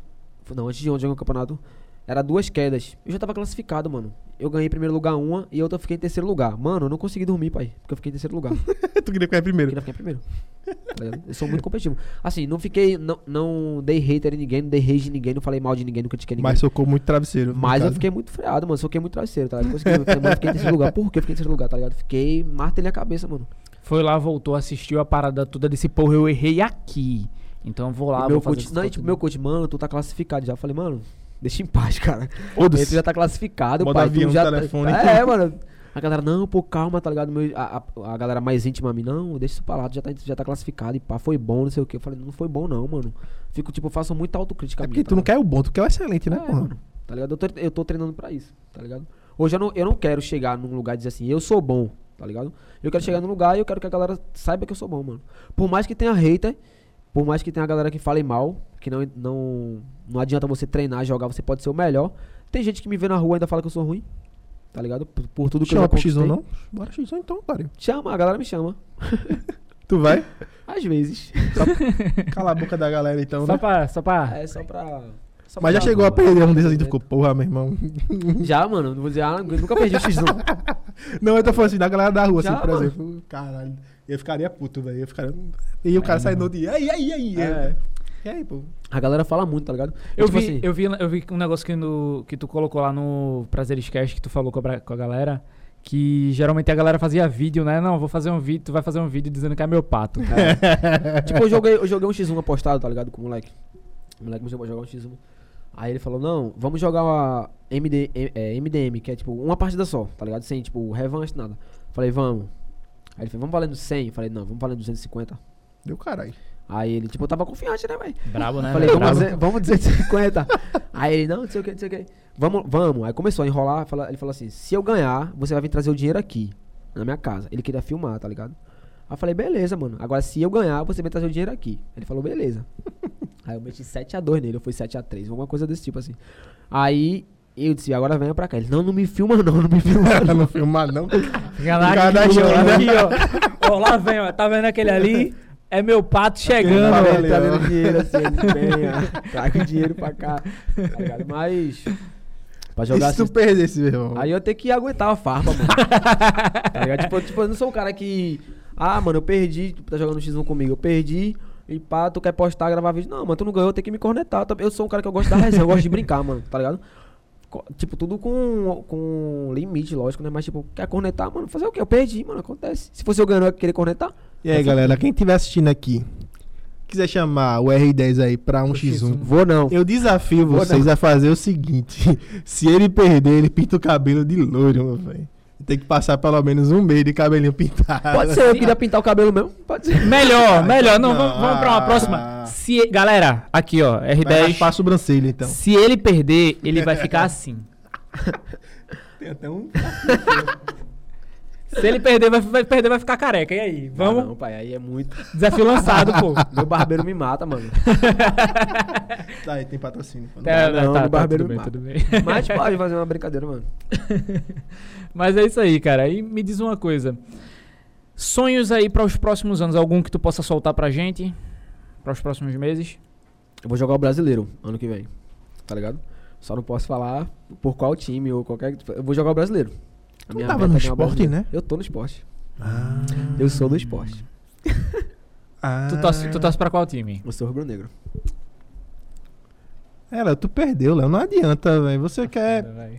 [SPEAKER 4] não, antes de ontem eu joguei um campeonato, era duas quedas. Eu já tava classificado, mano. Eu ganhei em primeiro lugar uma e a outra eu fiquei em terceiro lugar. Mano, eu não consegui dormir, pai, porque eu fiquei em terceiro lugar.
[SPEAKER 2] *laughs* tu queria ficar em primeiro.
[SPEAKER 4] queria ficar em primeiro. Tá ligado? Eu sou muito competitivo. Assim, não fiquei, não, não dei hater em ninguém, não dei rage em ninguém, não falei mal de ninguém, não critiquei ninguém.
[SPEAKER 2] Mas socou muito travesseiro. no
[SPEAKER 4] Mas eu
[SPEAKER 2] caso.
[SPEAKER 4] fiquei muito freado, mano. Soquei muito travesseiro, tá ligado? Consegui, eu falei, mano, eu fiquei em terceiro lugar. Por que eu fiquei em terceiro lugar, tá ligado? Fiquei martelei a cabeça, mano.
[SPEAKER 3] Foi lá, voltou, assistiu a parada toda desse porra, eu errei aqui. Então eu vou lá,
[SPEAKER 4] E meu
[SPEAKER 3] vou fazer
[SPEAKER 4] coach,
[SPEAKER 3] esse
[SPEAKER 4] não, e, tipo, meu coach, mano, tu tá classificado já. Eu falei, mano, deixa em paz, *laughs* cara.
[SPEAKER 2] Foda-se.
[SPEAKER 4] Ele já tá classificado,
[SPEAKER 2] Modo
[SPEAKER 4] pai.
[SPEAKER 2] avião
[SPEAKER 4] tu
[SPEAKER 2] no
[SPEAKER 4] já tá-
[SPEAKER 2] telefone. então.
[SPEAKER 4] É, mano. A galera, não, pô, calma, tá ligado? Meu, a, a, a galera mais íntima a mim, não, deixa isso pra lá, tu já tá, tu já tá classificado e pá, foi bom, não sei o que. Eu falei, não foi bom não, mano. Fico, tipo, eu faço muita autocrítica
[SPEAKER 2] É
[SPEAKER 4] minha,
[SPEAKER 2] porque
[SPEAKER 4] tá
[SPEAKER 2] tu não
[SPEAKER 4] ligado?
[SPEAKER 2] quer o bom, tu quer o excelente, né,
[SPEAKER 4] É,
[SPEAKER 2] porra?
[SPEAKER 4] mano, tá ligado? Eu tô, eu tô treinando pra isso, tá ligado? Hoje eu não, eu não quero chegar num lugar e dizer assim, eu sou bom, tá ligado? Eu quero
[SPEAKER 2] É.
[SPEAKER 4] chegar num lugar e eu quero que a galera saiba que eu sou bom, mano. Por mais que tenha hater, por mais que tenha a galera que fale mal, que não, não, não adianta você treinar, jogar, você pode ser o melhor. Tem gente que me vê na rua e ainda fala que eu sou ruim, tá ligado? Por, por tudo que eu
[SPEAKER 2] Chama
[SPEAKER 4] já
[SPEAKER 2] pro X1
[SPEAKER 4] conquistei.
[SPEAKER 2] não? Bora X1 então, otário.
[SPEAKER 4] Chama, a galera me chama.
[SPEAKER 2] Tu vai?
[SPEAKER 4] Às vezes.
[SPEAKER 2] *laughs* Cala a boca da galera então,
[SPEAKER 3] Só
[SPEAKER 2] né?
[SPEAKER 3] pra, só pra...
[SPEAKER 4] É só pra... só
[SPEAKER 2] Mas
[SPEAKER 4] pra
[SPEAKER 2] já
[SPEAKER 4] dar
[SPEAKER 2] chegou a
[SPEAKER 4] uma-
[SPEAKER 2] perder um desses assim, tu ficou, porra, meu irmão. *laughs*
[SPEAKER 4] Já, mano. Não vou dizer, ah, eu nunca perdi o X, não.
[SPEAKER 2] Não, eu tô falando assim, da galera da rua,
[SPEAKER 4] Já,
[SPEAKER 2] assim, por
[SPEAKER 4] mano.
[SPEAKER 2] exemplo. Caralho, eu ficaria puto, velho. Eu ficaria. E o cara sai no outro dia. Ai, ai, ai.
[SPEAKER 4] É.
[SPEAKER 2] E aí, pô?
[SPEAKER 4] A galera fala muito, tá ligado?
[SPEAKER 3] Eu,
[SPEAKER 4] Tipo
[SPEAKER 3] vi,
[SPEAKER 4] assim,
[SPEAKER 3] eu, vi, eu vi um negócio que, no, que tu colocou lá no Prazeres Cast, que tu falou com a, bra- com a galera, que geralmente a galera fazia vídeo, né? Não, vou fazer um vídeo, tu vai fazer um vídeo dizendo que é meu pato.
[SPEAKER 4] Tipo, eu joguei, eu joguei um X1 apostado, tá ligado? Com o moleque. O moleque me chamou pra jogar um X1. Aí ele falou, não, vamos jogar uma MD, é, MDM, que é tipo uma partida só, tá ligado? Sem, tipo, revanche, nada. Falei, vamos. Aí ele falou, vamos valendo 100? Eu falei, não, vamos valendo 250.
[SPEAKER 2] Deu
[SPEAKER 4] *laughs*
[SPEAKER 2] caralho. *laughs*
[SPEAKER 4] Aí ele, tipo, eu tava confiante, né, velho?
[SPEAKER 3] Brabo, né?
[SPEAKER 4] Falei,
[SPEAKER 3] velho?
[SPEAKER 4] vamos,
[SPEAKER 3] Brabo.
[SPEAKER 4] dizer, *laughs* vamos 250. Aí ele, não, não sei o que, não sei o que. Vamos, vamos. Aí começou a enrolar. fala- Ele falou assim: se eu ganhar, você vai vir trazer o dinheiro aqui, na minha casa. Ele queria filmar, tá ligado? Aí eu falei, beleza, mano. Agora se eu ganhar, você vem trazer o dinheiro aqui. Ele falou, beleza. *laughs* Aí eu meti 7x2 nele, eu fui 7x3, alguma coisa desse tipo assim. Aí eu disse, agora venha pra cá. Ele, não, não me filma não, não me filma *laughs* não.
[SPEAKER 2] Pra não filmar, não.
[SPEAKER 3] Fica lá
[SPEAKER 2] Cada
[SPEAKER 3] aqui, ó,
[SPEAKER 2] jogo,
[SPEAKER 3] aqui, ó. Ó, lá vem, ó. Tá vendo aquele ali? É meu pato chegando.
[SPEAKER 2] Aquele lá,
[SPEAKER 3] velho.
[SPEAKER 4] Ele tá
[SPEAKER 2] valeu.
[SPEAKER 4] dando dinheiro assim, ele *laughs* venha, traga o dinheiro pra cá. Tá ligado? Mas. Pra
[SPEAKER 2] E
[SPEAKER 4] jogar
[SPEAKER 2] se
[SPEAKER 4] assim,
[SPEAKER 2] tu perdesse, meu irmão?
[SPEAKER 4] Aí eu tenho que aguentar a farpa,
[SPEAKER 3] *laughs*
[SPEAKER 4] mano. tá ligado? Tipo, tipo, eu não sou um cara que. Ah, mano, eu perdi. Tu tá jogando X1 comigo. Eu perdi. E pá, tu quer postar, gravar vídeo. Não, mano, tu não ganhou, eu tenho que me cornetar. Eu sou um cara que eu gosto da resenha, eu gosto de brincar, mano, tá ligado? Co- co- Tipo, tudo com, com limite, lógico, né? Mas, tipo, quer cornetar, mano? Fazer o quê? Eu perdi, mano. Acontece. Se fosse eu ganhando, eu ia querer cornetar.
[SPEAKER 2] E aí, galera, quem estiver assistindo aqui, quiser chamar o R10 aí pra um x 1
[SPEAKER 4] Vou não.
[SPEAKER 2] eu desafio
[SPEAKER 4] Vou
[SPEAKER 2] vocês a fazer o seguinte: *laughs* se ele perder, ele pinta o cabelo de loiro, meu velho. Tem que passar pelo menos um mês de cabelinho pintado.
[SPEAKER 4] Pode ser, eu queria pintar o cabelo mesmo. Pode ser.
[SPEAKER 3] Melhor, melhor. Não,
[SPEAKER 2] Não,
[SPEAKER 3] vamos, vamos pra uma
[SPEAKER 2] ah.
[SPEAKER 3] próxima. Se, galera, aqui ó,
[SPEAKER 2] Vai
[SPEAKER 3] R10.
[SPEAKER 2] raspar a sobrancelha, então.
[SPEAKER 3] Se ele perder, ele vai ficar assim.
[SPEAKER 2] Tem até um.
[SPEAKER 3] Se ele perder, vai, vai perder, vai ficar careca. E aí? Vamos?
[SPEAKER 4] Não, pai, aí é muito.
[SPEAKER 3] Desafio lançado, pô.
[SPEAKER 4] Meu barbeiro me mata, mano.
[SPEAKER 2] Tá, aí tem patrocínio. pô.
[SPEAKER 3] *laughs* Tá,
[SPEAKER 4] não,
[SPEAKER 3] tá,
[SPEAKER 4] no
[SPEAKER 3] tá,
[SPEAKER 4] barbeiro
[SPEAKER 3] tudo bem,
[SPEAKER 4] mata.
[SPEAKER 3] tudo bem.
[SPEAKER 4] Mas pode fazer uma brincadeira, mano.
[SPEAKER 3] *laughs* Mas é isso aí, cara. E me diz uma coisa. Sonhos aí para os próximos anos, algum que tu possa soltar pra gente? Para os próximos meses?
[SPEAKER 4] Eu vou jogar o brasileiro ano que vem. Tá ligado? Só não posso falar por qual time ou qualquer. Eu vou jogar o brasileiro. A
[SPEAKER 2] Tu tava no
[SPEAKER 4] meta é ganhar o
[SPEAKER 2] esporte,
[SPEAKER 4] brasileiro.
[SPEAKER 2] né?
[SPEAKER 4] Eu tô no esporte.
[SPEAKER 2] Ah,
[SPEAKER 4] Eu sou do esporte.
[SPEAKER 2] ah.
[SPEAKER 3] Tu torce, tu torce pra qual time?
[SPEAKER 4] Eu sou rubro-negro.
[SPEAKER 2] É, Léo, tu perdeu, Léo. Não adianta, velho. Você quer,
[SPEAKER 3] Vai.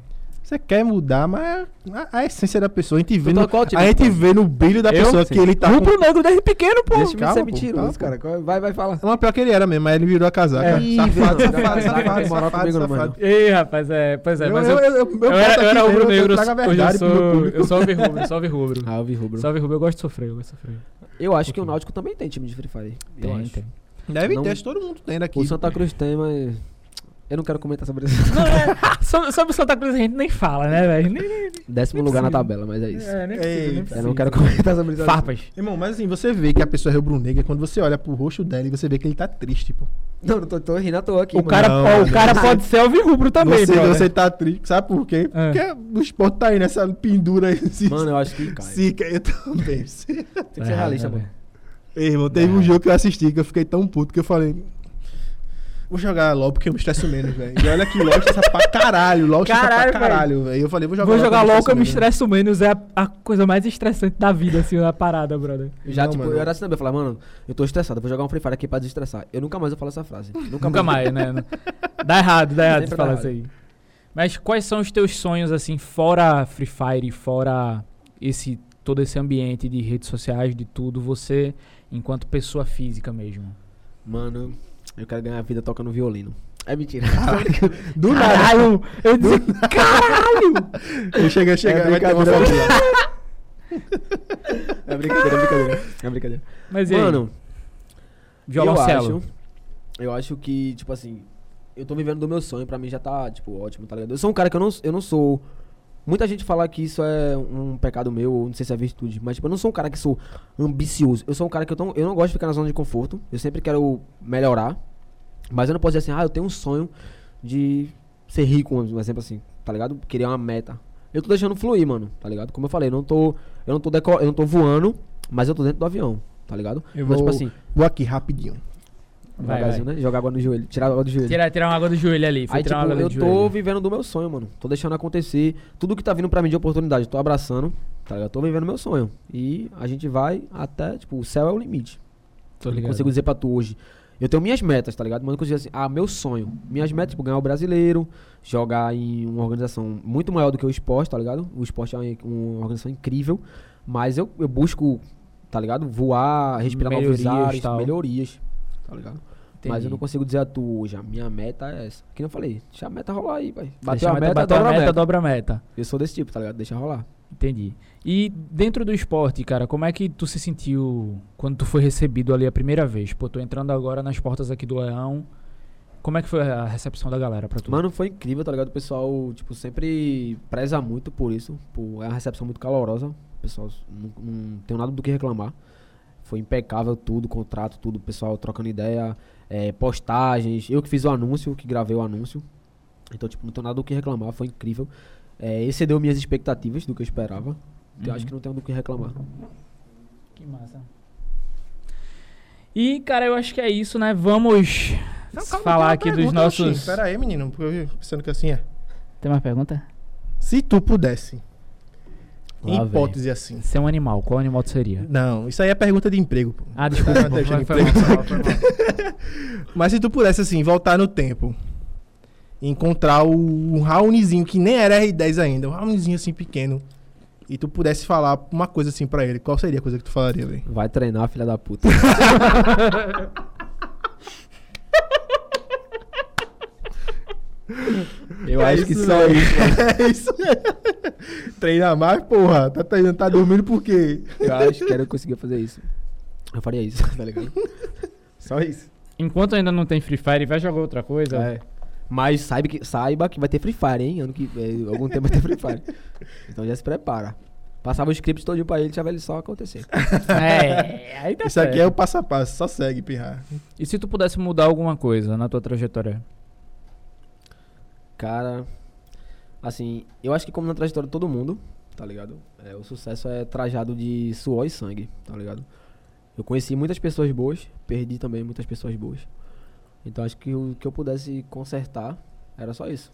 [SPEAKER 2] você quer mudar, mas é a, a essência da pessoa, a gente vê,
[SPEAKER 4] tá
[SPEAKER 2] no,
[SPEAKER 4] qual time,
[SPEAKER 2] a gente
[SPEAKER 4] cara?
[SPEAKER 2] vê no brilho da
[SPEAKER 3] Eu?
[SPEAKER 2] pessoa que ele tá. Com...
[SPEAKER 3] Rubro-negro desde pequeno, pô.
[SPEAKER 4] Deixa eu
[SPEAKER 2] calma,
[SPEAKER 4] ser
[SPEAKER 2] pô,
[SPEAKER 4] mentiroso,
[SPEAKER 2] calma,
[SPEAKER 4] cara. Vai, vai, fala.
[SPEAKER 2] Não, É pior que ele era mesmo, aí ele virou a casaca.
[SPEAKER 4] É. Ih,
[SPEAKER 2] safado,
[SPEAKER 4] velho,
[SPEAKER 2] safado,
[SPEAKER 4] não
[SPEAKER 2] safado,
[SPEAKER 4] vai morar
[SPEAKER 2] safado,
[SPEAKER 4] comigo, não,
[SPEAKER 2] safado.
[SPEAKER 4] mano.
[SPEAKER 3] E aí, rapaz, é, pois é,
[SPEAKER 2] Eu-
[SPEAKER 3] mas
[SPEAKER 2] eu-
[SPEAKER 3] eu,
[SPEAKER 2] eu- eu boto
[SPEAKER 3] era, eu
[SPEAKER 2] aqui
[SPEAKER 3] era
[SPEAKER 2] mesmo,
[SPEAKER 3] rubro-negro,
[SPEAKER 2] eu trago a
[SPEAKER 3] hoje eu
[SPEAKER 2] verdade pro meu
[SPEAKER 3] sou,
[SPEAKER 2] público.
[SPEAKER 3] eu sou alvirrubro, sou alvirrubro.
[SPEAKER 4] Ah, eu vi rubro.
[SPEAKER 3] Sou alvirrubro, eu gosto de sofrer, eu gosto de sofrer.
[SPEAKER 4] Eu acho que o Náutico também tem time de Free Fire. Eu
[SPEAKER 3] Tem,
[SPEAKER 4] acho.
[SPEAKER 3] tem.
[SPEAKER 2] Deve
[SPEAKER 4] Não-
[SPEAKER 2] ter, acho que todo mundo tem daqui.
[SPEAKER 4] O Santa Cruz tem, mas. Eu não quero comentar sobre isso. *laughs*
[SPEAKER 3] Não, é, sobre, sobre o Santa Cruz a gente nem fala, né, velho? Nem, nem,
[SPEAKER 4] Décimo lugar na tabela, mas é isso.
[SPEAKER 3] é, nem precisa, nem
[SPEAKER 2] Eita.
[SPEAKER 3] precisa.
[SPEAKER 4] Eu não quero comentar sobre isso.
[SPEAKER 3] Farpas.
[SPEAKER 2] Irmão, mas assim, você vê que a pessoa é rubro-negra, quando você olha pro rosto dela e você vê que ele tá triste, pô.
[SPEAKER 4] Não, não tô, tô rindo à toa aqui.
[SPEAKER 3] O
[SPEAKER 4] mano.
[SPEAKER 3] cara,
[SPEAKER 2] Não,
[SPEAKER 3] ó, o
[SPEAKER 2] mano.
[SPEAKER 3] cara pode ser alvirrubro também,
[SPEAKER 2] você,
[SPEAKER 3] brother.
[SPEAKER 2] você tá triste, sabe por quê?
[SPEAKER 3] Ah.
[SPEAKER 2] Porque o esporte tá aí nessa pendura aí. Se,
[SPEAKER 4] Mano, eu acho que cai.
[SPEAKER 2] se, eu *laughs* também. Se-
[SPEAKER 4] Tem
[SPEAKER 3] É,
[SPEAKER 4] que ser realista, mano.
[SPEAKER 2] Ei, irmão, teve um jogo que eu assisti que eu fiquei tão puto que eu falei. Vou jogar LOL porque eu me estresso menos, velho. E olha que LOL estressa pra caralho. LOL estressa
[SPEAKER 3] Caralho,
[SPEAKER 2] pra
[SPEAKER 3] velho.
[SPEAKER 2] carallo, velho. Eu falei, vou jogar
[SPEAKER 3] Vou jogar
[SPEAKER 2] LOL
[SPEAKER 3] LOL
[SPEAKER 2] porque
[SPEAKER 3] que eu me
[SPEAKER 2] menos.
[SPEAKER 3] estresso menos. É a, a coisa mais estressante da vida, assim, na parada, brother.
[SPEAKER 4] Eu Já,
[SPEAKER 2] Não,
[SPEAKER 4] tipo,
[SPEAKER 2] mano.
[SPEAKER 4] eu era assim também. Eu falava, mano, eu tô estressado, eu vou jogar um Free Fire aqui pra desestressar. Eu nunca mais vou falar
[SPEAKER 3] *laughs*
[SPEAKER 4] essa frase. Nunca,
[SPEAKER 3] Nunca mais, né? *laughs* Dá errado, dá errado
[SPEAKER 4] Sempre
[SPEAKER 3] você
[SPEAKER 4] dá
[SPEAKER 3] falar isso aí. Mas quais são os teus sonhos, assim, fora Free Fire, fora esse todo esse ambiente de redes sociais, de tudo, você enquanto pessoa física mesmo?
[SPEAKER 4] Mano, eu quero ganhar a vida tocando violino.
[SPEAKER 2] *laughs*
[SPEAKER 4] É mentira.
[SPEAKER 2] Do nada.
[SPEAKER 3] Caralho! *laughs* Eu disse, caralho!
[SPEAKER 2] Eu chega, chega,
[SPEAKER 4] É
[SPEAKER 2] vai ter uma
[SPEAKER 4] brincadeira.
[SPEAKER 2] foto lá.
[SPEAKER 4] é brincadeira, é brincadeira. É brincadeira.
[SPEAKER 3] Mas e aí?
[SPEAKER 4] Mano,
[SPEAKER 3] violoncelo.
[SPEAKER 4] Eu acho, eu acho que, tipo assim, eu tô vivendo do meu sonho, pra mim já tá, tipo, ótimo, tá ligado? Eu sou um cara que eu não, eu não sou. Muita gente fala que isso é um pecado meu, ou não sei se é virtude, mas tipo, eu não sou um cara que sou ambicioso. Eu sou um cara que eu, tô, eu não gosto de ficar na zona de conforto. Eu sempre quero melhorar. Mas eu não posso dizer assim, ah, eu tenho um sonho de ser rico, um exemplo assim, tá ligado? Criar uma meta. Eu tô deixando fluir, mano, tá ligado? Como eu falei, eu não tô. Eu não tô, deco eu não tô voando, mas eu tô dentro do avião, tá ligado?
[SPEAKER 2] Eu
[SPEAKER 4] Então,
[SPEAKER 2] vou-
[SPEAKER 4] tipo assim,
[SPEAKER 2] Vou aqui rapidinho.
[SPEAKER 3] Vai,
[SPEAKER 4] Devagarzinho, né? Jogar água no joelho. Tirar água do joelho.
[SPEAKER 3] Tirar, tirar uma água do joelho ali. Foi
[SPEAKER 4] né? Aí, tipo,
[SPEAKER 3] tirar uma água
[SPEAKER 4] eu
[SPEAKER 3] do
[SPEAKER 4] tô
[SPEAKER 3] joelho.
[SPEAKER 4] vivendo do meu sonho, mano. Tô deixando acontecer. Tudo que tá vindo pra mim de oportunidade, eu tô abraçando. Tá ligado? Eu tô vivendo meu sonho. E a gente vai até, tipo, o céu é o limite.
[SPEAKER 3] Tô
[SPEAKER 4] Eu
[SPEAKER 3] Tá ligado.
[SPEAKER 4] Não consigo dizer pra tu hoje. Eu tenho minhas metas, tá ligado? Mas eu não consigo dizer assim, ah, meu sonho. Minhas metas, tipo, ganhar o brasileiro, jogar em uma organização muito maior do que o esporte, tá ligado? O esporte é uma- uma organização incrível. Mas eu, eu busco, tá ligado? Voar, respirar novos
[SPEAKER 3] Melhorias,
[SPEAKER 4] ares,
[SPEAKER 3] tal.
[SPEAKER 4] melhorias, tá ligado? Mas eu
[SPEAKER 3] Entendi.
[SPEAKER 4] não consigo dizer a tu hoje. A minha meta é essa. Que nem eu falei, deixa a meta rolar aí, pai.
[SPEAKER 3] Deixa
[SPEAKER 4] Bateu a meta,
[SPEAKER 3] bateu
[SPEAKER 4] dobra a meta.
[SPEAKER 3] dobra a meta.
[SPEAKER 4] Eu sou desse tipo, tá ligado? Deixa rolar.
[SPEAKER 3] Entendi. E dentro do esporte, cara, como é que tu se sentiu quando tu foi recebido ali a primeira vez? Pô, tô entrando agora nas portas aqui do Leão. Como é que foi a recepção da galera pra tu?
[SPEAKER 4] Mano, foi incrível, tá ligado? O pessoal, tipo, sempre preza muito por isso. Por... É uma recepção muito calorosa. O pessoal não, não tem nada do que reclamar. Foi impecável tudo, contrato, tudo. O pessoal trocando ideia, eh, postagens. Eu que fiz o anúncio, que gravei o anúncio. Então, tipo, não tem nada do que reclamar. Foi incrível. Eh, excedeu minhas expectativas do que eu esperava. Então, eu
[SPEAKER 3] Uhum.
[SPEAKER 4] acho que não tem do que reclamar.
[SPEAKER 3] Que massa. E, cara, eu acho que é isso, né? Vamos falar aqui dos nossos.
[SPEAKER 2] Pera aí, menino, porque eu fico pensando que assim é.
[SPEAKER 3] Tem mais pergunta?
[SPEAKER 2] Se tu pudesse, em
[SPEAKER 3] Lá vem.
[SPEAKER 2] hipótese assim.
[SPEAKER 3] Ser um animal, qual animal
[SPEAKER 2] *laughs*
[SPEAKER 3] tu seria?
[SPEAKER 2] Não, isso aí é pergunta de emprego, pô.
[SPEAKER 3] Ah, desculpa.
[SPEAKER 2] Não,
[SPEAKER 3] pô,
[SPEAKER 2] deixa
[SPEAKER 3] foi,
[SPEAKER 2] de
[SPEAKER 3] foi mal, foi mal, foi mal.
[SPEAKER 2] Mas se tu pudesse, assim, voltar no tempo encontrar o, um Raonizinho, que nem era R10 ainda, um Raonizinho assim pequeno, e tu pudesse falar uma coisa assim pra ele, qual seria a coisa que tu falaria, velho?
[SPEAKER 4] Vai treinar, filha da puta. Eu
[SPEAKER 2] É
[SPEAKER 4] acho que
[SPEAKER 2] isso,
[SPEAKER 4] só
[SPEAKER 2] velho.
[SPEAKER 4] isso.
[SPEAKER 2] *laughs* É isso. Treina mais, porra. Tá, treinando, tá dormindo por quê?
[SPEAKER 4] Eu acho que era eu conseguir fazer isso. Eu faria isso, *laughs* tá ligado? Só isso.
[SPEAKER 3] Enquanto ainda não tem Free Fire, vai jogar outra coisa.
[SPEAKER 4] É. Mas saiba que, saiba que vai ter Free Fire, hein? Ano que, é, algum tempo vai ter Free Fire. Então já se prepara. Passava o script todinho pra ele, deixava ele só acontecer.
[SPEAKER 2] *laughs*
[SPEAKER 3] É, aí tá
[SPEAKER 2] Isso aqui
[SPEAKER 3] certo.
[SPEAKER 2] é o passo a passo, só segue, pirra.
[SPEAKER 3] E se tu pudesse mudar alguma coisa na tua trajetória?
[SPEAKER 4] Cara, assim, eu acho que como na trajetória de todo mundo, tá ligado? É, o sucesso é trajado de suor e sangue, tá ligado? Eu conheci muitas pessoas boas, perdi também muitas pessoas boas. Então acho que o que eu pudesse consertar era só isso.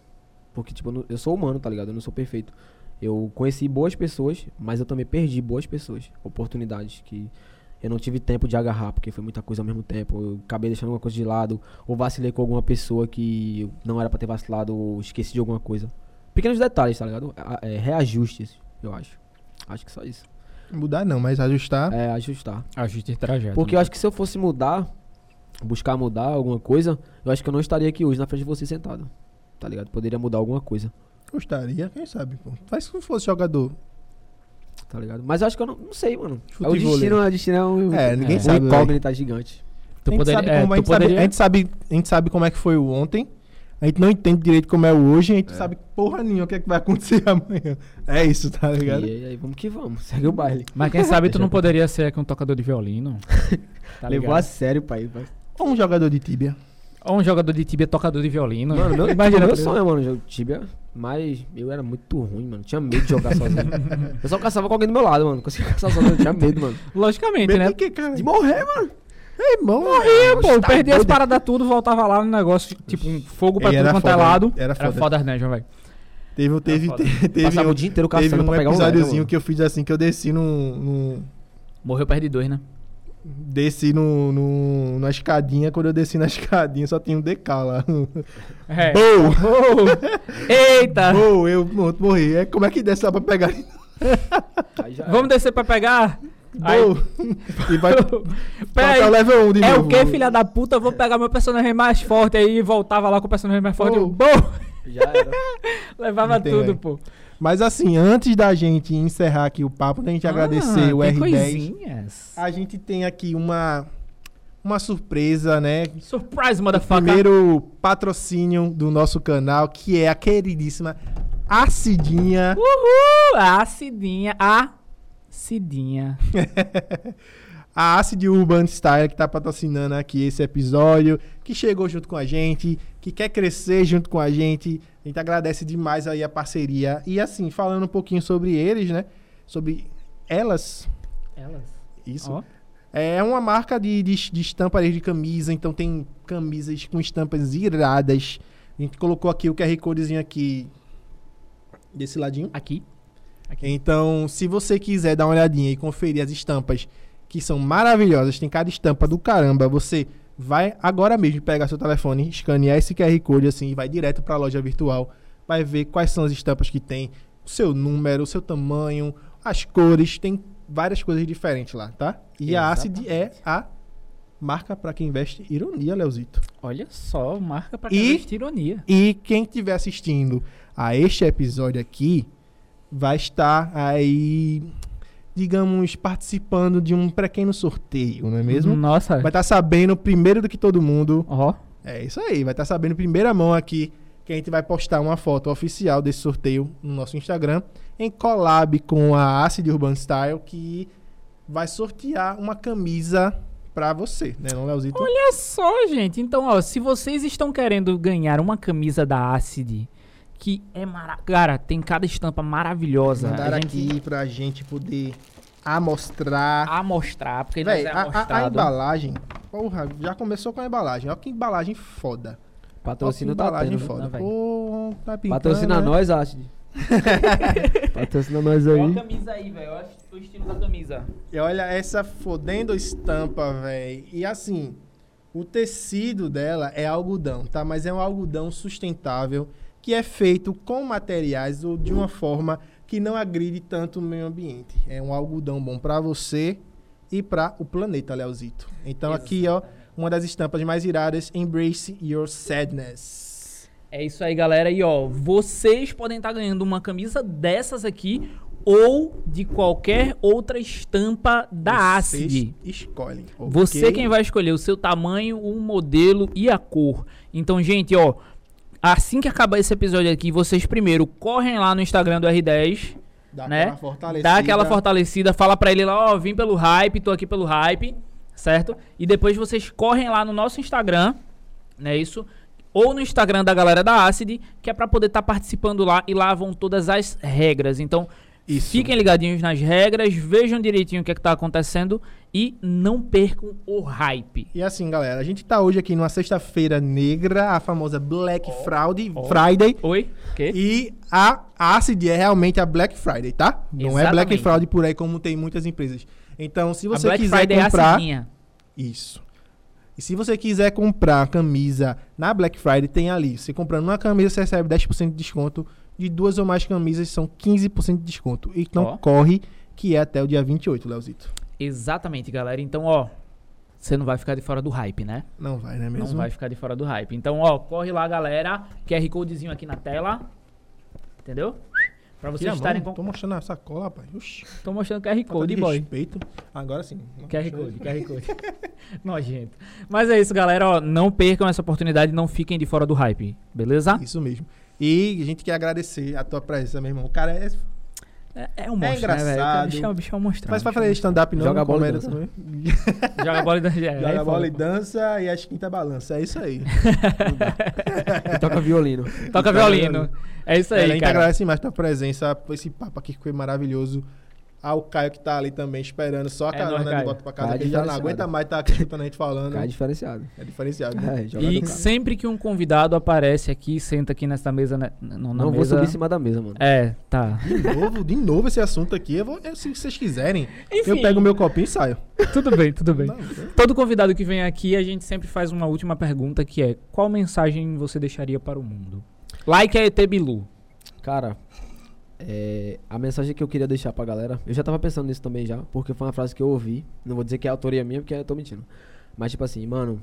[SPEAKER 4] Porque, tipo, eu, não- eu sou humano, tá ligado? Eu não sou perfeito. Eu conheci boas pessoas, mas eu também perdi boas pessoas. Oportunidades que eu não tive tempo de agarrar, porque foi muita coisa ao mesmo tempo. Eu acabei deixando alguma coisa de lado, ou vacilei com alguma pessoa que eu não era pra ter vacilado, ou esqueci de alguma coisa. Pequenos detalhes, tá ligado? A- é, reajustes, eu acho. Acho que só isso.
[SPEAKER 2] Mudar não, mas ajustar.
[SPEAKER 4] É, ajustar.
[SPEAKER 3] Ajuste de Ah, trajeto.
[SPEAKER 4] Porque eu acho que se eu fosse mudar, buscar mudar alguma coisa, eu acho que eu não estaria aqui hoje na frente de você sentado. Tá ligado? Poderia mudar alguma coisa.
[SPEAKER 2] Gostaria, quem sabe, pô. Faz se não fosse jogador.
[SPEAKER 4] Tá ligado? Mas eu acho que eu não, não sei, mano. É o
[SPEAKER 2] Futevôlei.
[SPEAKER 4] destino, é o destino é um,
[SPEAKER 2] É, ninguém sabe,
[SPEAKER 4] um
[SPEAKER 2] velho.
[SPEAKER 4] incógnita gigante.
[SPEAKER 3] Tu
[SPEAKER 2] a, gente
[SPEAKER 3] poderia-
[SPEAKER 2] sabe
[SPEAKER 3] é,
[SPEAKER 2] como, a,
[SPEAKER 3] tu
[SPEAKER 2] gente sabe-
[SPEAKER 3] poderia-
[SPEAKER 2] a gente sabe, a gente sabe como é que foi o ontem. A gente não entende direito como é o hoje, a gente sabe porra nenhuma o que é que vai acontecer *laughs* amanhã. É isso, tá
[SPEAKER 4] E
[SPEAKER 2] ligado?
[SPEAKER 4] aí, aí, vamos que vamos. *laughs* Segue o baile.
[SPEAKER 3] Mas quem sabe tu
[SPEAKER 2] *laughs*
[SPEAKER 4] Deixa
[SPEAKER 3] não
[SPEAKER 4] eu contar.
[SPEAKER 3] poderia ser aqui um tocador de violino? Tá
[SPEAKER 4] Levou
[SPEAKER 3] ligado?
[SPEAKER 4] a sério, pai. pai.
[SPEAKER 2] Ou um jogador de tíbia.
[SPEAKER 3] Ou um jogador de tibia tocador de violino.
[SPEAKER 4] Mano, meu,
[SPEAKER 3] Imagina,
[SPEAKER 4] Imagina, meu
[SPEAKER 3] tá ligado?
[SPEAKER 4] sonho, mano, jogo Tibia. Mas eu era muito ruim, mano. Tinha medo de jogar sozinho. eu só caçava com alguém do meu lado, mano. Conseguia caçar sozinho, eu tinha medo, mano.
[SPEAKER 3] Logicamente, né?
[SPEAKER 2] Medo de quê, cara?
[SPEAKER 4] De morrer, mano.
[SPEAKER 2] É bom,
[SPEAKER 3] Morria, pô.
[SPEAKER 4] tá
[SPEAKER 3] perdia as
[SPEAKER 4] doido.
[SPEAKER 3] paradas tudo, voltava lá no negócio, tipo, um fogo pra
[SPEAKER 2] Ele
[SPEAKER 3] tudo
[SPEAKER 2] era
[SPEAKER 3] quanto é
[SPEAKER 2] foda,
[SPEAKER 3] lado.
[SPEAKER 2] era foda.
[SPEAKER 3] as né, João, velho?
[SPEAKER 2] Teve, teve,
[SPEAKER 3] foda.
[SPEAKER 2] teve, teve,
[SPEAKER 4] É Passava
[SPEAKER 2] um,
[SPEAKER 4] o dia inteiro
[SPEAKER 2] teve
[SPEAKER 4] caçando
[SPEAKER 2] um
[SPEAKER 4] pra pegar um
[SPEAKER 2] episódiozinho que eu fiz assim, que eu desci num... num
[SPEAKER 3] Morreu perto de dois, né?
[SPEAKER 2] desci no, no, na escadinha, quando eu desci na *laughs* escadinha só tinha um DK lá.
[SPEAKER 3] É.
[SPEAKER 2] Boa!
[SPEAKER 3] Eita!
[SPEAKER 2] Boa, eu pronto, morri. É, como é que desce lá pra pegar?
[SPEAKER 3] Vamos descer pra
[SPEAKER 2] *laughs*
[SPEAKER 3] pegar? Aí-
[SPEAKER 2] Boa! E vai
[SPEAKER 3] *laughs* Peraí.
[SPEAKER 2] tocar o level 1 de
[SPEAKER 3] É
[SPEAKER 2] novo.
[SPEAKER 3] o que, filha da puta? Eu Vou pegar meu personagem mais forte aí e voltava lá com o personagem mais forte.
[SPEAKER 2] Oh.
[SPEAKER 3] Bom,
[SPEAKER 4] Já era.
[SPEAKER 3] levava
[SPEAKER 2] Não tem,
[SPEAKER 3] tudo,
[SPEAKER 2] velho.
[SPEAKER 3] pô.
[SPEAKER 2] Mas assim, antes da gente encerrar aqui o papo, da gente agradecer
[SPEAKER 3] Ah,
[SPEAKER 2] o
[SPEAKER 3] tem
[SPEAKER 2] R10,
[SPEAKER 3] coisinhas.
[SPEAKER 2] a gente tem aqui uma, uma surpresa, né?
[SPEAKER 3] Surprise, motherfucker.
[SPEAKER 2] Primeiro patrocínio do nosso canal, que é a queridíssima Acidinha.
[SPEAKER 3] Uhul! A Cidinha, a Cidinha.
[SPEAKER 2] a Acid Urban Style que tá patrocinando aqui esse episódio, que chegou junto com a gente, que quer crescer junto com a gente. A gente agradece demais aí a parceria. E assim, falando um pouquinho sobre eles, né? Sobre elas,
[SPEAKER 3] Elas.
[SPEAKER 2] isso.
[SPEAKER 3] Ó.
[SPEAKER 2] É uma marca de, de, de estampas de camisa, então tem camisas com estampas iradas. A gente colocou aqui o QR Codezinho aqui desse ladinho.
[SPEAKER 3] Aqui.
[SPEAKER 2] Então, se você quiser dar uma olhadinha e conferir as estampas, que são maravilhosas, tem cada estampa do caramba, você vai agora mesmo pegar seu telefone, escanear esse QR Code assim e vai direto para a loja virtual, vai ver quais são as estampas que tem, o seu número, o seu tamanho, as cores, tem várias coisas diferentes lá, tá? E a Acid é a marca para quem investe ironia, Leozito.
[SPEAKER 3] Olha só, marca pra
[SPEAKER 2] E-
[SPEAKER 3] quem e... ironia.
[SPEAKER 2] E quem estiver assistindo a este episódio aqui vai estar aí, digamos, participando de um pequeno sorteio, não é mesmo?
[SPEAKER 3] Nossa.
[SPEAKER 2] Vai estar sabendo primeiro do que todo mundo.
[SPEAKER 3] Ó.
[SPEAKER 2] É isso aí, vai estar sabendo em primeira mão aqui que a gente vai postar uma foto oficial desse sorteio no nosso Instagram em collab com a Acid Urban Style que vai sortear uma camisa pra você, né, não, Leozito?
[SPEAKER 3] Olha só, gente. Então, ó, se vocês estão querendo ganhar uma camisa da Acid, que é mara... Cara, tem cada estampa maravilhosa.
[SPEAKER 2] Mandaram
[SPEAKER 3] a gente
[SPEAKER 2] aqui pra gente poder amostrar.
[SPEAKER 3] a mostrar, porque
[SPEAKER 2] Véi,
[SPEAKER 3] nós é
[SPEAKER 2] a, a- a
[SPEAKER 3] amostrado.
[SPEAKER 2] embalagem. Porra, já começou com a embalagem. Olha que embalagem foda.
[SPEAKER 4] Patrocínio
[SPEAKER 2] Olha que
[SPEAKER 4] tá
[SPEAKER 2] embalagem
[SPEAKER 4] tendo. né?
[SPEAKER 2] foda.
[SPEAKER 3] né, véi?
[SPEAKER 2] Pô, tá pintando,
[SPEAKER 4] Patrocina
[SPEAKER 2] né?
[SPEAKER 4] nós, Astrid. Patrocina nós
[SPEAKER 3] Olha a
[SPEAKER 4] aí.
[SPEAKER 3] camisa aí, velho. Olha o estilo da camisa.
[SPEAKER 2] E olha essa fodendo estampa, véi. E assim, O tecido dela é algodão, tá? Mas é um algodão sustentável que é feito com materiais ou de uma forma que não agride tanto o meio ambiente. É um algodão bom para você e para o planeta, Leozito. Então aqui, ó, uma das estampas mais iradas, Embrace Your Sadness.
[SPEAKER 3] É isso aí, galera. E ó, vocês podem estar ganhando uma camisa dessas aqui ou de qualquer outra estampa da
[SPEAKER 2] Vocês
[SPEAKER 3] ASID.
[SPEAKER 2] Escolhem.
[SPEAKER 3] Você
[SPEAKER 2] ok?
[SPEAKER 3] quem vai escolher o seu tamanho, o modelo e a cor. Então, gente, ó, assim que acabar esse episódio aqui, vocês primeiro correm lá no Instagram do R10,
[SPEAKER 2] Dá
[SPEAKER 3] né?
[SPEAKER 2] aquela fortalecida.
[SPEAKER 3] Dá aquela fortalecida, fala pra ele lá, ó, vim pelo hype, tô aqui pelo hype, certo? E depois vocês correm lá no nosso Instagram, né, isso? Ou no Instagram da galera da Acid, que é pra poder estar participando lá e lá vão todas as regras. Então,
[SPEAKER 2] Isso.
[SPEAKER 3] Fiquem ligadinhos nas regras, vejam direitinho o que é que tá acontecendo e não percam o hype.
[SPEAKER 2] E assim, galera, a gente tá hoje aqui numa sexta-feira negra, a famosa Black Friday,
[SPEAKER 3] ó.
[SPEAKER 2] Friday.
[SPEAKER 3] Oi? Quê?
[SPEAKER 2] E a ACID é realmente a Black Friday, tá? Não é Black
[SPEAKER 3] Exatamente.
[SPEAKER 2] Friday por aí, como tem muitas empresas. Então, se você
[SPEAKER 3] a Black
[SPEAKER 2] quiser
[SPEAKER 3] Friday é a
[SPEAKER 2] comprar.
[SPEAKER 3] seguinha.
[SPEAKER 2] Isso. E se você quiser comprar camisa na Black Friday, tem ali. Você comprando uma camisa, você recebe 10% de desconto. De duas ou mais camisas, são 15% de desconto. Então,
[SPEAKER 3] Ó.
[SPEAKER 2] corre, que é até o dia 28, Leozito.
[SPEAKER 3] Exatamente, galera. Então, ó, você não vai ficar de fora do hype, né?
[SPEAKER 2] Não vai, né mesmo?
[SPEAKER 3] Não vai ficar de fora do hype. Então, ó, corre lá, galera. QR Codezinho aqui na tela. Entendeu?
[SPEAKER 2] Tira
[SPEAKER 3] Pra vocês
[SPEAKER 2] a mão,
[SPEAKER 3] estarem com...
[SPEAKER 2] Tô mostrando a sacola, rapaz. Oxi,
[SPEAKER 3] Tô mostrando o QR
[SPEAKER 2] falta
[SPEAKER 3] Code,
[SPEAKER 2] de
[SPEAKER 3] boy.
[SPEAKER 2] respeito. Agora sim.
[SPEAKER 3] QR Code, QR Code. *laughs* Nojento. Mas é isso, galera. Ó, não percam essa oportunidade, não fiquem de fora do hype, beleza?
[SPEAKER 2] Isso mesmo. E a gente quer agradecer a tua presença, meu irmão. O cara é
[SPEAKER 3] É, é um monstro, né, velho?
[SPEAKER 2] engraçado.
[SPEAKER 3] Bicho, é um- bicho é um monstrão.
[SPEAKER 2] Faz pra
[SPEAKER 3] bicho é um
[SPEAKER 2] fazer
[SPEAKER 3] *laughs*
[SPEAKER 2] stand-up, não?
[SPEAKER 4] Joga
[SPEAKER 2] não
[SPEAKER 4] bola e
[SPEAKER 2] comédia
[SPEAKER 4] dança.
[SPEAKER 2] também.
[SPEAKER 3] monstrão. Joga bola e dança. é,
[SPEAKER 2] Joga
[SPEAKER 3] é
[SPEAKER 2] bola e
[SPEAKER 3] foda,
[SPEAKER 2] dança e as quinta balança. É isso
[SPEAKER 3] *laughs*
[SPEAKER 2] aí.
[SPEAKER 4] E toca violino.
[SPEAKER 3] pô. *laughs* Toca violino. É isso
[SPEAKER 2] Ela
[SPEAKER 3] aí,
[SPEAKER 2] ainda
[SPEAKER 3] cara.
[SPEAKER 2] agradece mais tua presença, esse papo aqui que foi maravilhoso. Ao Caio que tá ali também esperando só a
[SPEAKER 3] É
[SPEAKER 2] carona
[SPEAKER 3] nóis,
[SPEAKER 2] de
[SPEAKER 3] Caio.
[SPEAKER 2] bota pra casa,
[SPEAKER 4] Caio
[SPEAKER 2] que ele já não
[SPEAKER 4] diferenciado.
[SPEAKER 2] aguenta mais tá aqui escutando a gente falando.
[SPEAKER 4] Cara diferenciado.
[SPEAKER 2] É diferenciado. né?
[SPEAKER 4] É, joga
[SPEAKER 3] E sempre que um convidado aparece aqui, senta aqui nessa mesa. Né? Não, na
[SPEAKER 4] Não vou
[SPEAKER 3] mesa-
[SPEAKER 4] subir em cima da mesa, mano.
[SPEAKER 3] É, tá.
[SPEAKER 2] De novo, de novo esse assunto aqui. Eu vou- eu- se vocês quiserem, eu
[SPEAKER 3] Enfim.
[SPEAKER 2] pego meu copinho e saio.
[SPEAKER 3] Tudo bem, tudo bem.
[SPEAKER 2] Não, não.
[SPEAKER 3] Todo convidado que vem aqui, a gente sempre faz uma última pergunta que é: qual mensagem você deixaria para o mundo? Like é ET Bilu.
[SPEAKER 4] Cara, é, a mensagem que eu queria deixar pra galera, eu já tava pensando nisso também já, porque foi uma frase que eu ouvi. Não vou dizer que é autoria minha, porque eu tô mentindo. Mas tipo assim, mano,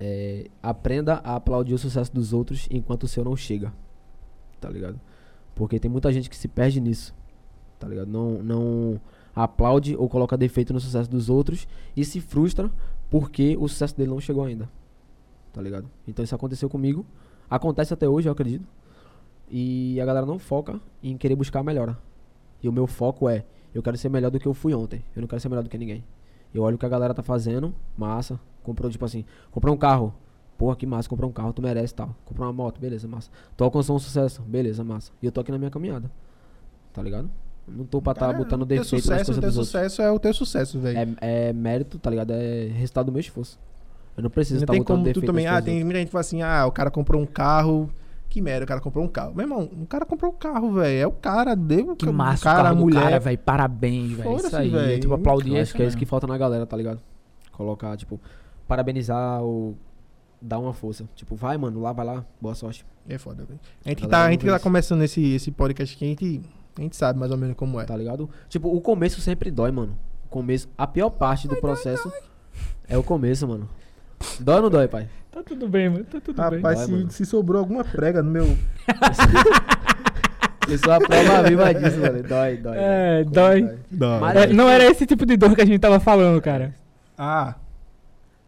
[SPEAKER 4] é, aprenda a aplaudir o sucesso dos outros enquanto o seu não chega. Tá ligado? Porque tem muita gente que se perde nisso. Tá ligado? Não, não aplaude ou coloca defeito no sucesso dos outros e se frustra porque o sucesso dele não chegou ainda. Tá ligado? Então isso aconteceu comigo. Acontece até hoje, eu acredito. E a galera não foca em querer buscar a melhora. E o meu foco é, eu quero ser melhor do que eu fui ontem. Eu não quero ser melhor do que ninguém. Eu olho o que a galera tá fazendo, massa. Comprou, tipo assim, comprou um carro. Porra, que massa, comprou um carro, tu merece tal. Comprou uma moto, beleza, massa. Tu alcançou um sucesso, beleza, massa. E eu tô aqui na minha caminhada. Tá ligado? Não tô pra tá
[SPEAKER 2] Cara,
[SPEAKER 4] botando
[SPEAKER 2] o teu
[SPEAKER 4] defeito nas
[SPEAKER 2] sucesso, o
[SPEAKER 4] coisas
[SPEAKER 2] teu
[SPEAKER 4] dos outros.
[SPEAKER 2] sucesso é o teu sucesso, velho.
[SPEAKER 4] É, é mérito, tá ligado? É resultado do meu esforço. Eu não preciso
[SPEAKER 2] Não
[SPEAKER 4] estar
[SPEAKER 2] tem
[SPEAKER 4] tá botando
[SPEAKER 2] como tu
[SPEAKER 4] defeito
[SPEAKER 2] também.
[SPEAKER 4] nas
[SPEAKER 2] Ah,
[SPEAKER 4] coisas
[SPEAKER 2] tem muita gente que fala assim: ah, o cara comprou um carro. Que merda, o cara comprou um carro. Meu irmão, o cara comprou um carro, velho. É o cara, deu
[SPEAKER 3] Que
[SPEAKER 2] o
[SPEAKER 3] massa,
[SPEAKER 2] cara, a mulher.
[SPEAKER 3] cara, velho. Parabéns, velho.
[SPEAKER 2] Foda-se,
[SPEAKER 3] Isso aí.
[SPEAKER 2] velho.
[SPEAKER 3] Tipo, aplaudir.
[SPEAKER 4] Eu acho que é isso
[SPEAKER 2] né?
[SPEAKER 3] mesmo.
[SPEAKER 4] que falta na galera, tá ligado? Colocar, tipo, parabenizar ou dar uma força. Tipo, vai, mano, lá, vai lá, boa sorte.
[SPEAKER 2] É foda, velho. A gente, que
[SPEAKER 4] Galera,
[SPEAKER 2] tá, a
[SPEAKER 4] não
[SPEAKER 2] gente que
[SPEAKER 4] vê
[SPEAKER 2] tá
[SPEAKER 4] isso.
[SPEAKER 2] começando esse, esse podcast aqui, a gente, a gente sabe mais ou menos como é.
[SPEAKER 4] Tá ligado? Tipo, o começo sempre dói, mano. O começo, a pior parte do processo é o começo, mano. Dói ou não dói, pai?
[SPEAKER 3] Tá tudo bem, mano. Tá tudo bem.
[SPEAKER 2] Rapaz,
[SPEAKER 4] Vai,
[SPEAKER 2] se,
[SPEAKER 4] mano.
[SPEAKER 2] se sobrou alguma prega no meu.
[SPEAKER 4] Eu sou a prova viva disso, mano. Dói, dói.
[SPEAKER 3] É, dói.
[SPEAKER 4] dói.
[SPEAKER 2] Dá.
[SPEAKER 4] Mas-
[SPEAKER 3] É, não era esse tipo de dor que a gente tava falando, cara.
[SPEAKER 2] Ah,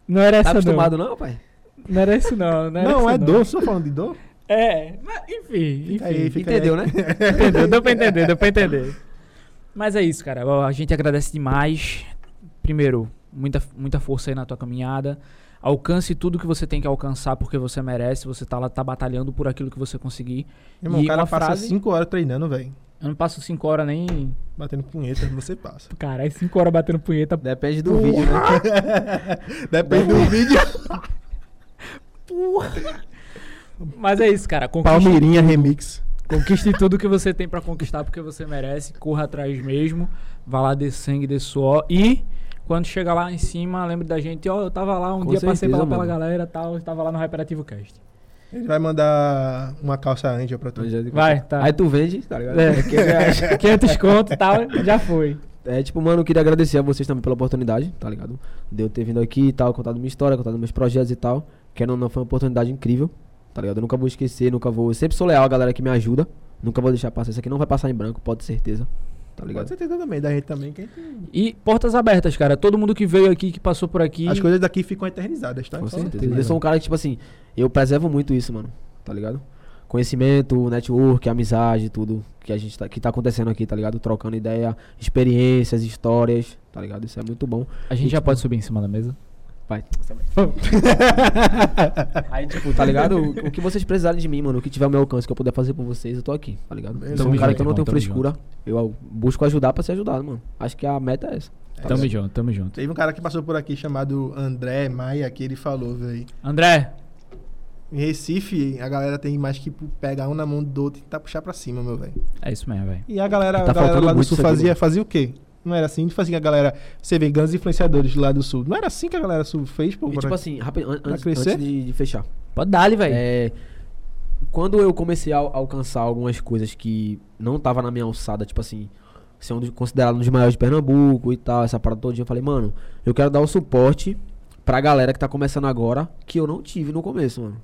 [SPEAKER 3] Não era
[SPEAKER 4] Tá
[SPEAKER 3] essa dor.
[SPEAKER 4] acostumado não, pai?
[SPEAKER 3] Não era isso, não. Não, era
[SPEAKER 2] não,
[SPEAKER 3] isso,
[SPEAKER 2] é dor, só falando de dor?
[SPEAKER 3] É, mas enfim,
[SPEAKER 2] Fica
[SPEAKER 3] enfim.
[SPEAKER 2] aí, fica
[SPEAKER 4] Entendeu, né?
[SPEAKER 3] Entendeu? Deu pra entender, deu pra entender. Mas é isso, cara. Ó, A gente agradece demais. Primeiro, muita, muita força aí na tua caminhada. Alcance tudo que você tem que alcançar porque você merece. Você tá lá, tá batalhando por aquilo que você conseguir.
[SPEAKER 2] Irmão,
[SPEAKER 3] E
[SPEAKER 2] o cara
[SPEAKER 3] uma
[SPEAKER 2] passa
[SPEAKER 3] frase-
[SPEAKER 2] 5 horas treinando, velho.
[SPEAKER 3] Eu não passo 5 horas nem.
[SPEAKER 2] Batendo punheta, você passa.
[SPEAKER 3] Caralho, 5 horas batendo punheta.
[SPEAKER 4] Depende do vídeo, né?
[SPEAKER 2] Depende do vídeo.
[SPEAKER 3] Mas é isso, cara. Conquista
[SPEAKER 2] Palmeirinha Remix.
[SPEAKER 3] Conquiste tudo que você tem pra conquistar porque você merece. Corra atrás mesmo. Vá lá, dê sangue, dê suor. E Quando chegar lá em cima, lembre da gente, ó, eu tava lá, um
[SPEAKER 4] Com
[SPEAKER 3] dia passei
[SPEAKER 4] certeza,
[SPEAKER 3] pela, pela
[SPEAKER 4] mano.
[SPEAKER 3] galera e tal, eu tava lá no Hyperativo Cast.
[SPEAKER 2] Ele vai mandar uma calça Angel pra tu.
[SPEAKER 4] é,
[SPEAKER 3] Vai, tá.
[SPEAKER 4] Aí tu vende, tá ligado?
[SPEAKER 3] É, *laughs* 500 conto e tal, já foi.
[SPEAKER 4] É, tipo, mano, eu queria agradecer a vocês também pela oportunidade, tá ligado? De eu ter vindo aqui e tal, contado minha história, contado meus projetos e tal. Que não, não foi uma oportunidade incrível, tá ligado? Eu nunca vou esquecer, nunca vou. eu sempre sou leal a galera que me ajuda. Nunca vou deixar passar. Isso aqui não vai passar em branco, pode ter certeza. Tá
[SPEAKER 2] Pode
[SPEAKER 4] ligado?
[SPEAKER 2] ser tenta também, da gente também. que
[SPEAKER 3] E portas abertas, cara. Todo mundo que veio aqui, que passou por aqui.
[SPEAKER 2] As coisas daqui ficam eternizadas, tá?
[SPEAKER 4] Com
[SPEAKER 2] Então,
[SPEAKER 4] certeza.
[SPEAKER 3] certeza,
[SPEAKER 4] Eu sou um cara que, tipo assim, eu preservo muito isso, mano. Tá ligado? Conhecimento, network, amizade, tudo que a gente tá, que tá acontecendo aqui, tá ligado? Trocando ideia, experiências, histórias, tá ligado? Isso é muito bom.
[SPEAKER 3] A gente já pode subir em cima da mesa.
[SPEAKER 4] Vai. Aí, tipo, tá ligado? O, o que vocês precisarem de mim, mano, o que tiver ao meu alcance, que eu puder fazer por vocês, eu tô aqui, tá ligado? Eu sou
[SPEAKER 3] Tamo
[SPEAKER 4] um cara
[SPEAKER 3] junto,
[SPEAKER 4] que eu
[SPEAKER 2] então,
[SPEAKER 4] não
[SPEAKER 2] tá
[SPEAKER 3] irmão,
[SPEAKER 4] tenho
[SPEAKER 3] tamo
[SPEAKER 4] frescura. Eu ah, busco ajudar pra ser ajudado, mano. Acho que a meta é essa.
[SPEAKER 2] é
[SPEAKER 3] tamo
[SPEAKER 2] isso.
[SPEAKER 3] junto, tamo junto.
[SPEAKER 2] Teve um cara que passou por aqui chamado André Maia, que ele falou, velho.
[SPEAKER 3] André,
[SPEAKER 2] Em Recife, a galera tem mais que pegar um na mão do outro e tentar puxar pra cima, meu velho.
[SPEAKER 3] é isso mesmo, velho.
[SPEAKER 2] E a galera,
[SPEAKER 4] E tá
[SPEAKER 2] a galera
[SPEAKER 4] faltando
[SPEAKER 2] lá do
[SPEAKER 4] muito
[SPEAKER 2] sul
[SPEAKER 4] isso aqui, né?
[SPEAKER 2] fazia,
[SPEAKER 4] mano.
[SPEAKER 2] fazia o quê? Não era assim? Não fazia que a galera. Você vê grandes influenciadores lá do sul. Não era assim que a galera sul fez, pô?
[SPEAKER 4] E,
[SPEAKER 2] por
[SPEAKER 4] tipo
[SPEAKER 2] aqui?
[SPEAKER 4] assim, rápido, an-
[SPEAKER 2] Pra
[SPEAKER 4] antes,
[SPEAKER 2] crescer?
[SPEAKER 4] antes de, de fechar.
[SPEAKER 3] Pode dar, velho.
[SPEAKER 4] É, quando eu comecei a al- alcançar algumas coisas que não tava na minha alçada, tipo assim, ser um dos, considerado um dos maiores de Pernambuco e tal, essa parada todinha, eu falei, mano, eu quero dar o suporte pra galera que tá começando agora, que eu não tive no começo, mano.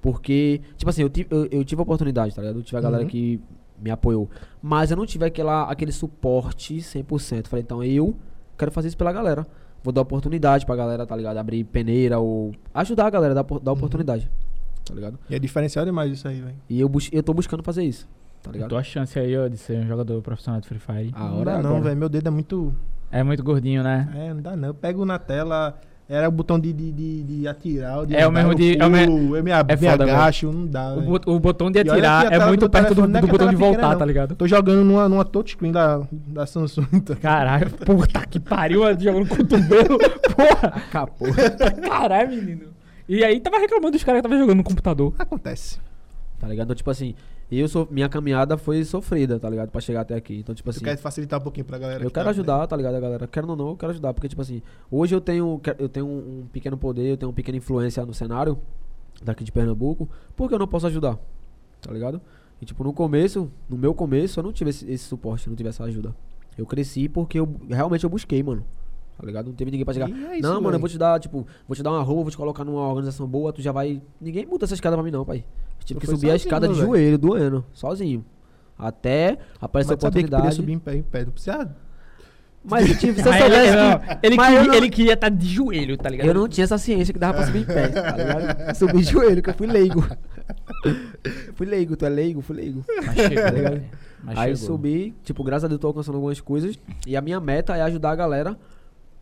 [SPEAKER 4] Porque, tipo assim, eu tive, eu, eu tive a oportunidade, tá ligado? Eu tive a galera
[SPEAKER 2] Uhum.
[SPEAKER 4] que me apoiou. Mas eu não tive aquela, aquele suporte 100%. Falei, então eu quero fazer isso pela galera. Vou dar oportunidade pra galera, tá ligado? Abrir peneira ou ajudar a galera, dar, por- dar
[SPEAKER 2] Uhum.
[SPEAKER 4] oportunidade. Tá ligado?
[SPEAKER 2] E é diferencial demais isso aí, velho.
[SPEAKER 4] E eu, bus eu tô buscando fazer isso. Tá ligado?
[SPEAKER 3] Tua chance aí, ó, de ser um jogador profissional de Free Fire.
[SPEAKER 4] A
[SPEAKER 2] Não
[SPEAKER 4] hora é
[SPEAKER 2] dá não,
[SPEAKER 4] agora.
[SPEAKER 2] velho. Meu dedo é muito.
[SPEAKER 3] É muito gordinho, né?
[SPEAKER 2] É, não dá não. Eu pego na tela. Era o botão de, de, de, de atirar. de
[SPEAKER 3] É o
[SPEAKER 2] andar
[SPEAKER 3] mesmo
[SPEAKER 2] no
[SPEAKER 3] de- é o me-
[SPEAKER 2] pulo, Eu me, ab-
[SPEAKER 3] é
[SPEAKER 2] me
[SPEAKER 3] foda, velho.
[SPEAKER 2] agacho, não dá,
[SPEAKER 3] O,
[SPEAKER 2] velho.
[SPEAKER 3] bot- o botão de
[SPEAKER 2] E olha que
[SPEAKER 3] atirar
[SPEAKER 2] a
[SPEAKER 3] é
[SPEAKER 2] tela
[SPEAKER 3] muito
[SPEAKER 2] do
[SPEAKER 3] perto do,
[SPEAKER 2] telefone não é
[SPEAKER 3] do
[SPEAKER 2] que a
[SPEAKER 3] botão
[SPEAKER 2] tela
[SPEAKER 3] de
[SPEAKER 2] pequena,
[SPEAKER 3] voltar,
[SPEAKER 2] não.
[SPEAKER 3] tá
[SPEAKER 2] *laughs*
[SPEAKER 3] ligado?
[SPEAKER 2] Tô jogando numa, numa touchscreen da, da Samsung. Tá?
[SPEAKER 3] Caralho, puta que pariu, jogando cotovelo. *laughs* Porra,
[SPEAKER 4] Acabou.
[SPEAKER 3] caralho, menino. E aí tava reclamando dos caras que tava jogando no computador.
[SPEAKER 2] Acontece.
[SPEAKER 4] *laughs* Tá ligado? Então, tipo assim, eu sou, minha caminhada foi sofrida, tá ligado? Pra chegar até aqui. Então, tipo
[SPEAKER 2] Tu
[SPEAKER 4] assim.
[SPEAKER 2] quer facilitar um pouquinho pra galera?
[SPEAKER 4] Eu
[SPEAKER 2] que tá
[SPEAKER 4] quero ajudar, tá ligado, a galera? Quero ou não, eu quero ajudar. Porque, tipo assim, hoje eu tenho, que- eu tenho um um pequeno poder, eu tenho uma pequena influência no cenário daqui de Pernambuco, porque eu não posso ajudar, tá ligado? E, tipo, no começo, no meu começo, eu não tive esse, esse suporte, eu não tive essa ajuda. Eu cresci porque eu realmente eu busquei, mano. Tá ligado? Não teve ninguém pra chegar.
[SPEAKER 2] E é isso,
[SPEAKER 4] não, mano,
[SPEAKER 2] velho.
[SPEAKER 4] eu vou te dar, tipo, vou te dar uma roupa, vou te colocar numa organização boa, tu já vai. Ninguém muda essa escada pra mim, não, pai. Eu
[SPEAKER 2] Tu
[SPEAKER 4] Tive que
[SPEAKER 2] foi
[SPEAKER 4] subir a
[SPEAKER 2] sozinho,
[SPEAKER 4] escada de
[SPEAKER 2] velho.
[SPEAKER 4] joelho, doendo, sozinho. Até aparecer a
[SPEAKER 2] Mas sabia que podia
[SPEAKER 4] oportunidade. Tá
[SPEAKER 2] subir em pé, em pé. Não precisa
[SPEAKER 4] Mas eu
[SPEAKER 3] *laughs*
[SPEAKER 4] tive, se eu
[SPEAKER 3] Aí ele-
[SPEAKER 4] soubesse
[SPEAKER 3] não,
[SPEAKER 4] que-
[SPEAKER 3] ele,
[SPEAKER 4] mas
[SPEAKER 3] queria,
[SPEAKER 4] eu não,
[SPEAKER 3] ele queria estar de joelho, tá ligado?
[SPEAKER 4] eu não tinha essa ciência que dava pra subir em pé, tá ligado? Subi de joelho, que eu
[SPEAKER 3] *laughs*
[SPEAKER 4] fui leigo. fui leigo, tu é leigo? Fui leigo.
[SPEAKER 3] Mas chegou,
[SPEAKER 4] Tá ligado?
[SPEAKER 3] velho. Mas
[SPEAKER 4] Aí
[SPEAKER 3] chegou.
[SPEAKER 4] subi, tipo, graças a Deus eu tô alcançando algumas coisas. E a minha meta é ajudar a galera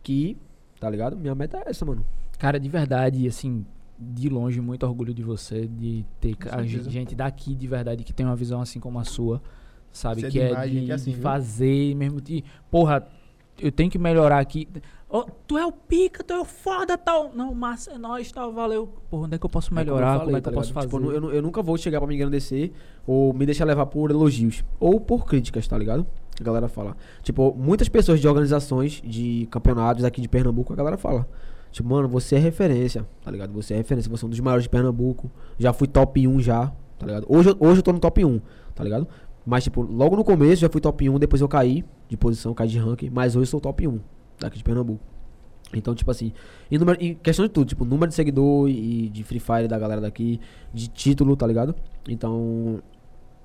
[SPEAKER 4] que, tá ligado? Minha meta é essa, mano.
[SPEAKER 3] Cara, de verdade, assim, de longe, muito orgulho de você, de ter ca- a
[SPEAKER 2] certeza.
[SPEAKER 3] gente daqui de verdade que tem uma visão assim como a sua, sabe?
[SPEAKER 2] Você é
[SPEAKER 3] que é
[SPEAKER 2] demais,
[SPEAKER 3] de,
[SPEAKER 2] gente, é assim,
[SPEAKER 3] de
[SPEAKER 2] viu?
[SPEAKER 3] fazer mesmo. De, porra, eu tenho que melhorar aqui. Ó, tu é o pica, tu é o foda, tal. Não, massa é nóis, tal, valeu. Porra, onde é que eu posso melhorar? como é
[SPEAKER 2] tá
[SPEAKER 3] que eu posso fazer?
[SPEAKER 4] Tipo, eu, nu- eu nunca vou chegar pra me engrandecer ou me deixar levar por elogios ou por críticas, tá ligado? A galera fala. Tipo, muitas pessoas de organizações, de campeonatos aqui de Pernambuco, a galera fala. Tipo, mano, você é referência, tá ligado? Você é referência, você é um dos maiores de Pernambuco. Já fui top 1 já, tá ligado? Hoje, eu- hoje eu tô no top 1, tá ligado? Mas, tipo, logo no começo já fui top 1, depois eu caí de posição, caí de ranking, mas hoje eu sou top 1 daqui de Pernambuco. Então, tipo assim, em, número- em questão de tudo, tipo, número de seguidor e de Free Fire da galera daqui, de título, tá ligado? Então,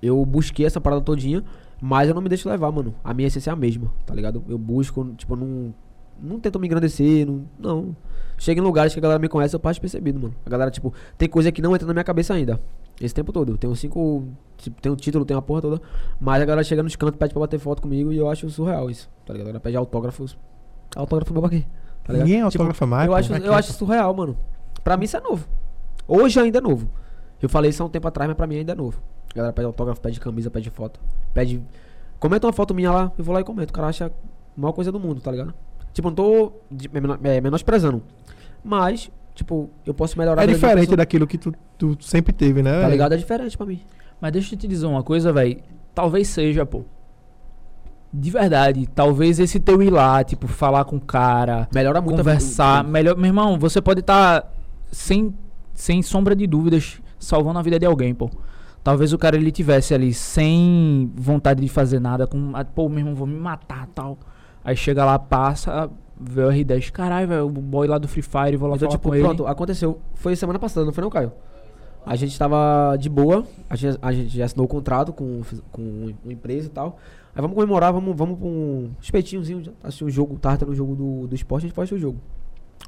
[SPEAKER 4] eu busquei essa parada todinha, mas eu não me deixo levar, mano. A minha essência é a mesma, tá ligado? Eu busco, tipo, não. Não tento me engrandecer, não. não. Chega em lugares que a galera me conhece, eu passo percebido, mano. A galera, tipo, tem coisa que não entra na minha cabeça ainda. Esse tempo todo. Eu tenho cinco. Tipo, tenho título, tenho a porra toda. Mas a galera chega nos cantos, pede pra bater foto comigo e eu acho surreal isso, tá ligado? A galera pede autógrafos. Autógrafo meu pra quê? Tá ligado?
[SPEAKER 2] Ninguém é
[SPEAKER 4] Tipo,
[SPEAKER 2] autógrafa mais.
[SPEAKER 4] eu
[SPEAKER 2] pô.
[SPEAKER 4] acho,
[SPEAKER 2] Vai
[SPEAKER 4] eu acho surreal, mano. Pra mim isso é novo. Hoje ainda é novo. Eu falei isso há um tempo atrás, mas pra mim ainda é novo. A galera pede autógrafo, pede camisa, pede foto. Pede. Comenta uma foto minha lá, eu vou lá e comento. O cara acha a maior coisa do mundo, tá ligado? Tipo, não tô de- men- é, menosprezando. Mas, tipo, eu posso melhorar
[SPEAKER 2] É
[SPEAKER 4] a vida de uma
[SPEAKER 2] diferente
[SPEAKER 4] pessoa,
[SPEAKER 2] daquilo que tu, tu sempre teve, né?
[SPEAKER 4] Tá
[SPEAKER 2] velho?
[SPEAKER 4] ligado? É diferente pra mim.
[SPEAKER 3] Mas deixa eu te dizer uma coisa, velho. Talvez seja, pô. De verdade, talvez esse teu ir lá, tipo, falar com o cara,
[SPEAKER 4] Melhora muito a-
[SPEAKER 3] conversar, melhor, meu irmão, você pode estar sem sem sombra de dúvidas salvando a vida de alguém, pô. Talvez o cara ele tivesse ali sem vontade de fazer nada, com, ah, pô, meu irmão, vou me matar, tal. Aí chega lá, passa, vê o R10, caralho, velho, o boy lá do Free Fire, vou lá
[SPEAKER 4] Então,
[SPEAKER 3] falar
[SPEAKER 4] tipo,
[SPEAKER 3] com ele.
[SPEAKER 4] pronto, aconteceu. Foi semana passada, não foi não, Caio? A gente tava de boa, a gente, a gente já assinou o contrato com, com uma empresa e tal. Aí vamos comemorar, vamos, vamos pra um espetinhozinho, assistir o jogo, tava tendo o jogo do, do esporte, a gente pode assistir o jogo.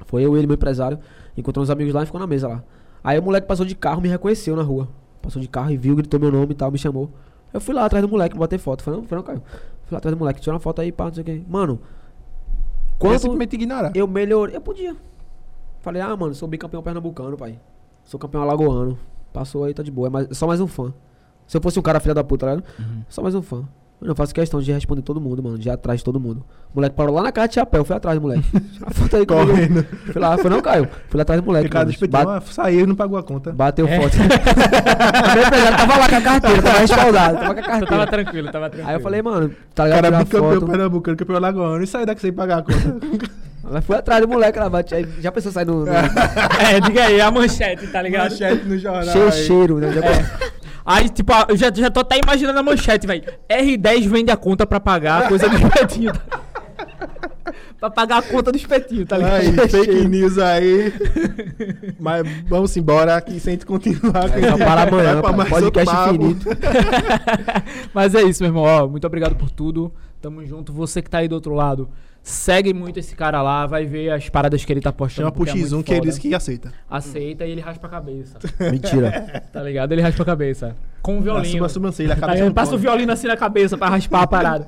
[SPEAKER 4] Foi eu, ele, meu empresário, encontrou uns amigos lá e ficou na mesa lá. Aí o moleque passou de carro, me reconheceu na rua. Passou de carro e viu, gritou meu nome e tal, me chamou. Eu fui lá atrás do moleque, botei foto. Falei, não, foi não, Caio. Fui lá atrás do moleque, tirou uma foto aí, pá, não sei o quê. Mano,
[SPEAKER 2] Quando... Eu
[SPEAKER 4] quanto...
[SPEAKER 2] É simplesmente ignorar.
[SPEAKER 4] Eu melhorei. Eu podia. Falei, ah, mano, sou bicampeão pernambucano, pai. Sou campeão alagoano. Passou aí, tá de boa. É mais- só mais um fã. Se eu fosse um cara filha da puta, tá ligado?
[SPEAKER 2] Uhum.
[SPEAKER 4] Só mais um fã. Mano, eu faço questão de responder todo mundo, mano. De ir atrás de todo mundo. O moleque parou lá na casa de chapéu. Fui atrás do
[SPEAKER 2] *laughs*
[SPEAKER 4] moleque. Tira a foto aí comigo.
[SPEAKER 2] Correndo.
[SPEAKER 4] Fui lá, foi não, Caio. Fui lá atrás do moleque.
[SPEAKER 2] Ricardo
[SPEAKER 4] mano.
[SPEAKER 2] Espetão
[SPEAKER 4] Ba-
[SPEAKER 2] ah, saiu e não pagou a conta.
[SPEAKER 4] bateu foto. *laughs* Meu empresário tava lá com a carteira, tava respaldado. Tava com
[SPEAKER 6] ah, Eu
[SPEAKER 4] a
[SPEAKER 6] tava
[SPEAKER 4] carteira.
[SPEAKER 6] tranquilo, tava tranquilo.
[SPEAKER 4] Aí eu falei, mano, tá
[SPEAKER 2] O
[SPEAKER 4] ligado?
[SPEAKER 2] cara
[SPEAKER 4] Tirar
[SPEAKER 2] é bicampeão
[SPEAKER 4] foto.
[SPEAKER 2] pernambucano, campeão lagoano e saiu daqui sem pagar a
[SPEAKER 4] *laughs*
[SPEAKER 2] conta.
[SPEAKER 4] Mas fui atrás do moleque lá, bate. Aí já pensou
[SPEAKER 2] *laughs*
[SPEAKER 4] sair no. no...
[SPEAKER 6] É, diga aí, a manchete, tá ligado?
[SPEAKER 2] Manchete no jornal.
[SPEAKER 4] cheio,
[SPEAKER 2] aí.
[SPEAKER 4] cheiro, né? Já pensou-
[SPEAKER 3] É.
[SPEAKER 6] Aí, tipo, ah, eu já, já tô até imaginando a manchete, velho. R10 vende a conta pra pagar a coisa do espetinho. Tá? *laughs* pra pagar a conta do espetinho, tá ligado?
[SPEAKER 2] Aí, fake news aí. *laughs* Mas vamos embora que sem te continuar.
[SPEAKER 4] É, só para amanhã, pá. podcast infinito.
[SPEAKER 3] *laughs* Mas é isso, meu irmão. Ó, muito obrigado por tudo. Tamo junto. Você que tá aí do outro lado, segue muito esse cara lá. Vai ver as paradas que ele tá postando.
[SPEAKER 2] Chama pro
[SPEAKER 3] porque é
[SPEAKER 2] X1
[SPEAKER 3] muito
[SPEAKER 2] que ele
[SPEAKER 3] foda.
[SPEAKER 2] disse que aceita.
[SPEAKER 3] Aceita e ele raspa a cabeça.
[SPEAKER 4] *laughs* Mentira.
[SPEAKER 3] Tá ligado? Ele raspa a cabeça. Com o violino.
[SPEAKER 2] Suba a sobrancelha, a
[SPEAKER 3] Tá
[SPEAKER 2] cabeça
[SPEAKER 3] ligado?
[SPEAKER 2] não
[SPEAKER 3] Passa o
[SPEAKER 2] cola.
[SPEAKER 3] violino assim na cabeça pra raspar a parada.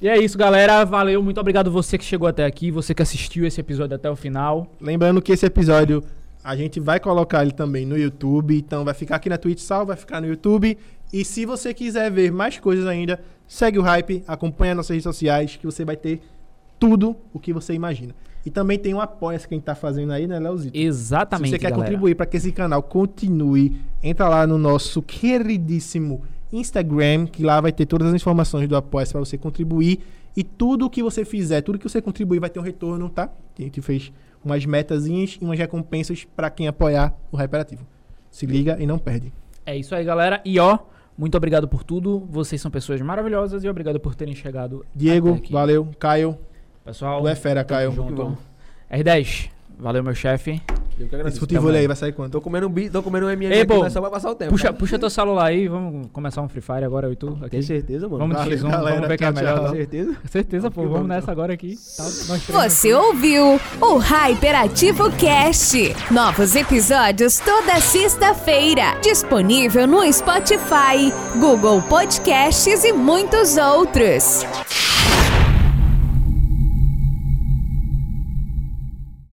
[SPEAKER 3] E é isso, galera. Valeu. Muito obrigado você que chegou até aqui, você que assistiu esse episódio até o final.
[SPEAKER 2] Lembrando que esse episódio a gente vai colocar ele também no YouTube, então vai ficar aqui na Twitch Sal, vai ficar no YouTube. E se você quiser ver mais coisas ainda, segue o hype, acompanha nossas redes sociais, que você vai ter tudo o que você imagina. E também tem um apoia-se que a gente tá fazendo aí, né, Leozito?
[SPEAKER 3] Exatamente.
[SPEAKER 2] Se você quer
[SPEAKER 3] galera.
[SPEAKER 2] contribuir para que esse canal continue, entra lá no nosso queridíssimo Instagram, que lá vai ter todas as informações do apoia para você contribuir. E tudo que você fizer, tudo que você contribuir vai ter um retorno, tá? A gente fez umas metazinhas e umas recompensas para quem apoiar o Hyperativo. Se liga e não perde.
[SPEAKER 3] É isso aí, galera. E ó, muito obrigado por tudo. Vocês são pessoas maravilhosas e obrigado por terem chegado.
[SPEAKER 2] Diego,
[SPEAKER 3] até aqui.
[SPEAKER 2] valeu. Caio,
[SPEAKER 3] Pessoal,
[SPEAKER 2] tu é fera,
[SPEAKER 3] tamo
[SPEAKER 2] Caio.
[SPEAKER 3] junto. R10, valeu, meu chefe.
[SPEAKER 4] Eu que
[SPEAKER 2] Esse
[SPEAKER 4] agradeço.
[SPEAKER 2] futebol aí vai sair quando?
[SPEAKER 4] Tô comendo um bi, tô comendo um MM
[SPEAKER 3] Ei,
[SPEAKER 4] aqui,
[SPEAKER 3] pô.
[SPEAKER 4] mas só vai passar o tempo.
[SPEAKER 3] Puxa,
[SPEAKER 4] tá?
[SPEAKER 3] puxa teu celular aí, vamos começar um Free Fire agora, eu e tu. Aqui.
[SPEAKER 4] Tem certeza, mano?
[SPEAKER 3] Vamos
[SPEAKER 2] Valeu,
[SPEAKER 3] de X1,
[SPEAKER 2] galera.
[SPEAKER 3] vamos ver quem é
[SPEAKER 2] Tchau,
[SPEAKER 3] melhor.
[SPEAKER 2] tchau.
[SPEAKER 4] Com certeza.
[SPEAKER 3] Certeza, pô. Vamos nessa agora aqui. Tá, nós três.
[SPEAKER 1] Você ouviu o Hyperativo Cast. Novos episódios toda sexta-feira. Disponível no Spotify, Google Podcasts e muitos outros.